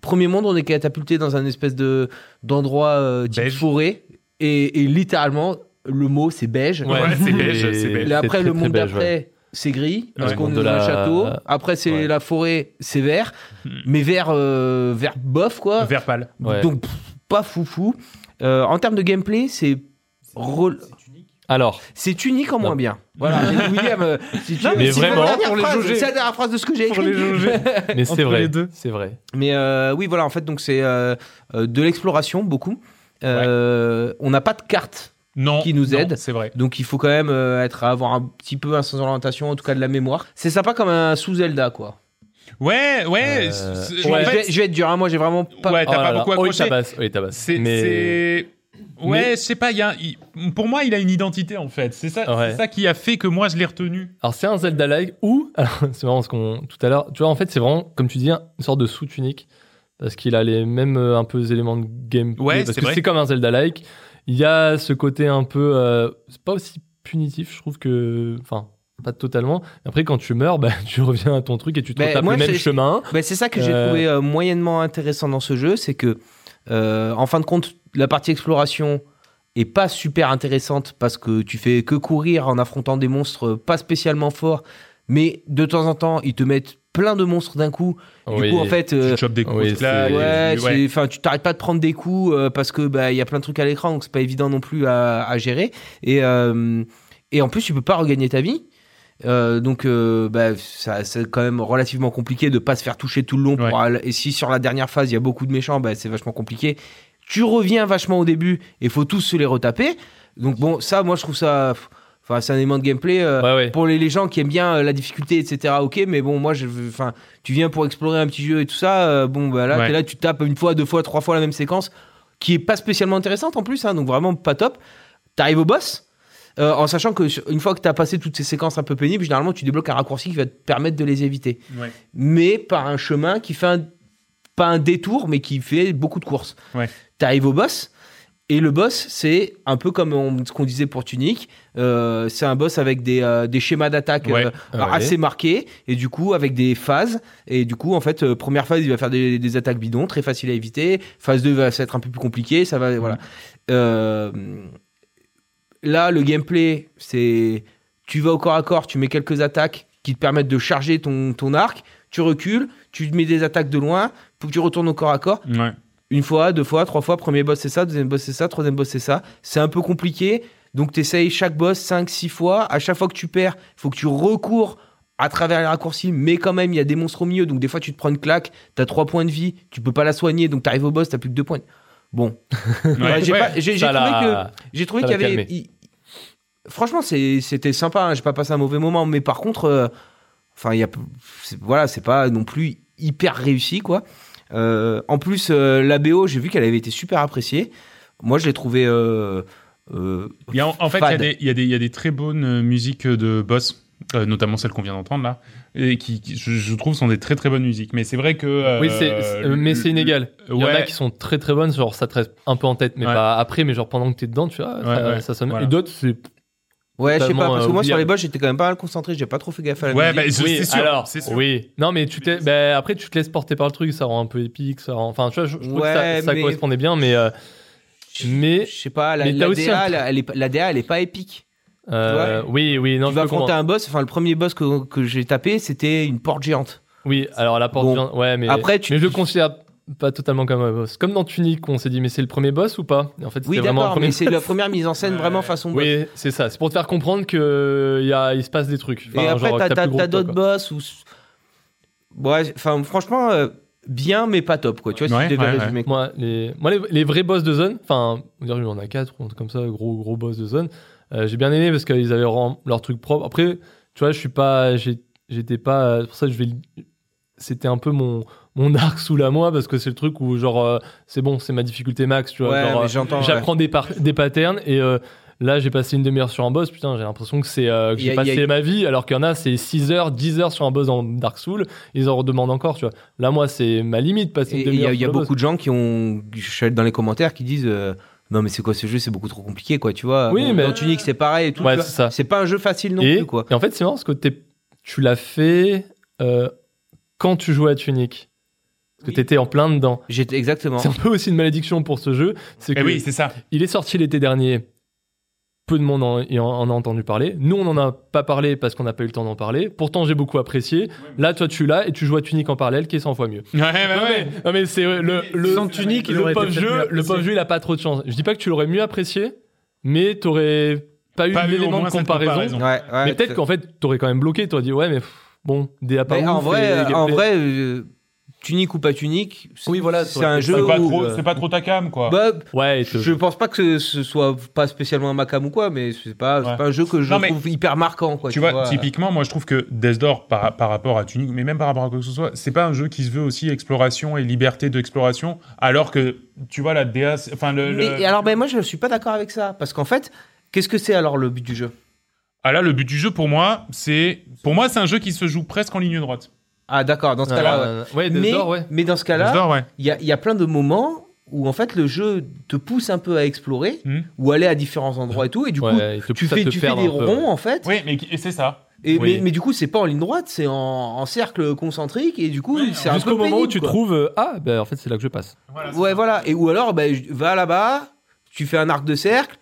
Premier monde, on est catapulté dans un espèce de d'endroit euh, type Beige. forêt et, et littéralement le mot c'est beige. (laughs) Ouais, c'est beige, c'est beige. Et après très, le très monde beige, d'après ouais. c'est gris parce Ouais. qu'on est De dans un la- château. Après c'est Ouais. la forêt, c'est vert, Hmm. mais vert euh, vert bof quoi. Vert pâle. Ouais. Donc pff, pas foufou. Euh, en termes de gameplay, c'est rel- Alors, c'est unique en Non. moins bien. Voilà, (laughs) William, euh, si tu Non, mais c'est vraiment, la dernière pour les phrase, jauger. C'est la dernière phrase de ce que j'ai Pour écrit. les jauger. mais c'est Entre vrai, les deux. c'est vrai. Mais euh, oui, voilà, en fait, donc c'est euh, euh, de l'exploration beaucoup. Euh, On n'a pas de carte, Non. Qui nous non, aide. C'est vrai. donc il faut quand même euh, être avoir un petit peu un sens d'orientation, en tout cas de la mémoire. C'est sympa comme un sous Zelda, quoi. Ouais, ouais. Euh, c'est- Je en vais- je, fait, vais, je vais être dur, hein, moi j'ai vraiment pas. Ouais, t'as Oh là pas là. beaucoup Oh, il accroché. tabasse, oh, il tabasse. c'est. Mais c'est- Ouais, Mais- je sais pas, il y a un- il- pour moi, il a une identité en fait. C'est ça, Ouais. c'est ça qui a fait que moi je l'ai retenu. alors c'est un Zelda-like ou (laughs) alors, c'est marrant parce qu'on tout à l'heure, tu vois en fait c'est vraiment comme tu dis un- une sorte de soute unique parce qu'il a les mêmes euh, un peu éléments de gameplay Ouais, parce c'est que vrai. c'est comme un Zelda-like. Il y a ce côté un peu euh, c'est pas aussi punitif je trouve que enfin pas totalement. Après quand tu meurs (laughs) bah, tu reviens à ton truc et tu te Mais retapes Bah, moi, le même c'est- chemin. Ben, c'est ça que j'ai Euh, trouvé euh, moyennement intéressant dans ce jeu, c'est que euh, en fin de compte, la partie exploration est pas super intéressante parce que tu fais que courir en affrontant des monstres pas spécialement forts, mais de temps en temps ils te mettent plein de monstres d'un coup. Oui. Du coup, en fait, euh, tu chopes des coups oui, de claque, ouais, tu- c'est- enfin, tu t'arrêtes pas de prendre des coups euh, parce que bah il y a plein de trucs à l'écran, donc c'est pas évident non plus à, à gérer. Et euh, et en plus, tu peux pas regagner ta vie. Euh, donc, euh, bah, ça, c'est quand même relativement compliqué de pas se faire toucher tout le long. pour Ouais. aller- et si sur la dernière phase il y a beaucoup de méchants, bah, c'est vachement compliqué. Tu reviens vachement au début et faut tous se les retaper. Donc bon, ça, moi je trouve ça, enfin, c'est un élément de gameplay. euh, Ouais, ouais. pour les, les gens qui aiment bien euh, la difficulté, etc. Ok, mais bon, moi, je, enfin, tu viens pour explorer un petit jeu et tout ça. euh, bon, bah là, Ouais. t'es là, tu tapes une fois, deux fois, trois fois la même séquence, qui est pas spécialement intéressante en plus, hein, donc vraiment pas top. T'arrives au boss. euh, en sachant que sur- une fois que tu as passé toutes ces séquences un peu pénibles, généralement tu débloques un raccourci qui va te permettre de les éviter. Ouais. Mais par un chemin qui fait un- pas un détour, mais qui fait beaucoup de courses. Ouais. T'arrives au boss. Et le boss, c'est un peu comme on- ce qu'on disait pour Tunic. euh, c'est un boss avec des, euh, des schémas d'attaque Ouais. euh, alors, Ouais. assez marqués et du coup avec des phases. Et du coup, en fait, euh, première phase, il va faire des, des attaques bidons, très facile à éviter. Phase 2 va être un peu plus compliqué. Ça va, voilà. Euh, là, le gameplay, c'est tu vas au corps à corps, tu mets quelques attaques qui te permettent de charger ton, ton arc, tu recules, tu mets des attaques de loin, faut que tu retournes au corps à corps. Ouais. Une fois, deux fois, trois fois, premier boss c'est ça, deuxième boss c'est ça, troisième boss c'est ça. C'est un peu compliqué, donc tu essayes chaque boss 5 six fois. À chaque fois que tu perds, faut que tu recours à travers les raccourcis, mais quand même, il y a des monstres au milieu, donc des fois tu te prends une claque, t'as trois points de vie, tu peux pas la soigner, donc t'arrives au boss, t'as plus que deux points. Bon, Ouais, j'ai Ouais. pas- j'ai- j'ai Ça trouvé que l'a- j'ai trouvé Ça qu'il y va avait. calmer. il- Franchement, c'est- c'était sympa. hein, J'ai pas passé un mauvais moment, mais par contre, euh, enfin, il y a, c'est- voilà, c'est pas non plus hyper réussi, quoi. Euh, en plus, euh, la BO, j'ai vu qu'elle avait été super appréciée. Moi, je l'ai trouvée. euh, euh, Il y a- en, en fait, il y a fade. des- il y, a des- il y a des très bonnes euh, musiques de boss, euh, notamment celles qu'on vient d'entendre là, et qui, qui, je, je trouve sont des très très bonnes musiques. Mais c'est vrai que. euh, Oui, c'est- c'est- euh, mais c'est inégal. Il y en ouais. a qui sont très très bonnes, genre ça te reste un peu en tête, mais Ouais. pas après, mais genre pendant que t'es dedans, tu vois, ça, Ouais, ouais. ça sonne. Voilà. Et d'autres, c'est. Ouais, je sais pas, totalement, parce que euh, moi, sur oubliable. les boss, j'étais quand même pas mal concentré. J'ai pas trop fait gaffe à la Ouais, musique. bah, c'est oui, c'est sûr. alors, c'est sûr. oui. Non, mais tu t'es. bah, après, tu te laisses porter par le truc, ça rend un peu épique, ça rend. Enfin, tu vois, je, je trouve que ça, Ouais, ça mais- correspondait bien, mais. euh, mais. Je sais pas, la, Mais la t'as aussi DA, un- la- elle est, la DA, elle est pas épique. euh, oui, oui, non, tu je vas peux affronter comprendre. un boss, enfin, le premier boss que, que j'ai tapé, c'était une porte géante. Oui, alors la porte. Bon. vient- Ouais, mais. Après, tu- Mais je le considère pas totalement comme un boss. Comme dans Tunic, on s'est dit, mais c'est le premier boss ou pas Et En fait, Oui, c'était vraiment un d'accord, premier mais c'est la première mise en scène vraiment façon boss. Oui, c'est ça. C'est pour te faire comprendre que il y a, il se passe des trucs. Enfin, Et après, genre, t'as- que t'as plus gros t'as que toi, d'autres quoi. boss ou. Ouais, enfin, franchement, euh, bien, mais pas top, quoi. Tu vois, Ouais, si tu devais ouais, ouais. résumer. Moi, les, moi, les, les vrais boss de zone. Enfin, on dirait on en a quatre, on est comme ça, gros gros boss de zone. euh, j'ai bien aimé parce qu'ils avaient rend- leur truc propre. Après, tu vois, je suis pas, j'ai- j'étais pas. C'est pour ça que je vais. le- C'était un peu mon mon arc sous la moi parce que c'est le truc où genre euh, c'est bon, c'est ma difficulté max, tu vois. Ouais, genre, mais euh, j'entends. ouais. J'apprends des, par- des patterns et euh, là j'ai passé une demi-heure sur un boss. Putain, j'ai l'impression que c'est euh, Y que a- j'ai y a- passé ma vie alors qu'il y en a c'est 6 heures, 10 heures sur un boss dans Dark Souls. Ils en redemandent encore, tu vois. Là, moi, c'est ma limite passer Et une et il y demi-heure. a, il y a sur le beaucoup de gens qui ont. Je suis allé dans les commentaires qui disent. euh, non mais c'est quoi ce jeu c'est beaucoup trop compliqué quoi tu vois Oui, Bon, mais- dans Tunic c'est pareil et tout boss. Ouais, tu vois. c'est ça. c'est pas un jeu facile non et, plus quoi et en fait, c'est marrant parce que t'es- tu l'as fait euh, quand tu jouais à Tunic. Parce que Oui. t'étais en plein dedans. j'étais exactement C'est un peu aussi une malédiction pour ce jeu. C'est Eh que oui, c'est ça. Il est sorti l'été dernier. Peu de monde en, en- en a entendu parler. Nous, on n'en a pas parlé parce qu'on n'a pas eu le temps d'en parler. Pourtant, j'ai beaucoup apprécié. Là, toi, tu l'as et tu joues à Tunic en parallèle qui est 100 fois mieux. (laughs) Ouais, bah Non, mais- ouais. non, mais c'est euh, le, le, Sans Tunic, il le aurait été pauvre peut-être mieux jeu, le apprécié. pauvre jeu, il a pas trop de chance. Je dis pas que tu l'aurais mieux apprécié, mais t'aurais pas eu Pas eu au l'élément moins de cette comparaison. comparaison. ouais, ouais, mais peut-être c'est- qu'en fait, t'aurais quand même bloqué. T'aurais dit, ouais, mais pff, bon, des Mais en vrai euh, en vrai euh, Tunic ou pas Tunic c'est- Oui, voilà, c'est un c'est jeu C'est pas où- trop- c'est pas trop ta cam, quoi. Bah, Ouais, et te- Je pense pas que ce soit pas spécialement un macam ou quoi, mais c'est pas, c'est Ouais. pas un jeu que je Non, mais- trouve hyper marquant. Quoi, tu vois, typiquement, moi je trouve que Death Door, par, par rapport à Tunic, mais même par rapport à quoi que ce soit, c'est pas un jeu qui se veut aussi exploration et liberté d'exploration, alors que tu vois la DA, c'est- enfin le, le- Mais- et euh, alors, ben, moi, je suis pas d'accord avec ça. Parce qu'en fait, qu'est-ce que c'est alors le but du jeu ah là le but du jeu pour moi, c'est pour moi c'est un jeu qui se joue presque en ligne droite. Ah, d'accord, dans ce Ouais, cas-là, ouais. ouais, ouais. Ouais, Death mais, Door, ouais. mais dans ce Death cas-là, Door, ouais. il y a, il y a plein de moments où en fait le jeu te pousse un peu à explorer Mhm. ou aller à différents endroits et tout. Et du coup, Hmm. Ouais, il te tu pousse à fais, te tu fais perdre des un peu, ouais. ronds en fait. Oui, mais qui- et c'est ça. Et, Oui. mais, mais du coup, c'est pas en ligne droite, c'est en, en cercle concentrique. Et du coup, Ouais, c'est un peu Jusqu'au moment où pénible, tu quoi. trouves euh, ah bah en fait c'est là que je passe. Voilà, Ah, c'est Ouais, ça. voilà. Et ou alors, ben, je- va là-bas, tu fais un arc de cercle,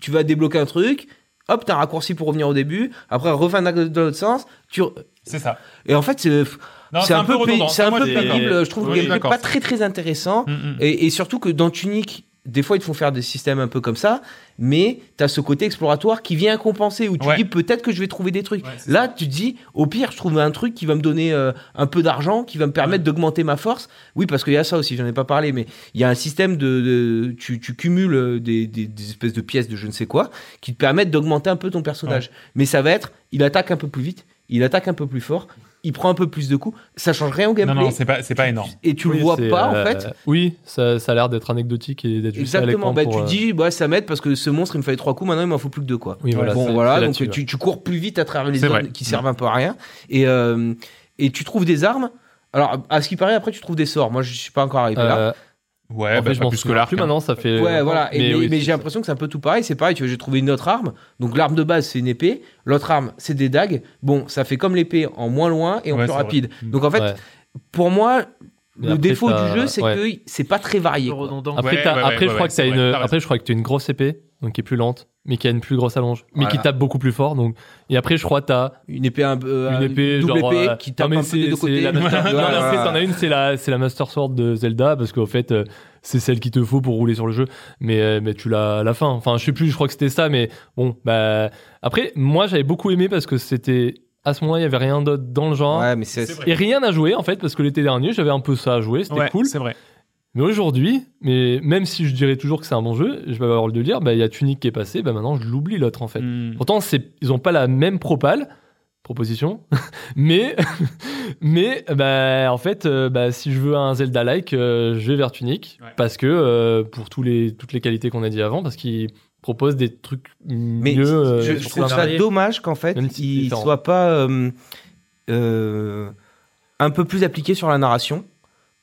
tu vas débloquer un truc, hop, t'as un raccourci pour revenir au début, après refais un arc de- dans l'autre sens. Tu... re- C'est ça. Et en fait, c'est Non, c'est un, peu pénible, redondant. c'est un Moi, peu je suis pénible. d'accord. Je trouve Oui, le gameplay d'accord. pas très très intéressant. Mm, mm. Et, et surtout que dans Tunic, des fois, ils te font faire des systèmes un peu comme ça, mais t'as ce côté exploratoire qui vient compenser, où tu Ouais. dis peut-être que je vais trouver des trucs. Ouais, c'est Là, tu te dis, au pire, je trouve un truc qui va me donner euh, un peu d'argent, qui va me permettre d'augmenter ma force. Oui, parce qu'il y a ça aussi, j'en ai pas parlé, mais il y a un système de. de- tu, tu cumules euh, des, des- des espèces de pièces de je ne sais quoi qui te permettent d'augmenter un peu ton personnage. Mais ça va être, il attaque un peu plus vite, il attaque un peu plus fort, il prend un peu plus de coups. Ça change rien au Non, gameplay. non, c'est pas, c'est pas énorme. et tu Oui, le vois c'est, pas euh, en fait. Oui, ça, ça a l'air d'être anecdotique et d'être juste à Exactement. l'écran Bah, pour, tu euh, dis, bah, ça m'aide parce que ce monstre, il me fallait trois coups, maintenant il m'en faut plus que deux, quoi. Oui, voilà, bon, c'est- c'est voilà, donc euh, là-dessus, tu, tu cours plus vite à travers les C'est zones vrai. qui servent un peu à rien. Et, euh, et tu trouves des armes. Alors, à ce qui paraît, après, tu trouves des sorts. Moi, je suis pas encore arrivé là. euh, Ouais, bah, en fait, je pas m'en plus que souviens l'arc. plus hein. maintenant, ça fait. ouais, voilà. Et- mais oui, mais c'est- j'ai l'impression que c'est un peu tout pareil. C'est pareil, tu vois, j'ai trouvé une autre arme. Donc, l'arme de base, c'est une épée. L'autre arme, c'est des dagues. Bon, ça fait comme l'épée, en moins loin et en Ouais, plus c'est vrai. rapide. Mm. Donc, en fait, ouais. pour moi, Mais le après, défaut t'as- du jeu, c'est ouais. que c'est pas très varié. quoi. redondant. Après, Ouais, t'as- ouais, après, ouais, je crois ouais, que c'est t'as vrai, une, t'as raison. après, je crois que t'as une grosse épée, donc qui est plus lente, mais qui a une plus grosse allonge, mais Voilà. qui tape beaucoup plus fort. Donc, et après, je crois que t'as Une épée, un, peu- une épée, double genre, épée euh, qui tape non, mais un peu des c'est- deux c'est côtés. (laughs) La master... Voilà, non, non, voilà. c'est- t'en as une, c'est la, c'est la Master Sword de Zelda, parce qu'en fait, euh, c'est celle qui te faut pour rouler sur le jeu, mais, euh, mais tu l'as à la fin. Enfin, je sais plus, je crois que c'était ça, mais bon, bah. Après, moi, j'avais beaucoup aimé parce que c'était. À ce moment-là, il y avait rien d'autre dans le genre. Ouais, mais c'est. C'est vrai. Et rien à jouer en fait, parce que l'été dernier j'avais un peu ça à jouer, c'était Ouais, cool. C'est vrai. Mais aujourd'hui, mais même si je dirais toujours que c'est un bon jeu, je vais avoir le de le dire, bah, il y a Tunic qui est passé, bah, maintenant je l'oublie l'autre en fait. Mm. Pourtant, c'est- ils n'ont pas la même propale, proposition, (laughs) mais, mais bah, en fait, euh, bah, si je veux un Zelda-like, euh, je vais vers Tunic, Ouais. parce que euh, pour tous les, toutes les qualités qu'on a dit avant, parce qu'ils proposent des trucs Mais mieux. euh, je, je pour trouve ça varier. dommage qu'en fait, Même si c'est il différent. soit pas euh, euh, un peu plus appliqué sur la narration,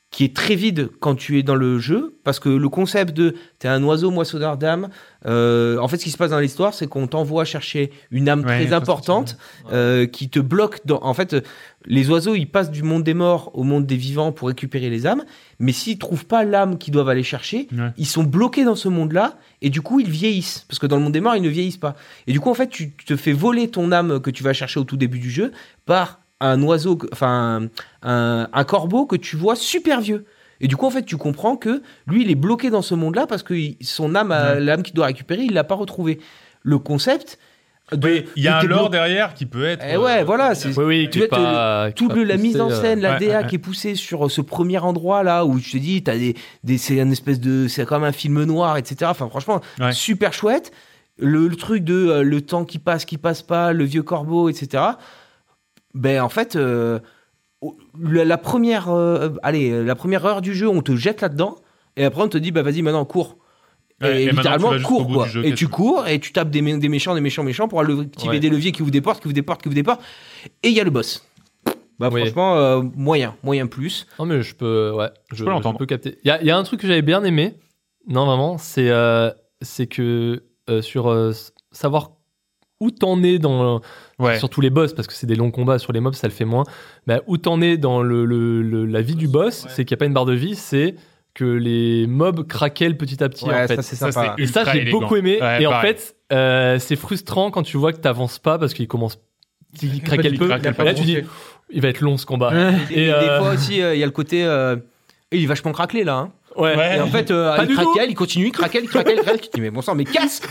qui est très vide quand tu es dans le jeu, parce que le concept de t'es un oiseau moissonneur d'âme, euh, en fait, ce qui se passe dans l'histoire, c'est qu'on t'envoie chercher une âme Ouais, très ça, importante c'est vrai. euh, qui te bloque. Dans... En fait, euh, les oiseaux, ils passent du monde des morts au monde des vivants pour récupérer les âmes, mais s'ils trouvent pas l'âme qu'ils doivent aller chercher, Ouais. ils sont bloqués dans ce monde-là et du coup ils vieillissent parce que dans le monde des morts ils ne vieillissent pas et du coup en fait tu tu te fais voler ton âme que tu vas chercher au tout début du jeu par un oiseau que- enfin un, un corbeau que tu vois super vieux et du coup en fait tu comprends que lui il est bloqué dans ce monde là parce que il- son âme a- Ouais. l'âme qu'il doit récupérer il l'a pas retrouvée le concept de Oui, Il y a de un tes lore blo- derrière qui peut être. Eh ouais, voilà, c'est- Oui, oui, Tu qui est vois, t'as pas- qui est tout pas le- la poussé, mise en euh, scène, la ouais, DA ouais, qui est poussée sur euh, ce premier endroit là où je te dis, t'as des, des- c'est un espèce de, c'est comme un film noir, etc. Enfin, franchement, Ouais. super chouette. Le, le truc de euh, le temps qui passe, qui passe pas, le vieux corbeau, etc. Ben en fait, euh, la, la première, euh, allez, euh, la première heure du jeu, on te jette là-dedans et après on te dit, bah vas-y maintenant cours. Ouais, et et, maintenant, tu littéralement vas jusqu'au cours bout quoi. du jeu, et qu'est-ce tu que- cours et tu tapes des, mé- des méchants, des méchants, méchants pour aller le- activer Ouais. des leviers qui vous déportent, qui vous déportent, qui vous déportent. Et il y a le boss. Bah Oui. franchement, euh, moyen, moyen plus. Non, mais je peux, ouais, je, peux l'entendre. je peux capter. Il y a, il y a un truc que j'avais bien aimé, non, vraiment, c'est euh, c'est que euh, sur euh, s- savoir où t'en es dans, Ouais. sur tous les boss, parce que c'est des longs combats sur les mobs, ça le fait moins, bah, où t'en es dans le, le- le- la vie du boss, c'est qu'il n'y a pas une barre de vie, c'est que les mobs craquellent petit à petit, Ouais, en fait. ça c'est Ça, sympa. c'est- Et ça, Ultra j'ai élégant. beaucoup aimé. Ouais, et en pareil. fait, euh, c'est frustrant quand tu vois que t'avances pas parce qu'il commence. (laughs) Il craquelle Il peu. craquelle Et pas là, tu dis, il va être long ce combat. Et, Et, des euh, fois aussi, euh, il y a le côté. euh, il est vachement craquelé là. hein. Ouais. Ouais. Et en fait, euh, Pas il du tout. craquelle, il continue, il craquelle, il craquelle, il craquelle. Tu te dis, mais bon sang, (laughs) mais casse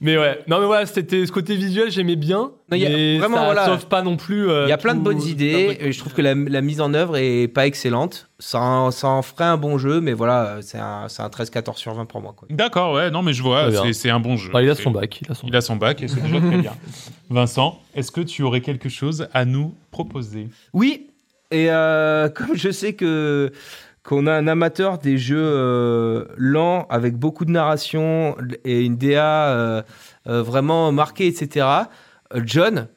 Mais ouais. Non, mais voilà, c'était ce côté visuel, j'aimais bien. Non, il y a- mais vraiment, ça voilà. sauve pas non plus. euh, Il y a plein de bonnes idées. et Je trouve que la, la mise en œuvre est pas excellente. Ça en, ça en ferait un bon jeu, mais voilà, euh, c'est un, c'est un 13-14 sur 20 pour moi. Quoi. D'accord, ouais, non, mais je Très vois, bien. c'est- c'est un bon jeu. il a C'est- son bac. Il a son Il a son bac et c'est déjà très bien. Vincent, est-ce que tu aurais quelque chose à nous proposer Oui, et euh, (laughs) comme je sais que qu'on a un amateur des jeux euh, lents avec beaucoup de narration et une DA euh, euh, vraiment marquée, etc. euh, John,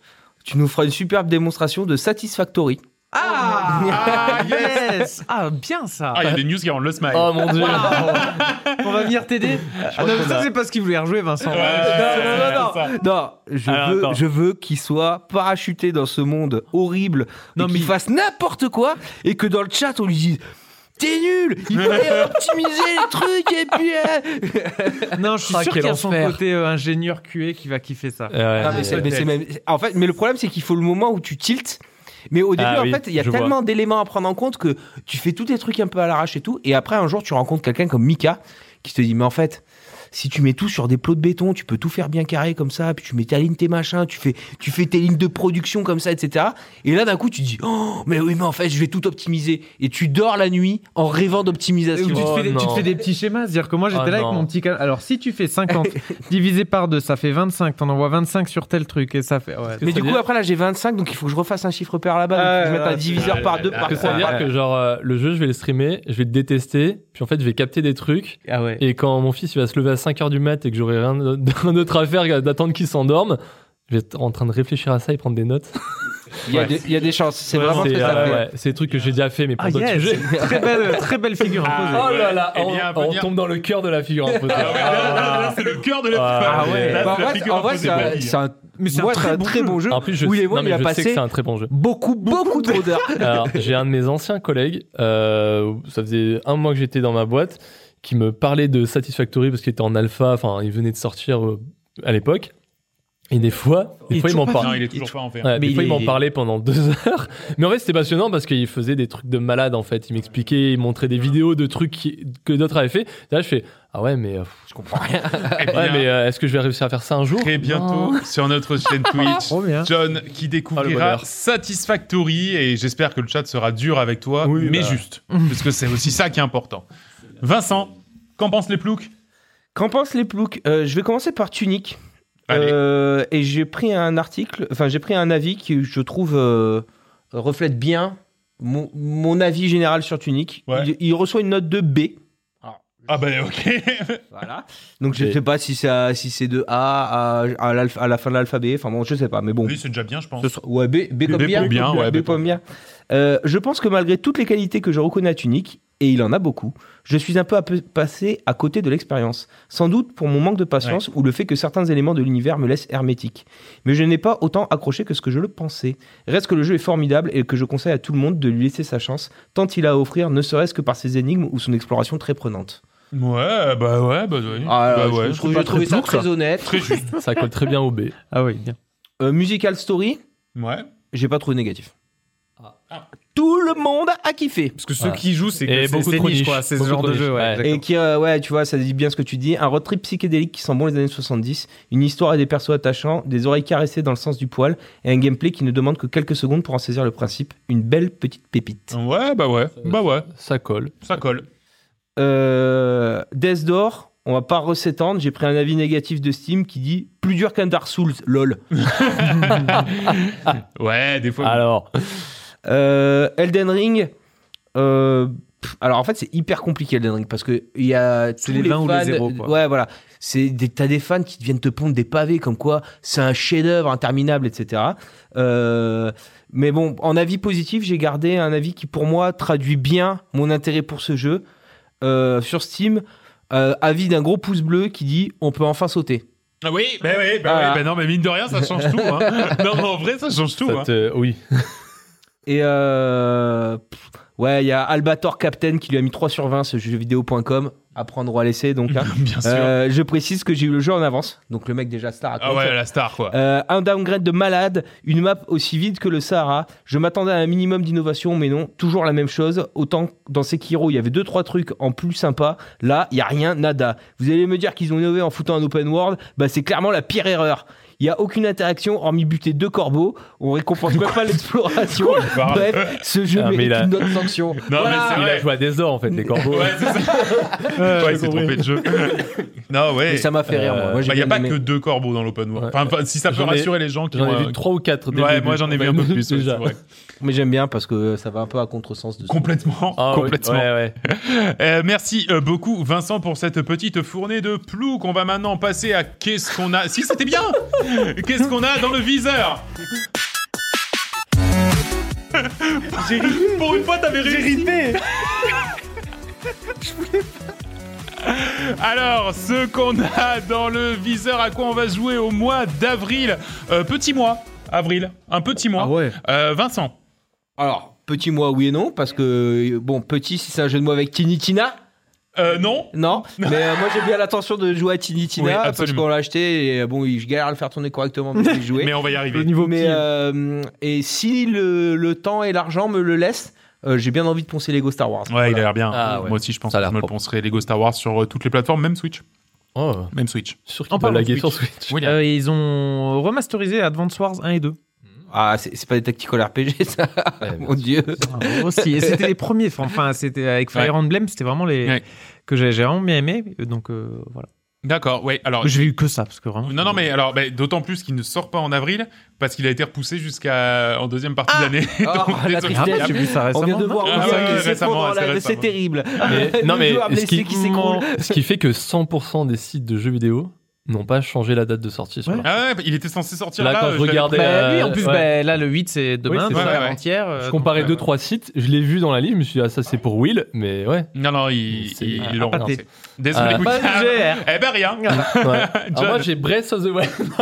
tu nous feras une superbe démonstration de Satisfactory. Ah, yes Ah, bien ça Ah, il y a des news qui rendent le smile. Oh mon dieu. On va venir t'aider Ah non, mais ça, c'est parce qu'il voulait rejouer, Vincent. Ouais, non, non, c'est ça. (laughs) Non, je Alors, veux, attends. je veux qu'il soit parachuté dans ce monde horrible, et Non, qu'il mais- fasse n'importe quoi, et que dans le chat on lui dise T'es nul, il fallait optimiser les trucs, et puis. euh, Non, je suis Ah, sûr quel qu'il y a son enfer. côté euh, ingénieur QA qui va kiffer ça. Eh ouais. Non, Ah, mais c'est- mais c'est même- En fait, mais le problème, c'est qu'il faut le moment où tu tiltes. Mais au début, Ah en oui, fait, il y a je tellement d'éléments à prendre en compte que tu fais tous tes trucs un peu à l'arrache et tout. Et après, un jour, tu rencontres quelqu'un comme Mika qui te dit, mais en fait, si tu mets tout sur des plots de béton, tu peux tout faire bien carré comme ça, puis tu mets ta ligne, tes machins, tu fais, tu fais tes lignes de production comme ça, etc. Et là, d'un coup, tu te dis, oh, mais oui, mais en fait, je vais tout optimiser. Et tu dors la nuit en rêvant Ou d'optimisation. tu, te Oh fais des, tu te non. fais des petits schémas, c'est-à-dire que moi j'étais Ah là non. avec mon petit cal- Alors si tu fais 50 divisé par 2, ça fait 25, t'en envoies 25 sur tel truc et ça fait. ouais. Mais du ça coup, veut après, là, j'ai 25, donc il faut que je refasse un chiffre pair là-bas. donc Ah, il faut que je mette ouais, un diviseur ouais, par ouais, deux, ouais, ouais, par que ça trois. veut dire que genre euh, le jeu je vais le streamer, je vais le détester, puis en fait je vais capter des trucs Ah ouais. et quand mon fils il va se lever à 5h du mat et que j'aurai (laughs) rien d'autre à faire d'attendre qu'il s'endorme, je vais être en train de réfléchir à ça et prendre des notes. Il y a des- il y a des chances. C'est vraiment c'est très euh, ouais, c'est des trucs que j'ai déjà fait mais pour Ah, d'autres yes. sujets. très, belle, très belle figure Ah, imposée. ouais. Oh là là, Eh on, bien, à on venir- tombe dans le cœur de la figure imposée. Ah ouais, là, là, là, c'est le cœur de la Ah Là, ouais. c'est la en vrai, figure en vrai, imposée c'est un- de la vie. c'est un, Mais c'est moi, un c'est très bon jeu. bon jeu. En plus, je, Willy sais- Wonka, non, mais il a je passé- sais que c'est un (laughs) très bon jeu. Beaucoup, beaucoup trop d'heures. Alors, j'ai un de mes anciens collègues, euh, ça faisait un mois que j'étais dans ma boîte, qui me parlait de Satisfactory parce qu'il était en alpha, enfin, il venait de sortir euh, à l'époque. Et des fois, des Il est fois il m'en toujours pas parlait. Non, il est toujours pas en fait. Ouais, Mais des il fois, il est- m'en parlait pendant deux (laughs) heures. Mais en fait, c'était passionnant parce qu'il faisait des trucs de malade, en fait. Il m'expliquait, il montrait des vidéos de trucs qui- que d'autres avaient fait. Et là, je fais, ah ouais, mais, euh, Je comprends rien. Eh bien, ouais, mais euh, est-ce que je vais réussir à faire ça un jour Très bientôt sur notre chaîne Twitch. Oh, Trop bien. John qui Ah, le découvrira bonheur. Satisfactory et j'espère que le chat sera dur avec toi, Oui, mais bah. juste, parce que c'est aussi ça qui est important. Vincent, qu'en pensent les ploucs Qu'en pensent les ploucs Euh, Je vais commencer par Tunic. Allez. Euh, et j'ai pris un article, enfin j'ai pris un avis qui je trouve euh, reflète bien mon, mon avis général sur Tunic. Ouais. Il, il reçoit une note de B. Ah bah ok. Voilà. Donc je B. sais pas si ça, si c'est de A à, à, l'alpha- à la fin de l'alphabet. Enfin bon, je sais pas, mais bon. oui, c'est déjà bien, je pense. Ce sera- ouais, B, B comme B bien. pour bien, ouais, B B pour comme bien. Euh, je pense que malgré toutes les qualités que je reconnais à Tunic, et il en a beaucoup, je suis un peu, à peu- passé à côté de l'expérience. Sans doute pour mon manque de patience ou le fait que certains éléments de l'univers me laissent hermétique. Mais je n'ai pas autant accroché que ce que je le pensais. Reste que le jeu est formidable et que je conseille à tout le monde de lui laisser sa chance, tant il a à offrir, ne serait-ce que par ses énigmes ou son exploration très prenante. Ouais, bah ouais, bah, ouais. Ah, Bah ouais. je trouve- pas j'ai trouvé très ça plouc, ça. très honnête. Très juste. Ça colle très bien au B. Ah oui, bien. Euh, musical Story, Ouais. j'ai pas trouvé négatif. Ah. Tout le monde a kiffé. Parce que ceux qui jouent, c'est Et beaucoup trop niche. C'est ce Beaucoup genre trop de jeu, niche. ouais. Ouais. exactement. Et qui, euh, ouais, tu vois, ça dit bien ce que tu dis. Un road trip psychédélique qui sent bon les années 70, une histoire et des persos attachants, des oreilles caressées dans le sens du poil, et un gameplay qui ne demande que quelques secondes pour en saisir le principe. Une belle petite pépite. Ouais, bah ouais. Bah ouais, Ça colle. ça colle. Euh, Death Door, on va pas resétendre, j'ai pris un avis négatif de Steam qui dit plus dur qu'un Dark Souls, lol. Ouais, des fois. Alors, Euh, Elden Ring, euh, pff, alors en fait c'est hyper compliqué Elden Ring parce que il y a tous les 20 ou les fans- zéros, quoi. Ouais voilà, c'est des t'as des fans qui viennent te pondre des pavés comme quoi c'est un chef-d'œuvre interminable etc. Euh, mais bon en avis positif j'ai gardé un avis qui pour moi traduit bien mon intérêt pour ce jeu Euh, sur Steam. euh, avis d'un gros pouce bleu qui dit on peut enfin sauter. Ah oui, bah oui, bah, Ah. oui, bah non, mais mine de rien, ça change tout. hein. non, mais en vrai, ça change tout. ça hein. te- oui. Et euh, pff, ouais, il y a Albator Captain qui lui a mis 3 sur 20 ce jeu vidéo.com à prendre ou à laisser donc. hein. (laughs) Bien sûr. Euh, je précise que j'ai eu le jeu en avance, donc le mec déjà star à ah ouais, la star, (laughs) quoi. Euh, un downgrade de malade, une map aussi vide que le Sahara. Je m'attendais à un minimum d'innovation, mais non, toujours la même chose. Autant que dans Sekiro, il y avait deux trois trucs en plus sympa. Là, il y a rien, nada. Vous allez me dire qu'ils ont innové en foutant un open world, bah c'est clairement la pire erreur. Il n'y a aucune interaction hormis buter deux corbeaux. On récompense même pas l'exploration. (laughs) Bref, ce jeu Ah, mais mérite là- une autre sanction. Non, Voilà. mais Il a c'est vrai. joué à des ors, en fait, les corbeaux. Ouais, c'est ça. ouais, il s'est trompé de jeu. (laughs) non, ouais. Mais ça m'a fait rire, moi. Moi, j'ai Il n'y Bah, a bien pas aimé. que deux corbeaux dans l'open world. Ouais. Enfin, enfin, si ça peut J'en ai- rassurer les gens qui (laughs) J'en ont, ai euh, vu 3 ou 4 dès le Ouais, début. moi j'en ai vu un (laughs) peu plus. ouais, déjà. c'est vrai. Mais j'aime bien parce que ça va un peu à contresens de ce Complètement. Ah, oui, complètement. ouais, ouais. Euh, merci euh, beaucoup Vincent pour cette petite fournée de plou qu'on va maintenant passer à qu'est-ce qu'on a. Si c'était bien Qu'est-ce qu'on a dans le viseur Pour une fois t'avais réussi (laughs) Alors, ce qu'on a dans le viseur, à quoi on va jouer au mois d'avril Euh, Petit mois, avril, un petit mois. Ah ouais. Euh, Vincent, Alors, petit moi, oui et non, parce que, bon, petit, si c'est un jeu de mots avec Tinitina, euh, non non. Mais euh, moi, j'ai bien l'intention de jouer à Oui, Tinitina, parce absolument. qu'on l'a acheté, et euh, bon, il- je galère à le faire tourner correctement pour y jouer. (laughs) Mais on va y Le arriver. niveau Mais, petit. euh, et si le, le temps et l'argent me le laissent, euh, j'ai bien envie de poncer Lego Star Wars. Ouais, il a l'air bien. Ah ouais. Moi aussi, je pense Ça a que l'air je me le propre. poncerai Lego Star Wars sur euh, toutes les plateformes, même Switch. Oh, Même Switch. sûr En qu'il peut parlant de laguer sur Switch. Oui, il y a- Euh, ils ont remasterisé Advance Wars 1 et 2. Ah, c'est c'est pas des tactical RPG, (laughs) ça. Ouais, Mon dieu. aussi. Et c'était les premiers. Enfin, c'était avec Fire Ouais. Emblem, c'était vraiment les Ouais. que j'ai j'ai vraiment bien aimé. Donc euh, voilà. D'accord, ouais. Alors, J'ai eu que ça parce que vraiment. Non, non, mais alors, bah, d'autant plus qu'il ne sort pas en avril parce qu'il a été repoussé jusqu'à en deuxième Ah. partie de l'année. Oh, (laughs) Donc, la désolé. Ah, tristesse. moi, j'ai vu ça On récemment. vient de non voir Ah Oursat ouais, qui ouais, s'effondre récemment, dans ouais, la- c'est récemment. C'est terrible. (laughs) (laughs) Mais- Le non, mais joueur ce qui, blessé qui s'écroule. (laughs) ce qui fait que 100% des sites de jeux vidéo n'ont pas changé la date de sortie. sur Ouais. Ah ouais, bah, il était censé sortir là. Là, quand euh, je l'avais regardais- pris. Bah, Euh, oui, en plus, ouais. bah, là, le 8, c'est demain, Oui, c'est c'est ça, ouais. avant-hier. leur- euh, Je donc, comparais euh, 2-3 sites, je l'ai vu dans la liste, je me suis dit, ah, ça c'est pour Will, (laughs) mais ouais. Non, non, il- C'est- il- ah, ils l'ont raté. relancé. Désolé, Ah, Quick. Pas de GR. Eh ben (laughs) rien. Ouais. John. Alors moi j'ai Breath of (laughs) the Wild. Breath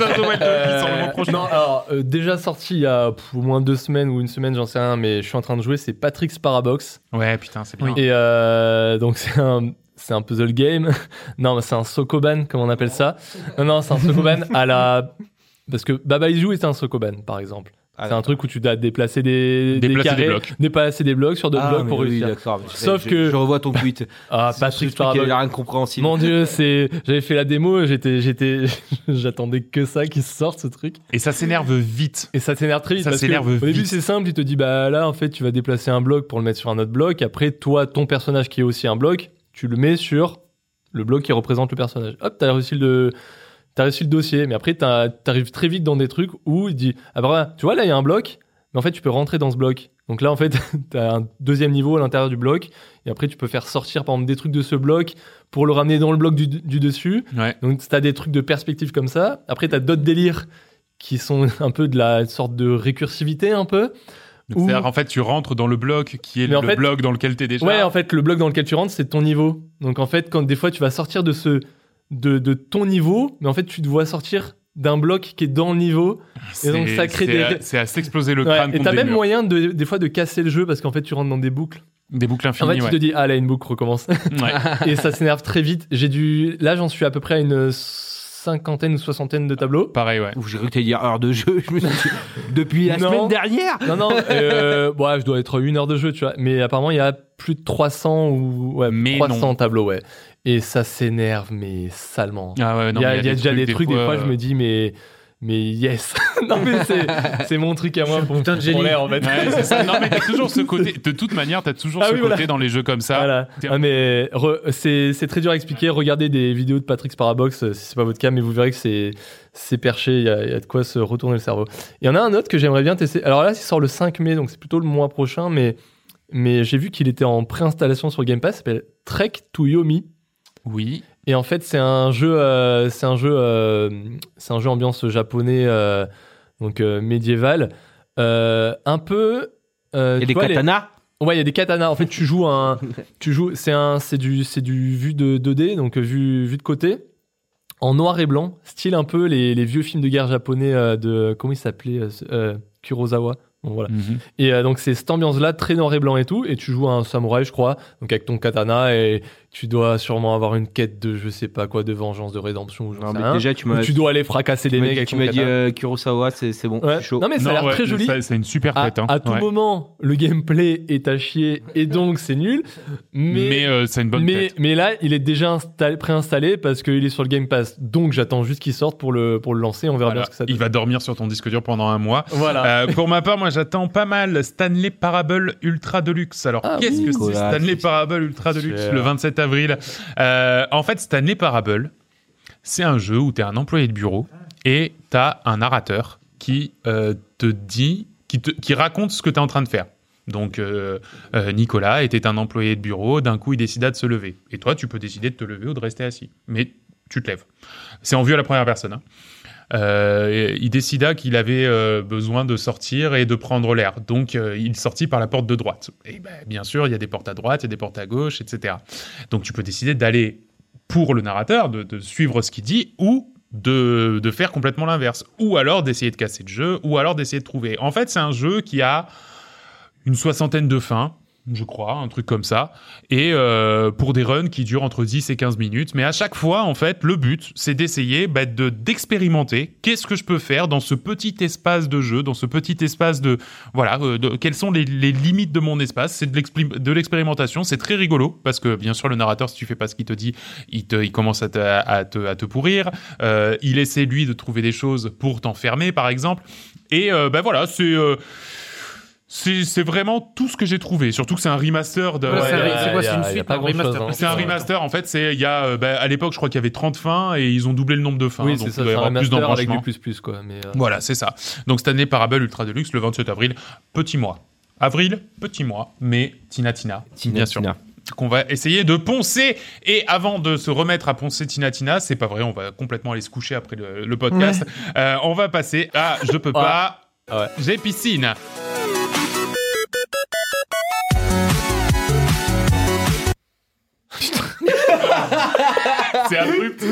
of the Wild 2 qui sort le mois Euh, prochain. non, alors euh, déjà sorti il y a pff, au moins deux semaines ou une semaine, j'en sais rien, mais je suis en train de jouer, c'est Patrick's Parabox. Ouais, putain, c'est bien. Et euh, donc c'est un, c'est un puzzle game. (laughs) non, mais c'est un Sokoban, comme on appelle ça. Non, non, c'est un Sokoban à la. Parce que Baba Izu est un Sokoban, par exemple. Ah, c'est un truc où tu dois déplacer des, des Déplacer des carrés, blocs. déplacer des blocs sur deux Ah, blocs mais pour oui, réussir. d'accord. mais Sauf je- que- Je revois ton tweet. Ah, Ce- Patrick's ce truc, Parabox. Il a rien de compréhensible. Mon dieu, c'est j'avais fait la démo, j'étais j'étais (laughs) j'attendais que ça qu'il sorte ce truc Et ça s'énerve vite. et ça t'énerve très vite Ça parce que s'énerve au début vite. c'est simple, il te dit bah là en fait tu vas déplacer un bloc pour le mettre sur un autre bloc, après toi ton personnage qui est aussi un bloc, tu le mets sur le bloc qui représente le personnage. Hop, t'as réussi le t'as réussi le dossier, mais après t'as- t'arrives très vite dans des trucs où il dit ah bah voilà, tu vois là il y a un bloc, mais en fait tu peux rentrer dans ce bloc. Donc là en fait (laughs) t'as un deuxième niveau à l'intérieur du bloc et après tu peux faire sortir par exemple des trucs de ce bloc pour le ramener dans le bloc du- du dessus. Ouais. Donc t'as des trucs de perspective comme ça. Après t'as d'autres délires qui sont un peu de la sorte de récursivité un peu. Ou- C'est-à-dire, en fait, tu rentres dans le bloc qui est Mais le en fait- bloc dans lequel t'es déjà. Ouais, en fait le bloc dans lequel tu rentres c'est ton niveau. Donc en fait quand des fois tu vas sortir de ce de, de ton niveau, mais en fait tu te vois sortir d'un bloc qui est dans le niveau. C'est- donc, ça crée c'est des- à- C'est à s'exploser le Ouais, crâne et contre t'as des même murs. moyen de, des fois de casser le jeu parce qu'en fait tu rentres dans des boucles. Des boucles en fait infinies, tu ouais. te dis ah là une boucle (laughs) recommence Ouais. et ça s'énerve très vite. J'ai dû là j'en suis à peu près à une cinquantaine ou soixantaine de tableaux. Pareil, ouais. Ouf, J'ai cru que t'allais dire heure de jeu. Je me suis dit, depuis la Non. semaine dernière. Non, non, euh, bon, ouais, je dois être une heure de jeu, tu vois. Mais apparemment, il y a plus de 300 ou ouais, Mais 300 non. tableaux, ouais. Et ça s'énerve, mais salement. (laughs) Ah ouais, Il non, y a, mais il y a déjà des trucs, des fois, je euh, me dis, mais, mais yes. (laughs) non, mais c'est, c'est mon truc à moi pour, putain de pour génie. l'air, en fait. (laughs) Ouais, c'est ça. Non, mais t'as toujours ce côté. De toute manière, t'as toujours Ah ce oui, côté voilà. dans les jeux comme ça. Voilà. Tiens. Ah, mais re- c'est, c'est très dur à expliquer. Regardez des vidéos de Patrick Sparabox euh, si c'est pas votre cas, mais vous verrez que c'est, c'est perché. Il y, a il y a de quoi se retourner le cerveau. Il y en a un autre que j'aimerais bien tester. Alors là, il sort le 5 mai, donc c'est plutôt le mois prochain, mais, mais j'ai vu qu'il était en préinstallation sur Game Pass. Ça s'appelle Trek to Yomi. Oui. Et en fait, c'est un jeu, euh, c'est un jeu, euh, c'est un jeu ambiance japonais, euh, donc euh, médiéval, Euh, un peu. Il y euh, a tu des vois, les- katanas. Ouais, il y a des katanas. En fait, tu (laughs) joues un, tu joues, c'est un, c'est du, c'est du vu de 2D, donc euh, vu, vu de côté, en noir et blanc, style un peu les, les vieux films de guerre japonais euh, de comment il s'appelait euh, ce- euh, Kurosawa. Bon, voilà. Mhm. Et euh, donc c'est cette ambiance-là, très noir et blanc et tout, et tu joues un samouraï, je crois, donc avec ton katana, et tu dois sûrement avoir une quête de, je sais pas quoi, de vengeance, de rédemption, ou j'en Non, sais mais rien. déjà, tu Ou m'as. tu dois aller fracasser tu des m'as mecs dit- avec tu ton m'as dit katana. euh, Kurosawa, c'est c'est bon, Ouais. je suis chaud. Non mais ça a Non, l'air ouais, très joli. ça, C'est une super À, fête. hein. à tout Ouais. moment, le gameplay est à chier et donc c'est nul. Mais, Mais, euh, c'est une bonne mais, fête. mais là, il est déjà installé, préinstallé parce qu'il est sur le Game Pass. Donc j'attends juste qu'il sorte pour le, pour le lancer. On verra bien Voilà. ce que ça Il donne. va dormir sur ton disque dur pendant un mois. Voilà. Euh, pour ma part, moi j'attends pas mal Stanley Parable Ultra Deluxe. Alors Ah qu'est-ce oui, que c'est Nicolas, Stanley c'est- Parable Ultra c'est Deluxe cher. le 27 avril Euh, En fait, Stanley Parable, c'est un jeu où tu es un employé de bureau et tu as un narrateur qui euh, te dit, qui, te- qui raconte ce que tu es en train de faire. Donc euh, euh, Nicolas était un employé de bureau, d'un coup il décida de se lever. Et toi, tu peux décider de te lever ou de rester assis. Mais tu te lèves. C'est en vue à la première personne. hein. Euh, il décida qu'il avait euh, besoin de sortir et de prendre l'air. Donc, euh, il sortit par la porte de droite. Et ben, bien sûr, il y a des portes à droite, il y a des portes à gauche, etc. Donc, tu peux décider d'aller pour le narrateur, de, de suivre ce qu'il dit, ou de, de faire complètement l'inverse. Ou alors d'essayer de casser le jeu, ou alors d'essayer de trouver. En fait, c'est un jeu qui a une soixantaine de fins. je crois, un truc comme ça, et euh, pour des runs qui durent entre 10 et 15 minutes. Mais à chaque fois, en fait, le but, c'est d'essayer bah, de d'expérimenter qu'est-ce que je peux faire dans ce petit espace de jeu, dans ce petit espace de... Voilà, euh, de- quelles sont les, les limites de mon espace. C'est de l'expli- de l'expérimentation, c'est très rigolo, parce que bien sûr, le narrateur, si tu fais pas ce qu'il te dit, il, te, il commence à te, à te, à te pourrir. Euh, il essaie, lui, de trouver des choses pour t'enfermer, par exemple. Et euh, bah voilà, c'est... euh, c'est c'est vraiment tout ce que j'ai trouvé. Surtout que c'est un remaster de. Voilà, Ouais, c'est un- euh, c'est quoi y a- C'est une y a suite pas un grand-chose, remaster hein. c'est un remaster en fait. C'est il y a euh, bah, à l'époque je crois qu'il y avait 30 fins et ils ont doublé le nombre de fins. oui, hein, donc c'est il ça, doit y c'est un avoir plus master avec du d'embranchements. plus plus quoi. Mais euh, Voilà, c'est ça. Donc cette année Parable Ultra Deluxe le 27 avril, petit mois. Avril, petit mois, mais Tina Tina, bien sûr. Qu'on va essayer de poncer. Et avant de se remettre à poncer Tina Tina, c'est pas vrai, on va complètement aller se coucher après le, le podcast. Euh, on va passer à Je peux pas. Ouais. J'ai piscine. C'est abrupt,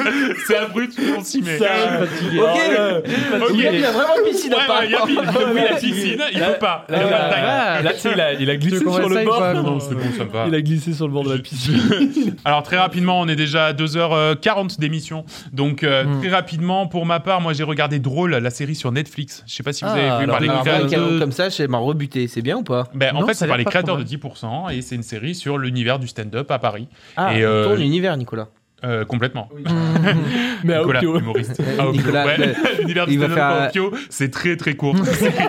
c'est abrupt, mais on s'y met. Il y a- il y a vraiment piscine Ouais, à part. ouais, il y a pi- depuis la piscine, il peut pas. Il y a là, la taille. Ah, Là, tu sais, il a, il a glissé Tu comprends sur le ça, bord. Ivan Ah non, c'est bon, ça me va. Il a glissé sur le bord de la Je- piscine. (laughs) Alors très rapidement, on est déjà à 2h40 d'émission. Donc euh, Mm. très rapidement, pour ma part, moi j'ai regardé Drôle, la série sur Netflix. Je sais pas si vous Ah, avez vu alors, par les (laughs) Alors, créateurs. avec un nom de- comme ça, je m'a rebuté. C'est bien ou pas Ben, en Non, fait, ça c'est a par l'air les pas créateurs de trop 10% et c'est une série sur l'univers du stand-up à Paris. Ah, Et, euh, ton univers, Nicolas. Euh, complètement. Mais à Nicolas, Okio. humoriste. Ah, Okio, Nicolas, ouais. le- (laughs) L'univers du il va stand-up à faire- Okio, c'est très très (laughs) court. (laughs)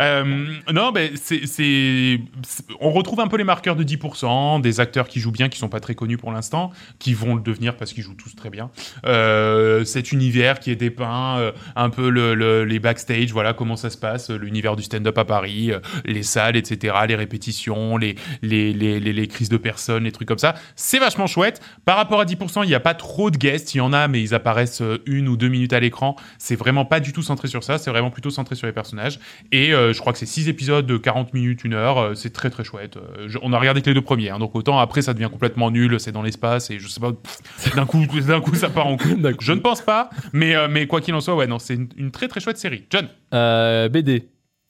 Euh, non, ben c'est, c'est, c'est- on retrouve un peu les marqueurs de 10%, des acteurs qui jouent bien, qui sont pas très connus pour l'instant, qui vont le devenir parce qu'ils jouent tous très bien. Euh, cet univers qui est dépeint, euh, un peu le- le- les backstage, voilà comment ça se passe, euh, l'univers du stand-up à Paris, euh, les salles, etc., les répétitions, les, les, les, les, les crises de personnes, les trucs comme ça. C'est vachement chouette. Par rapport à 10%, il n'y a pas trop de guests. Il y en a, mais ils apparaissent euh, une ou deux minutes à l'écran. C'est vraiment pas du tout centré sur ça. C'est vraiment plutôt centré sur les personnages. Et euh, je crois que c'est 6 épisodes de 40 minutes, 1 heure. Euh, c'est très très chouette. Euh, je- on a regardé que les deux premiers. hein. donc autant après, ça devient complètement nul. C'est dans l'espace et je sais pas. pff, D'un coup, (laughs) d'un coup, ça part en couille. D'un coup. Je ne pense pas. Mais, euh, mais quoi qu'il en soit, ouais, non, c'est une, une très très chouette série. John. Euh, BD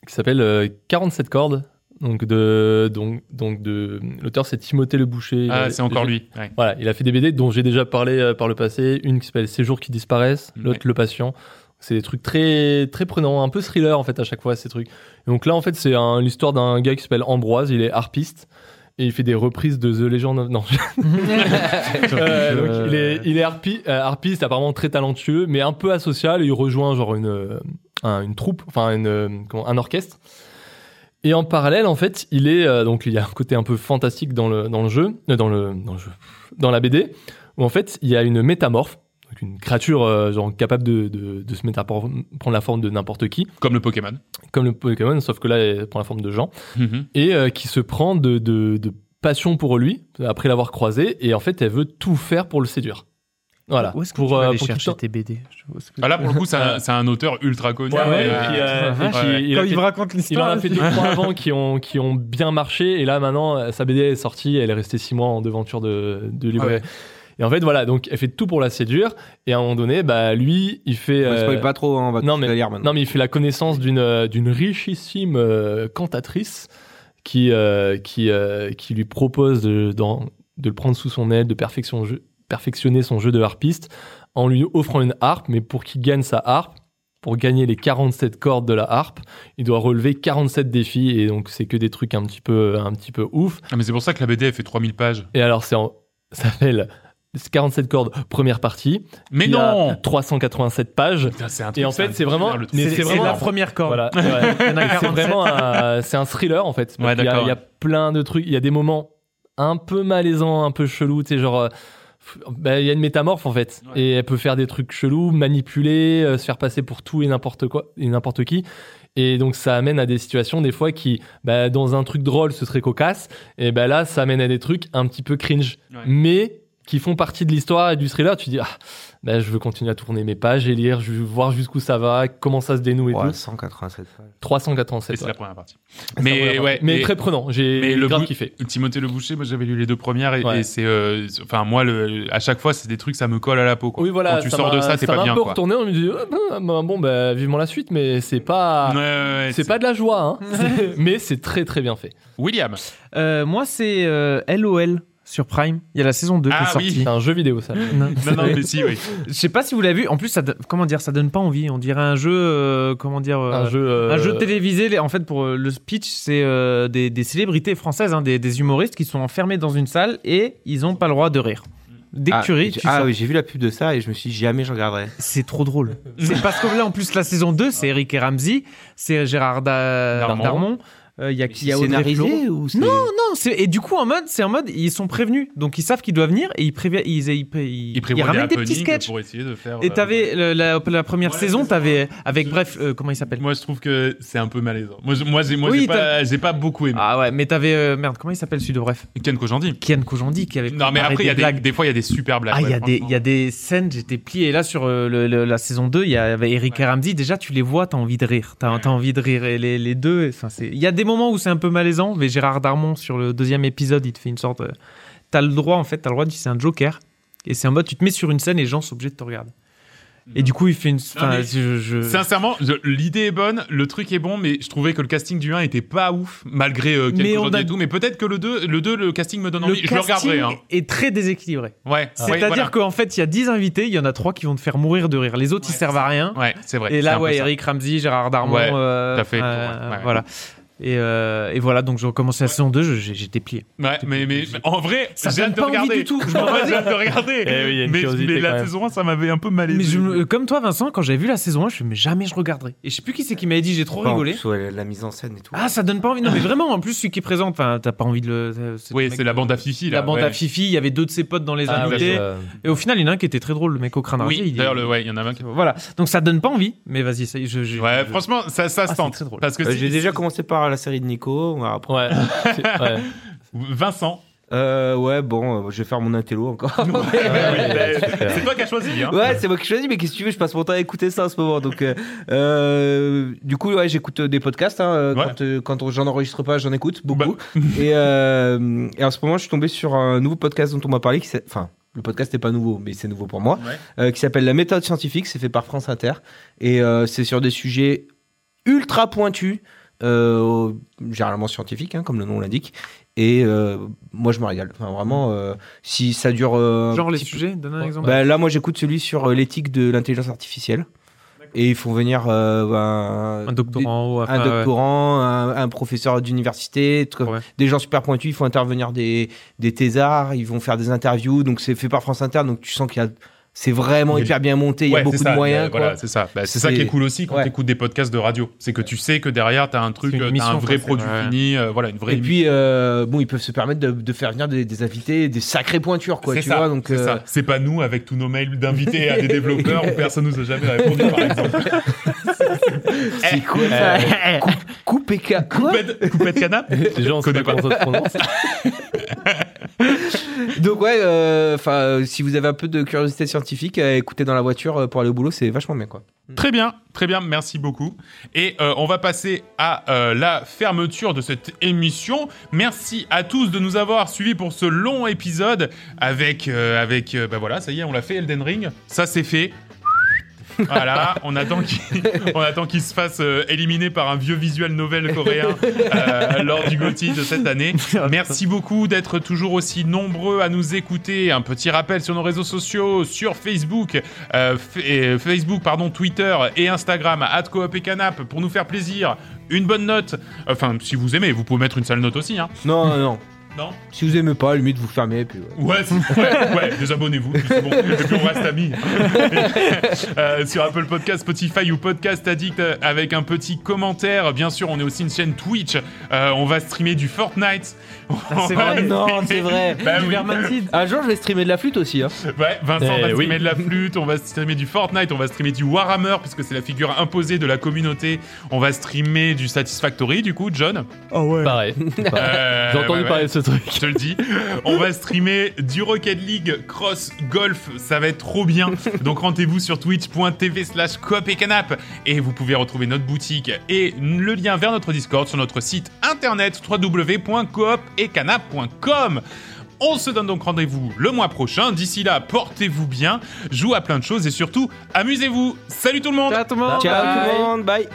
qui s'appelle euh, 47 cordes. Donc de donc donc de l'auteur c'est Timothée Le Boucher. Ah, Euh, c'est encore lui. Ouais. Voilà, il a fait des BD dont j'ai déjà parlé euh, par le passé, une qui s'appelle Ces jours qui disparaissent, l'autre Le patient. C'est des trucs très très prenants, un peu thriller en fait à chaque fois ces trucs. Et donc là en fait c'est un- l'histoire d'un gars qui s'appelle Ambroise, il est harpiste et il fait des reprises de The Legend of non. (laughs) Euh, donc, il est, il est harpi- euh, harpiste, apparemment très talentueux, mais un peu asocial. Et il rejoint genre une, euh, un- une troupe, enfin une, euh, comment- un orchestre. Et en parallèle, en fait, il est euh, donc il y a un côté un peu fantastique dans le dans le jeu, euh, dans le dans le jeu, dans la BD, où en fait il y a une métamorphe, donc une créature euh, genre capable de, de, de se métamorph- prendre la forme de n'importe qui, Comme le Pokémon. (laughs) comme le Pokémon, sauf que là elle prend la forme de gens Mhm. et euh, qui se prend de, de, de passion pour lui après l'avoir croisé et en fait elle veut tout faire pour le séduire. Voilà. Où est-ce qu'on pour, peut euh, aller pour qu'il chercher tente- tes BD Je vois ce que- Ah, là, pour le coup, c'est un, c'est un auteur ultra connu. Ouais, ouais, et Euh, puis, euh, ouais, et puis, ouais. il a Quand il fait- vous raconte il en l'histoire, a fait deux trois avant qui ont, qui ont bien marché et là maintenant euh, sa BD est sortie elle est restée six mois en devanture de, de librairie. Et en fait voilà donc elle fait tout pour la séduire et à un moment donné bah lui il fait On euh, spoil pas trop, hein, on va non, tout mais- te lire maintenant. Non, mais il fait la connaissance d'une euh, d'une richissime euh, cantatrice qui, euh, qui, euh, qui lui propose de, d'en- de le prendre sous son aide, de perfection- jeu- perfectionner son jeu de harpiste en lui offrant une harpe, mais pour qu'il gagne sa harpe, pour gagner les 47 cordes de la harpe, il doit relever 47 défis et donc c'est que des trucs un petit peu, un petit peu ouf. Ah, mais c'est pour ça que la BD, elle fait 3000 pages. Et alors, c'est en- (laughs) ça s'appelle 47 cordes, première partie. Mais Il y a non 387 pages. Putain, c'est un truc, Et en c'est un fait, c'est thriller, vraiment. le mais truc. c'est vraiment la première Oh. corde. voilà, (laughs) ouais. Il y en a Et C'est 47. vraiment un, c'est un thriller en fait. Ouais, il, y a, d'accord. il y a plein de trucs, il y a des moments un peu malaisants, un peu chelous, tu sais, genre. euh, f- bah, il y a une métamorphe en fait Ouais. et elle peut faire des trucs chelous, manipuler, euh, se faire passer pour tout et n'importe quoi et n'importe qui. Et donc ça amène à des situations des fois qui, bah, dans un truc drôle, ce serait cocasse. Et ben là, ça amène à des trucs un petit peu cringe, Ouais. mais qui font partie de l'histoire et du thriller, tu dis ah, ben, je veux continuer à tourner mes pages et lire, je veux voir jusqu'où ça va, comment ça se dénoue et tout. 387 pages. Et 387. c'est ouais. la première partie. Ça, Mais, ouais, ouais, mais et- très prenant. J'ai mais le grave bout- kiffé. Timothée Le Boucher, moi j'avais lu les deux premières et, Ouais. et c'est, euh, c'est- enfin moi, le, à chaque fois c'est des trucs ça me colle à la peau. Quoi. Oui, voilà. Quand tu sors de m'a- ça, t'es pas m'a bien. un peu Quoi. retourné, on me dit ah, ben, ben, bon, ben, vivement la suite, mais c'est pas. Ouais, ouais, ouais, Ah, C'est pas de la joie, (laughs) hein. C'est- (laughs) mais c'est très très bien fait. William. Euh, moi, c'est euh, LOL sur Prime. Il y a la saison 2 qui Ah est sortie. oui. C'est un jeu vidéo, ça. Non, non, mais si, oui. Je sais pas si vous l'avez vu. En plus, ça don- comment dire, ça donne pas envie. On dirait un jeu, euh, comment dire, euh, un jeu. euh, un jeu télévisé. Les- En fait, pour euh, le speech, c'est euh, des, des célébrités françaises, hein, des, des humoristes qui sont enfermés dans une salle et ils ont pas le droit de rire. Dès que Ah, tu ris, j'ai- tu ah sors. oui, j'ai vu la pub de ça et je me suis dit, jamais je regarderai. c'est trop drôle. (laughs) c'est parce que là, en plus, la saison 2, c'est Eric et Ramsey, c'est Gérard Da- Darmon. Darmon. Euh, Il y a qui il y a Audrey Flo. scénarisé ou c'est- Non, c'est- et du coup en mode c'est en mode ils sont prévenus donc ils savent qu'ils doivent venir et ils préviennent ils, ils, ils- Il prévoit ils ramènent des petits happenings sketchs pour essayer de faire. et euh, t'avais le- la, la première Ouais, saison c'est ça. t'avais avec bref euh, comment il s'appelle Moi, je trouve que c'est un peu malaisant. Moi, je- moi, j'ai, moi, Oui, j'ai pas, j'ai pas beaucoup aimé. ah ouais mais t'avais euh, merde comment il s'appelle celui de bref Ken Kojandi. Kian Kojandi qui avait Non, mais préparé après, il y a des, blagues. des fois, il y a des super blagues. ah il y ouais, a des il y franchement. a des scènes j'étais plié et là sur euh, le- le- la saison 2 il y avait Eric et Ramsey déjà tu les vois t'as envie de rire t'as t'as envie de rire et les, les deux enfin c'est il y a des moments où c'est un peu malaisant mais Gérard Darmon sur le deuxième épisode il te fait une sorte euh, t'as le droit en fait t'as le droit de c'est un Joker et c'est en mode tu te mets sur une scène et les gens sont obligés de te regarder et du coup il fait une enfin, mais je- je- Sincèrement, je- l'idée est bonne, le truc est bon, mais je trouvais que le casting du 1 était pas ouf, malgré euh, Ken Mais on Kojandi a- et tout. Mais peut-être que le 2, le 2, le casting me donne envie. je le casting regarderai. Hein. est très déséquilibré. Ouais, ouais, C'est-à-dire voilà. qu'en fait, il y a 10 invités, il y en a 3 qui vont te faire mourir de rire. Les autres, Ouais, ils servent à rien. Ouais, c'est vrai. Et c'est un là, peu ouais, ça. Eric Ramsey, Gérard Darmon, Ouais, euh, tout à fait, euh, ouais, ouais. voilà. Et, euh, et voilà, donc j'ai recommencé la saison 2, je- j'ai- j'étais plié. Ouais, mais, mais mais en vrai, Ça j'ai hâte donne de pas envie regarder. (laughs) du tout, je Non, m'en vais. j'ai hâte de regarder. Eh oui, il y a une mais, curiosité mais quand la même. saison 1, ça m'avait un peu malaisé. Mais je me- comme toi, Vincent, quand j'ai vu la saison 1, je me suis dit, mais jamais je regarderai. Et je sais plus qui c'est qui m'avait dit, j'ai trop Pas en rigolé. plus, ouais, la mise en scène et tout. Ah, ça donne pas envie. Non, mais vraiment, en plus, celui qui est présent, enfin, t'as pas envie de le. c'est le Oui, mec c'est la de- bande à Fifi. La là, bande ouais. à Fifi, il y avait deux de ses potes dans les Ah, oui, invités. euh, Et au final, il y en a un qui était très drôle, le mec au crâne rasé, Oui, il- d'ailleurs, le- ouais, il y en a un qui. Voilà, donc ça donne pas envie, mais vas-y, ça y est, je. je- Ouais, je- franchement, ça, ça se Ah, c'est tente. très drôle. Parce que Euh, si- j'ai déjà commencé par la série de Nico. on va après- bah, (laughs) Ouais. C'est- ouais. (laughs) Vincent. Euh, ouais, bon, euh, je vais faire mon intello (laughs) encore. ouais, Oui, super. c'est toi qui as choisi. Hein. (laughs) Ouais, c'est moi qui choisis, mais qu'est-ce que tu veux Je passe mon temps à écouter ça en ce moment. Donc, euh, euh, du coup, ouais, j'écoute euh, des podcasts. hein, euh, Ouais. Quand, euh, quand on- j'en enregistre pas, j'en écoute beaucoup. Bah. (laughs) et, euh, et en ce moment, je suis tombé sur un nouveau podcast dont on m'a parlé. Qui s'est- enfin, le podcast n'est pas nouveau, mais c'est nouveau pour moi. Ouais. euh, qui s'appelle La méthode scientifique. C'est fait par France Inter. Et euh, c'est sur des sujets ultra pointus, euh, généralement scientifiques, hein, comme le nom l'indique. Et euh, moi, je me régale. Enfin, vraiment, euh, si ça dure. euh, un Genre les petit peu- sujets, donne un exemple. bah, là, moi, j'écoute celui sur euh, l'éthique de l'intelligence artificielle. Et ils font venir euh, bah, un doctorant ou un enfin, ouais. doctorant, un, un professeur d'université, tout- (laughs) Ouais. des gens super pointus. Ils font intervenir des, des thésards, ils vont faire des interviews. Donc, c'est fait par France Inter. Donc, tu sens qu'il y a. C'est vraiment Il y a- hyper bien monté, il y Ouais, a c'est beaucoup ça, de moyens. euh, quoi. Voilà, c'est ça. Bah, c'est ça C'est- qui est cool aussi quand Ouais. tu écoutes des podcasts de radio. C'est que tu sais que derrière, t'as un truc, C'est une euh, t'as mission, un vrai quoi, produit c'est- ouais. fini, euh, voilà, une vraie Et puis, euh, bon, ils peuvent se permettre de, de faire venir des, des invités, des sacrées pointures, quoi. C'est Tu ça, vois, donc, c'est euh, ça. C'est pas nous avec tous nos mails d'invités à des développeurs où personne nous a jamais répondu, (laughs) par exemple. Eh, c'est quoi ça (laughs) Coupe- Coupe et ca- quoi Coupette, coupette canap Les gens, on sait Connais pas comment ça se prononce. (laughs) Donc ouais, euh, enfin, euh, si vous avez un peu de curiosité scientifique, à écouter dans la voiture euh, pour aller au boulot, c'est vachement bien quoi. Très bien, très bien, merci beaucoup. Et euh, on va passer à euh, la fermeture de cette émission. Merci à tous de nous avoir suivis pour ce long épisode avec euh, avec euh, bah voilà, ça y est, on l'a fait Elden Ring, ça c'est fait. Voilà, on attend qu'il (laughs) on attend qu'il se fasse euh, éliminer par un vieux visuel novel coréen euh, lors du GOTY de cette année. Merci beaucoup d'être toujours aussi nombreux à nous écouter. Un petit rappel sur nos réseaux sociaux, sur Facebook, euh, f- et Facebook, pardon, Twitter et Instagram, @coop et canap, pour nous faire plaisir. Une bonne note. Enfin, si vous aimez, vous pouvez mettre une sale note aussi, hein. Non, non, non. Non Si vous aimez pas, à la limite vous (laughs) fermez. Puis, ouais. Ouais, c'est- ouais, ouais, désabonnez-vous, c'est bon. Et puis on reste amis. (laughs) Euh, sur Apple Podcast, Spotify ou Podcast Addict euh, avec un petit commentaire. Bien sûr, on est aussi une chaîne Twitch. Euh, on va streamer du Fortnite. c'est On va vrai. Non, streamer- c'est vrai. (laughs) Bah oui. Vermintide. Un jour, je vais streamer de la flûte aussi. Hein. Ouais, Vincent Eh va oui. streamer de la flûte, on va streamer du Fortnite, on va streamer du Warhammer, puisque c'est la figure imposée de la communauté. On va streamer du Satisfactory, du coup, John. Euh, Oh ouais. Pareil. Pareil. J'ai entendu ouais, parler de ce truc. Je te le dis. On va streamer du Rocket League Cross Golf. Ça va être trop bien. Donc rendez-vous sur twitch.tv slash coop et canap. Et vous pouvez retrouver notre boutique et le lien vers notre Discord sur notre site internet www.coop-et-canap.com on se donne donc rendez-vous le mois prochain. D'ici là, portez-vous bien, jouez à plein de choses et surtout, amusez-vous. Salut tout le monde Ciao tout le monde. Ciao Bye. tout le monde, bye.